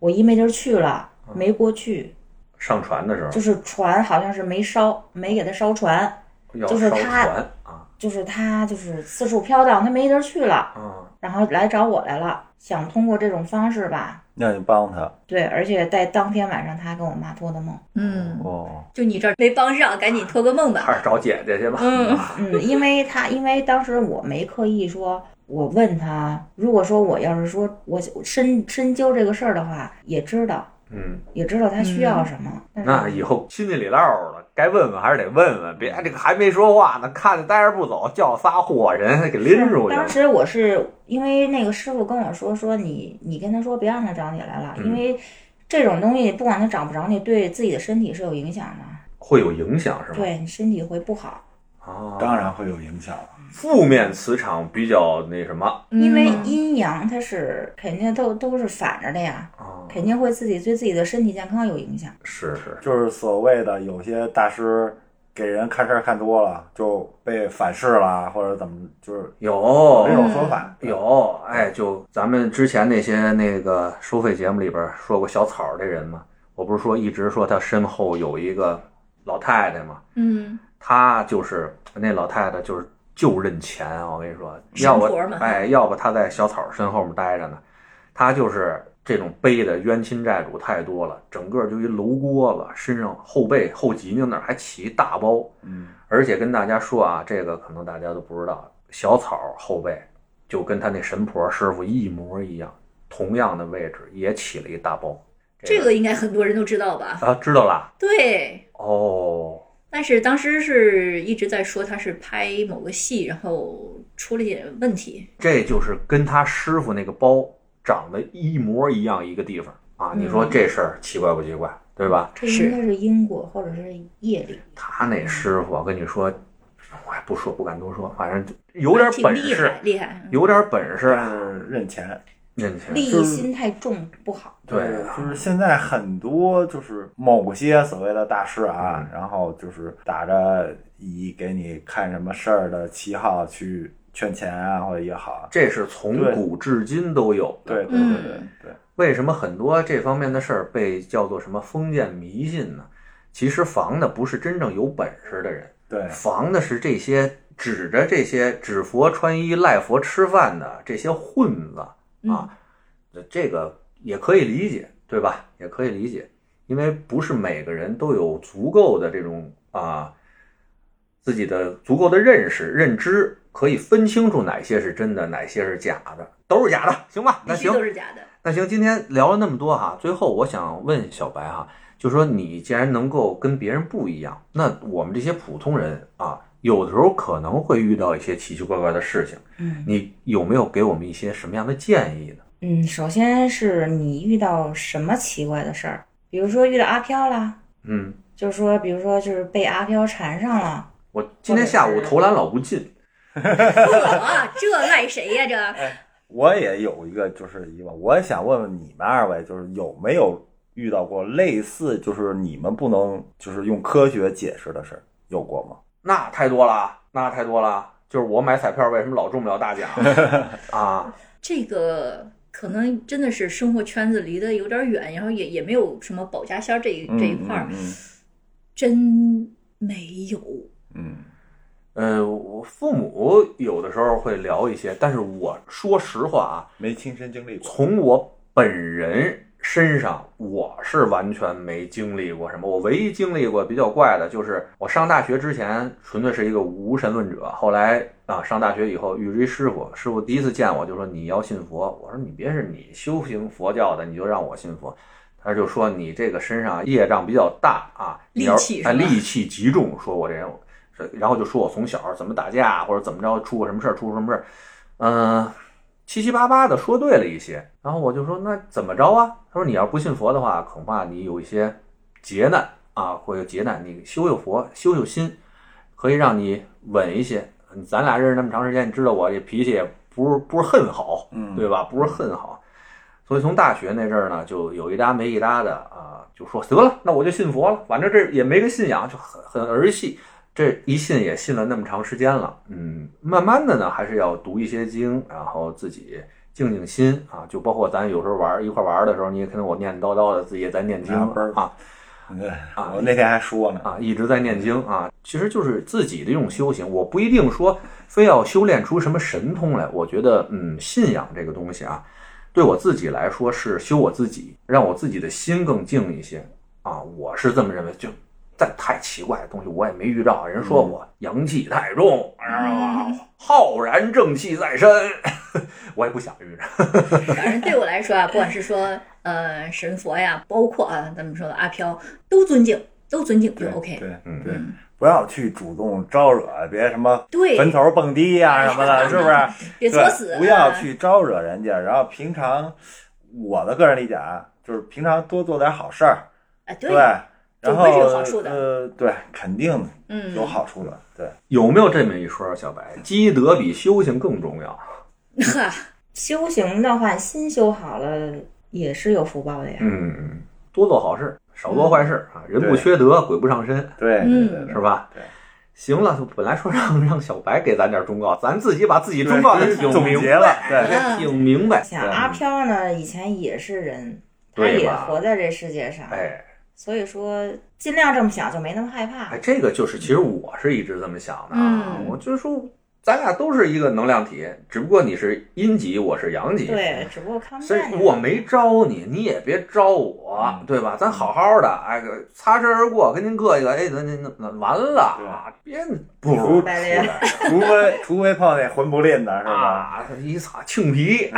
[SPEAKER 5] 我姨没地儿去了，没过去，
[SPEAKER 3] 上船的时候
[SPEAKER 5] 就是船好像是没烧，没给她烧船，
[SPEAKER 3] 要
[SPEAKER 5] 就是
[SPEAKER 3] 烧
[SPEAKER 5] 他
[SPEAKER 3] 船啊
[SPEAKER 5] 就是她就是四处飘荡，她没地儿去了，
[SPEAKER 3] 啊，
[SPEAKER 5] 然后来找我来了，想通过这种方式吧，
[SPEAKER 4] 让你帮他，
[SPEAKER 5] 对，而且在当天晚上，她还跟我妈托的梦。
[SPEAKER 6] 嗯，
[SPEAKER 4] 哦，
[SPEAKER 6] 就你这儿没帮上，赶紧托个梦
[SPEAKER 3] 还
[SPEAKER 6] 吧。
[SPEAKER 3] 是找姐姐去吧。啊
[SPEAKER 6] 嗯
[SPEAKER 5] 嗯，因为他因为当时我没刻意说，我问他，如果说我要是说我深深究这个事儿的话，也知道
[SPEAKER 3] 嗯，
[SPEAKER 5] 也知道他需要什么。但是
[SPEAKER 3] 那以后亲戚里唠了，该问问还是得问问，别这个还没说话呢，看着待着不走，叫仨火人给拎出去了
[SPEAKER 5] 当。时我是因为那个师傅跟我说说你你跟他说别让他找你来了，
[SPEAKER 3] 嗯
[SPEAKER 5] 因为这种东西不管他找不着你，对自己的身体是有影响的，
[SPEAKER 3] 会有影响是吗？
[SPEAKER 5] 对你身体会不好。
[SPEAKER 3] 啊，
[SPEAKER 4] 当然会有影响了。
[SPEAKER 3] 负面磁场比较那什么
[SPEAKER 5] 因为
[SPEAKER 6] 嗯
[SPEAKER 5] 阴阳它是肯定都都是反着的呀，
[SPEAKER 3] 啊，
[SPEAKER 5] 肯定会自己对自己的身体健康有影响。
[SPEAKER 3] 是是，
[SPEAKER 4] 就是所谓的有些大师给人看事儿看多了，就被反噬了，或者怎么，就是有
[SPEAKER 3] 有
[SPEAKER 4] 这种说法。
[SPEAKER 6] 嗯
[SPEAKER 3] 有，哎，就咱们之前那些那个收费节目里边说过小草这人嘛，我不是说一直说他身后有一个老太太嘛，
[SPEAKER 6] 嗯，
[SPEAKER 3] 她就是那老太太就是就认钱啊，我跟你说，
[SPEAKER 6] 神
[SPEAKER 3] 要不
[SPEAKER 6] 婆嘛
[SPEAKER 3] 哎，要不她在小草身后面待着呢，她就是这种背的冤亲债主太多了，整个就一楼锅子，身上后背后脊梁那儿还起一大包，
[SPEAKER 4] 嗯，
[SPEAKER 3] 而且跟大家说啊，这个可能大家都不知道，小草后背就跟他那神婆师傅一模一样，同样的位置也起了一大包。
[SPEAKER 6] 这个应该很多人都知道吧？
[SPEAKER 3] 啊，知道了
[SPEAKER 6] 对，
[SPEAKER 3] 哦，
[SPEAKER 6] 但是当时是一直在说他是拍某个戏，然后出了点问题。
[SPEAKER 3] 这就是跟他师傅那个包长得一模一样一个地方啊。你说这事儿奇怪不奇怪，对吧？
[SPEAKER 5] 这
[SPEAKER 6] 是
[SPEAKER 5] 应该是因果或者是业力。
[SPEAKER 3] 他那师傅，我啊跟你说，我也不说，不敢多说，反正有点
[SPEAKER 6] 挺
[SPEAKER 3] 本
[SPEAKER 6] 厉
[SPEAKER 3] 事
[SPEAKER 6] 害，，厉害。
[SPEAKER 3] 有点本事，啊
[SPEAKER 4] 是认钱。
[SPEAKER 3] 认钱。
[SPEAKER 5] 利益心太重不好。
[SPEAKER 3] 对啊，
[SPEAKER 4] 就是现在很多就是某些所谓的大师
[SPEAKER 3] 嗯
[SPEAKER 4] 啊，然后就是打着以给你看什么事儿的旗号去圈钱啊，或者也好，
[SPEAKER 3] 这是从
[SPEAKER 4] 对
[SPEAKER 3] 古至今都有的。
[SPEAKER 4] 对对
[SPEAKER 6] 嗯
[SPEAKER 4] 对对对，
[SPEAKER 3] 为什么很多这方面的事儿被叫做什么封建迷信呢？其实防的不是真正有本事的人，
[SPEAKER 4] 对，
[SPEAKER 3] 防的是这些指着这些指佛穿衣、赖佛吃饭的这些混子
[SPEAKER 6] 嗯
[SPEAKER 3] 啊。这个也可以理解，对吧？也可以理解，因为不是每个人都有足够的这种啊自己的足够的认识、认知，可以分清楚哪些是真的，哪些是假的，都是假的，行吧？那
[SPEAKER 6] 必须
[SPEAKER 3] 行，
[SPEAKER 6] 都是假的。
[SPEAKER 3] 那行，今天聊了那么多哈，最后我想问小白哈，就说你既然能够跟别人不一样，那我们这些普通人啊，有的时候可能会遇到一些奇奇怪怪的事情，
[SPEAKER 5] 嗯
[SPEAKER 3] 你有没有给我们一些什么样的建议呢？
[SPEAKER 5] 嗯，首先是你遇到什么奇怪的事儿，比如说遇到阿飘啦，
[SPEAKER 3] 嗯，
[SPEAKER 5] 就是说，比如说就是被阿飘缠上了，
[SPEAKER 3] 我今天下午投篮老不进，
[SPEAKER 6] 啊，这赖谁呀、这
[SPEAKER 4] 我也有一个就是疑问，我也想问问你们二位，就是有没有遇到过类似就是你们不能就是用科学解释的事儿，有过吗？
[SPEAKER 3] 那太多了，那太多了。就是我买彩票为什么老中不了大奖啊？
[SPEAKER 6] 这个可能真的是生活圈子离得有点远，然后也也没有什么保家仙儿这一这一块儿，
[SPEAKER 4] 嗯
[SPEAKER 6] 真没有。
[SPEAKER 4] 嗯
[SPEAKER 3] 呃，我父母有的时候会聊一些，但是我说实话啊，
[SPEAKER 4] 没亲身经历过。
[SPEAKER 3] 从我本人身上，我是完全没经历过什么。我唯一经历过比较怪的，就是我上大学之前纯粹是一个无神论者，后来啊上大学以后遇着一师傅，师傅第一次见我就说你要信佛，我说你别是你修行佛教的，你就让我信佛。他就说你这个身上业障比较大啊，你要
[SPEAKER 6] 戾气是吧
[SPEAKER 3] 哎戾气极重，说我这人，是然后就说我从小怎么打架或者怎么着出过什么事儿，出过什么事儿，嗯、七七八八的说对了一些。然后我就说那怎么着啊？他说你要不信佛的话，恐怕你有一些劫难啊，会有劫难。你修修佛，修修心，可以让你稳一些。咱俩认识那么长时间，你知道我这脾气也不是不是很好，
[SPEAKER 4] 嗯
[SPEAKER 3] 对吧？不是很好。所以从大学那阵儿呢，就有一搭没一搭的啊，就说得了，那我就信佛了，反正这也没个信仰，就很很儿戏。这一信也信了那么长时间了，嗯，慢慢的呢，还是要读一些经，然后自己静静心啊。就包括咱有时候玩儿一块儿玩儿的时候，你也看到我念叨叨的，自己也在念经
[SPEAKER 4] 啊不是
[SPEAKER 3] 啊
[SPEAKER 4] 对，
[SPEAKER 3] 啊
[SPEAKER 4] 我那天还说呢，
[SPEAKER 3] 啊，一直在念经啊，其实就是自己的一种修行。我不一定说非要修炼出什么神通来，我觉得，嗯，信仰这个东西啊，对我自己来说是修我自己，让我自己的心更静一些啊，我是这么认为。就但太奇怪的东西我也没遇到，人说我阳气太重，啊，浩然正气在身， 我也不想遇着。
[SPEAKER 6] 反正对我来说啊，不管是说呃神佛呀，包括啊咱们说的阿飘，都尊敬，都尊敬就
[SPEAKER 4] 对
[SPEAKER 6] OK。
[SPEAKER 4] 对
[SPEAKER 3] 嗯
[SPEAKER 4] 对，不要去主动招惹，别什么
[SPEAKER 6] 对
[SPEAKER 4] 坟头蹦迪呀、什么的，是不是？
[SPEAKER 6] 别作死，啊
[SPEAKER 4] 对不要。去招惹人家。然后平常，我的个人理解啊，就是平常多做点好事儿，
[SPEAKER 6] 啊，对
[SPEAKER 4] 对，，然后
[SPEAKER 6] 总归是有好处的
[SPEAKER 4] 呃，对，肯定
[SPEAKER 6] 嗯，
[SPEAKER 4] 有好处的，对。
[SPEAKER 3] 有没有这么一说，小白？积德比修行更重要。
[SPEAKER 6] 哈，
[SPEAKER 5] 修行的话，心修好了也是有福报的呀。
[SPEAKER 3] 嗯嗯，多做好事，少做坏事啊，人不缺德，鬼不上身，
[SPEAKER 4] 对，
[SPEAKER 6] 嗯
[SPEAKER 4] 对对对
[SPEAKER 3] 是吧？
[SPEAKER 4] 对。
[SPEAKER 3] 行了，本来说让让小白给咱点忠告，咱自己把自己忠告给挺
[SPEAKER 4] 总
[SPEAKER 3] 明
[SPEAKER 4] 结了，对，
[SPEAKER 3] 白，挺明白。
[SPEAKER 5] 嗯想阿飘呢，以前也是人，他
[SPEAKER 3] 对
[SPEAKER 5] 也
[SPEAKER 3] 吧
[SPEAKER 5] 活在这世界上，
[SPEAKER 3] 哎，
[SPEAKER 5] 所以说尽量这么想，就没那么害怕
[SPEAKER 3] 哎，。这个就是，其实我是一直这么想的啊。
[SPEAKER 6] 嗯
[SPEAKER 3] 我就说，咱俩都是一个能量体，只不过你是阴极，我是阳极。，
[SPEAKER 5] 对，只不过看不
[SPEAKER 3] 所以
[SPEAKER 5] 见你。
[SPEAKER 3] 我没招你，你也别招我，
[SPEAKER 4] 嗯
[SPEAKER 3] 对吧？咱好好的，哎，擦身而过，跟您客气了，哎，咱咱咱完了
[SPEAKER 4] 对
[SPEAKER 3] 啊，别不如
[SPEAKER 5] 白脸
[SPEAKER 4] 除非除非碰见魂不吝的是吧？
[SPEAKER 3] 啊，一擦青皮，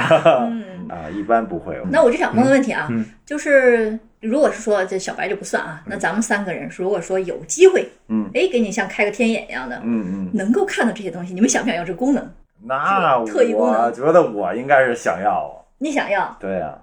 [SPEAKER 6] 嗯，
[SPEAKER 4] 啊，一般不会。
[SPEAKER 6] 那我就想问个问题啊，
[SPEAKER 3] 嗯嗯
[SPEAKER 6] 就是如果是说这小白就不算啊，那咱们三个人如果说有机会，
[SPEAKER 4] 嗯
[SPEAKER 6] 哎，给你像开个天眼一样的，
[SPEAKER 4] 嗯嗯，
[SPEAKER 6] 能够看到这些东西，你们想不想要这功能？
[SPEAKER 4] 那
[SPEAKER 6] 特异功能
[SPEAKER 4] 我觉得我应该是想要，
[SPEAKER 6] 你想要？
[SPEAKER 4] 对呀，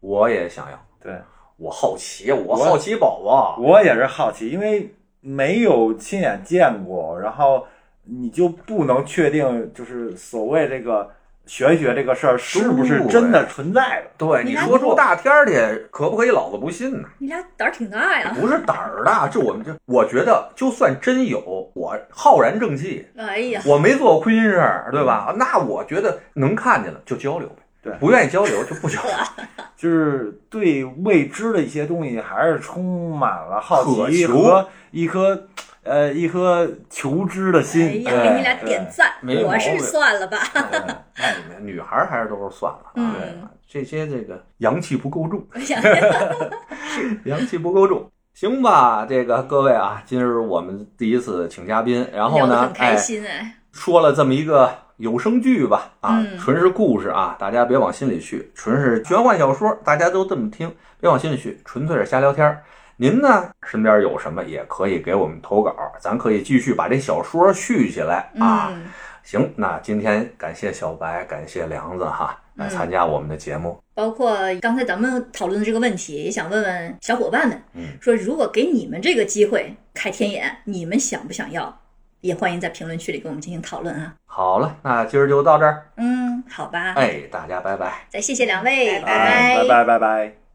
[SPEAKER 3] 我也想要，
[SPEAKER 4] 对，
[SPEAKER 3] 我好奇，啊我好奇宝宝，啊
[SPEAKER 4] 我也是好奇，因为没有亲眼见过，然后你就不能确定，就是所谓这个玄学这个事儿是不是真的存在的。
[SPEAKER 3] 对
[SPEAKER 6] 你
[SPEAKER 3] 你
[SPEAKER 6] 看
[SPEAKER 3] 说出大天儿去，可不可以？老子不信 呢。
[SPEAKER 6] 你俩胆儿挺大呀！
[SPEAKER 3] 不是胆儿大，这我们这，我觉得就算真有，我浩然正气，
[SPEAKER 4] 嗯
[SPEAKER 6] 哎呀，
[SPEAKER 3] 我没做过亏心事儿，对吧？那我觉得能看见了就交流呗，
[SPEAKER 4] 对
[SPEAKER 3] 不愿意交流就不交流。
[SPEAKER 4] 就是对未知的一些东西，还是充满了好
[SPEAKER 3] 渴
[SPEAKER 4] 奇
[SPEAKER 3] 求
[SPEAKER 4] 和一颗呃一颗求知的
[SPEAKER 6] 哎
[SPEAKER 4] 心。呃
[SPEAKER 6] 呀，给你俩点赞，
[SPEAKER 3] 对没毛
[SPEAKER 6] 我
[SPEAKER 3] 病
[SPEAKER 6] 是算了吧。
[SPEAKER 4] 对对
[SPEAKER 3] 那你们女孩儿还是都是算了啊，
[SPEAKER 6] 嗯
[SPEAKER 3] 这些这个阳气不够 重，
[SPEAKER 6] 我想
[SPEAKER 3] 阳气不够重。行吧，这个各位啊，今儿我们第一次请嘉宾，然后
[SPEAKER 6] 聊得
[SPEAKER 3] 呢
[SPEAKER 6] 很，开
[SPEAKER 3] 哎，
[SPEAKER 6] 心哎，
[SPEAKER 3] 说了这么一个有声剧吧，啊，
[SPEAKER 6] 嗯
[SPEAKER 3] 纯是故事啊，大家别往心里去，纯是玄幻小说，大家都这么听，别往心里去，纯粹是瞎聊天儿。您呢，身边有什么也可以给我们投稿，咱可以继续把这小说续起来啊。
[SPEAKER 6] 嗯，
[SPEAKER 3] 行，那今天感谢小白，感谢梁子哈，来
[SPEAKER 6] 嗯
[SPEAKER 3] 参加我们的节目。
[SPEAKER 6] 包括刚才咱们讨论的这个问题，也想问问小伙伴们
[SPEAKER 3] 嗯，
[SPEAKER 6] 说如果给你们这个机会开天眼，你们想不想要？也欢迎在评论区里跟我们进行讨论啊。
[SPEAKER 3] 好了，那今儿就到这儿，哎
[SPEAKER 6] 嗯，好吧，
[SPEAKER 3] 哎，大家拜拜。
[SPEAKER 6] 再谢谢两位，
[SPEAKER 5] 拜
[SPEAKER 4] 哎拜拜拜拜。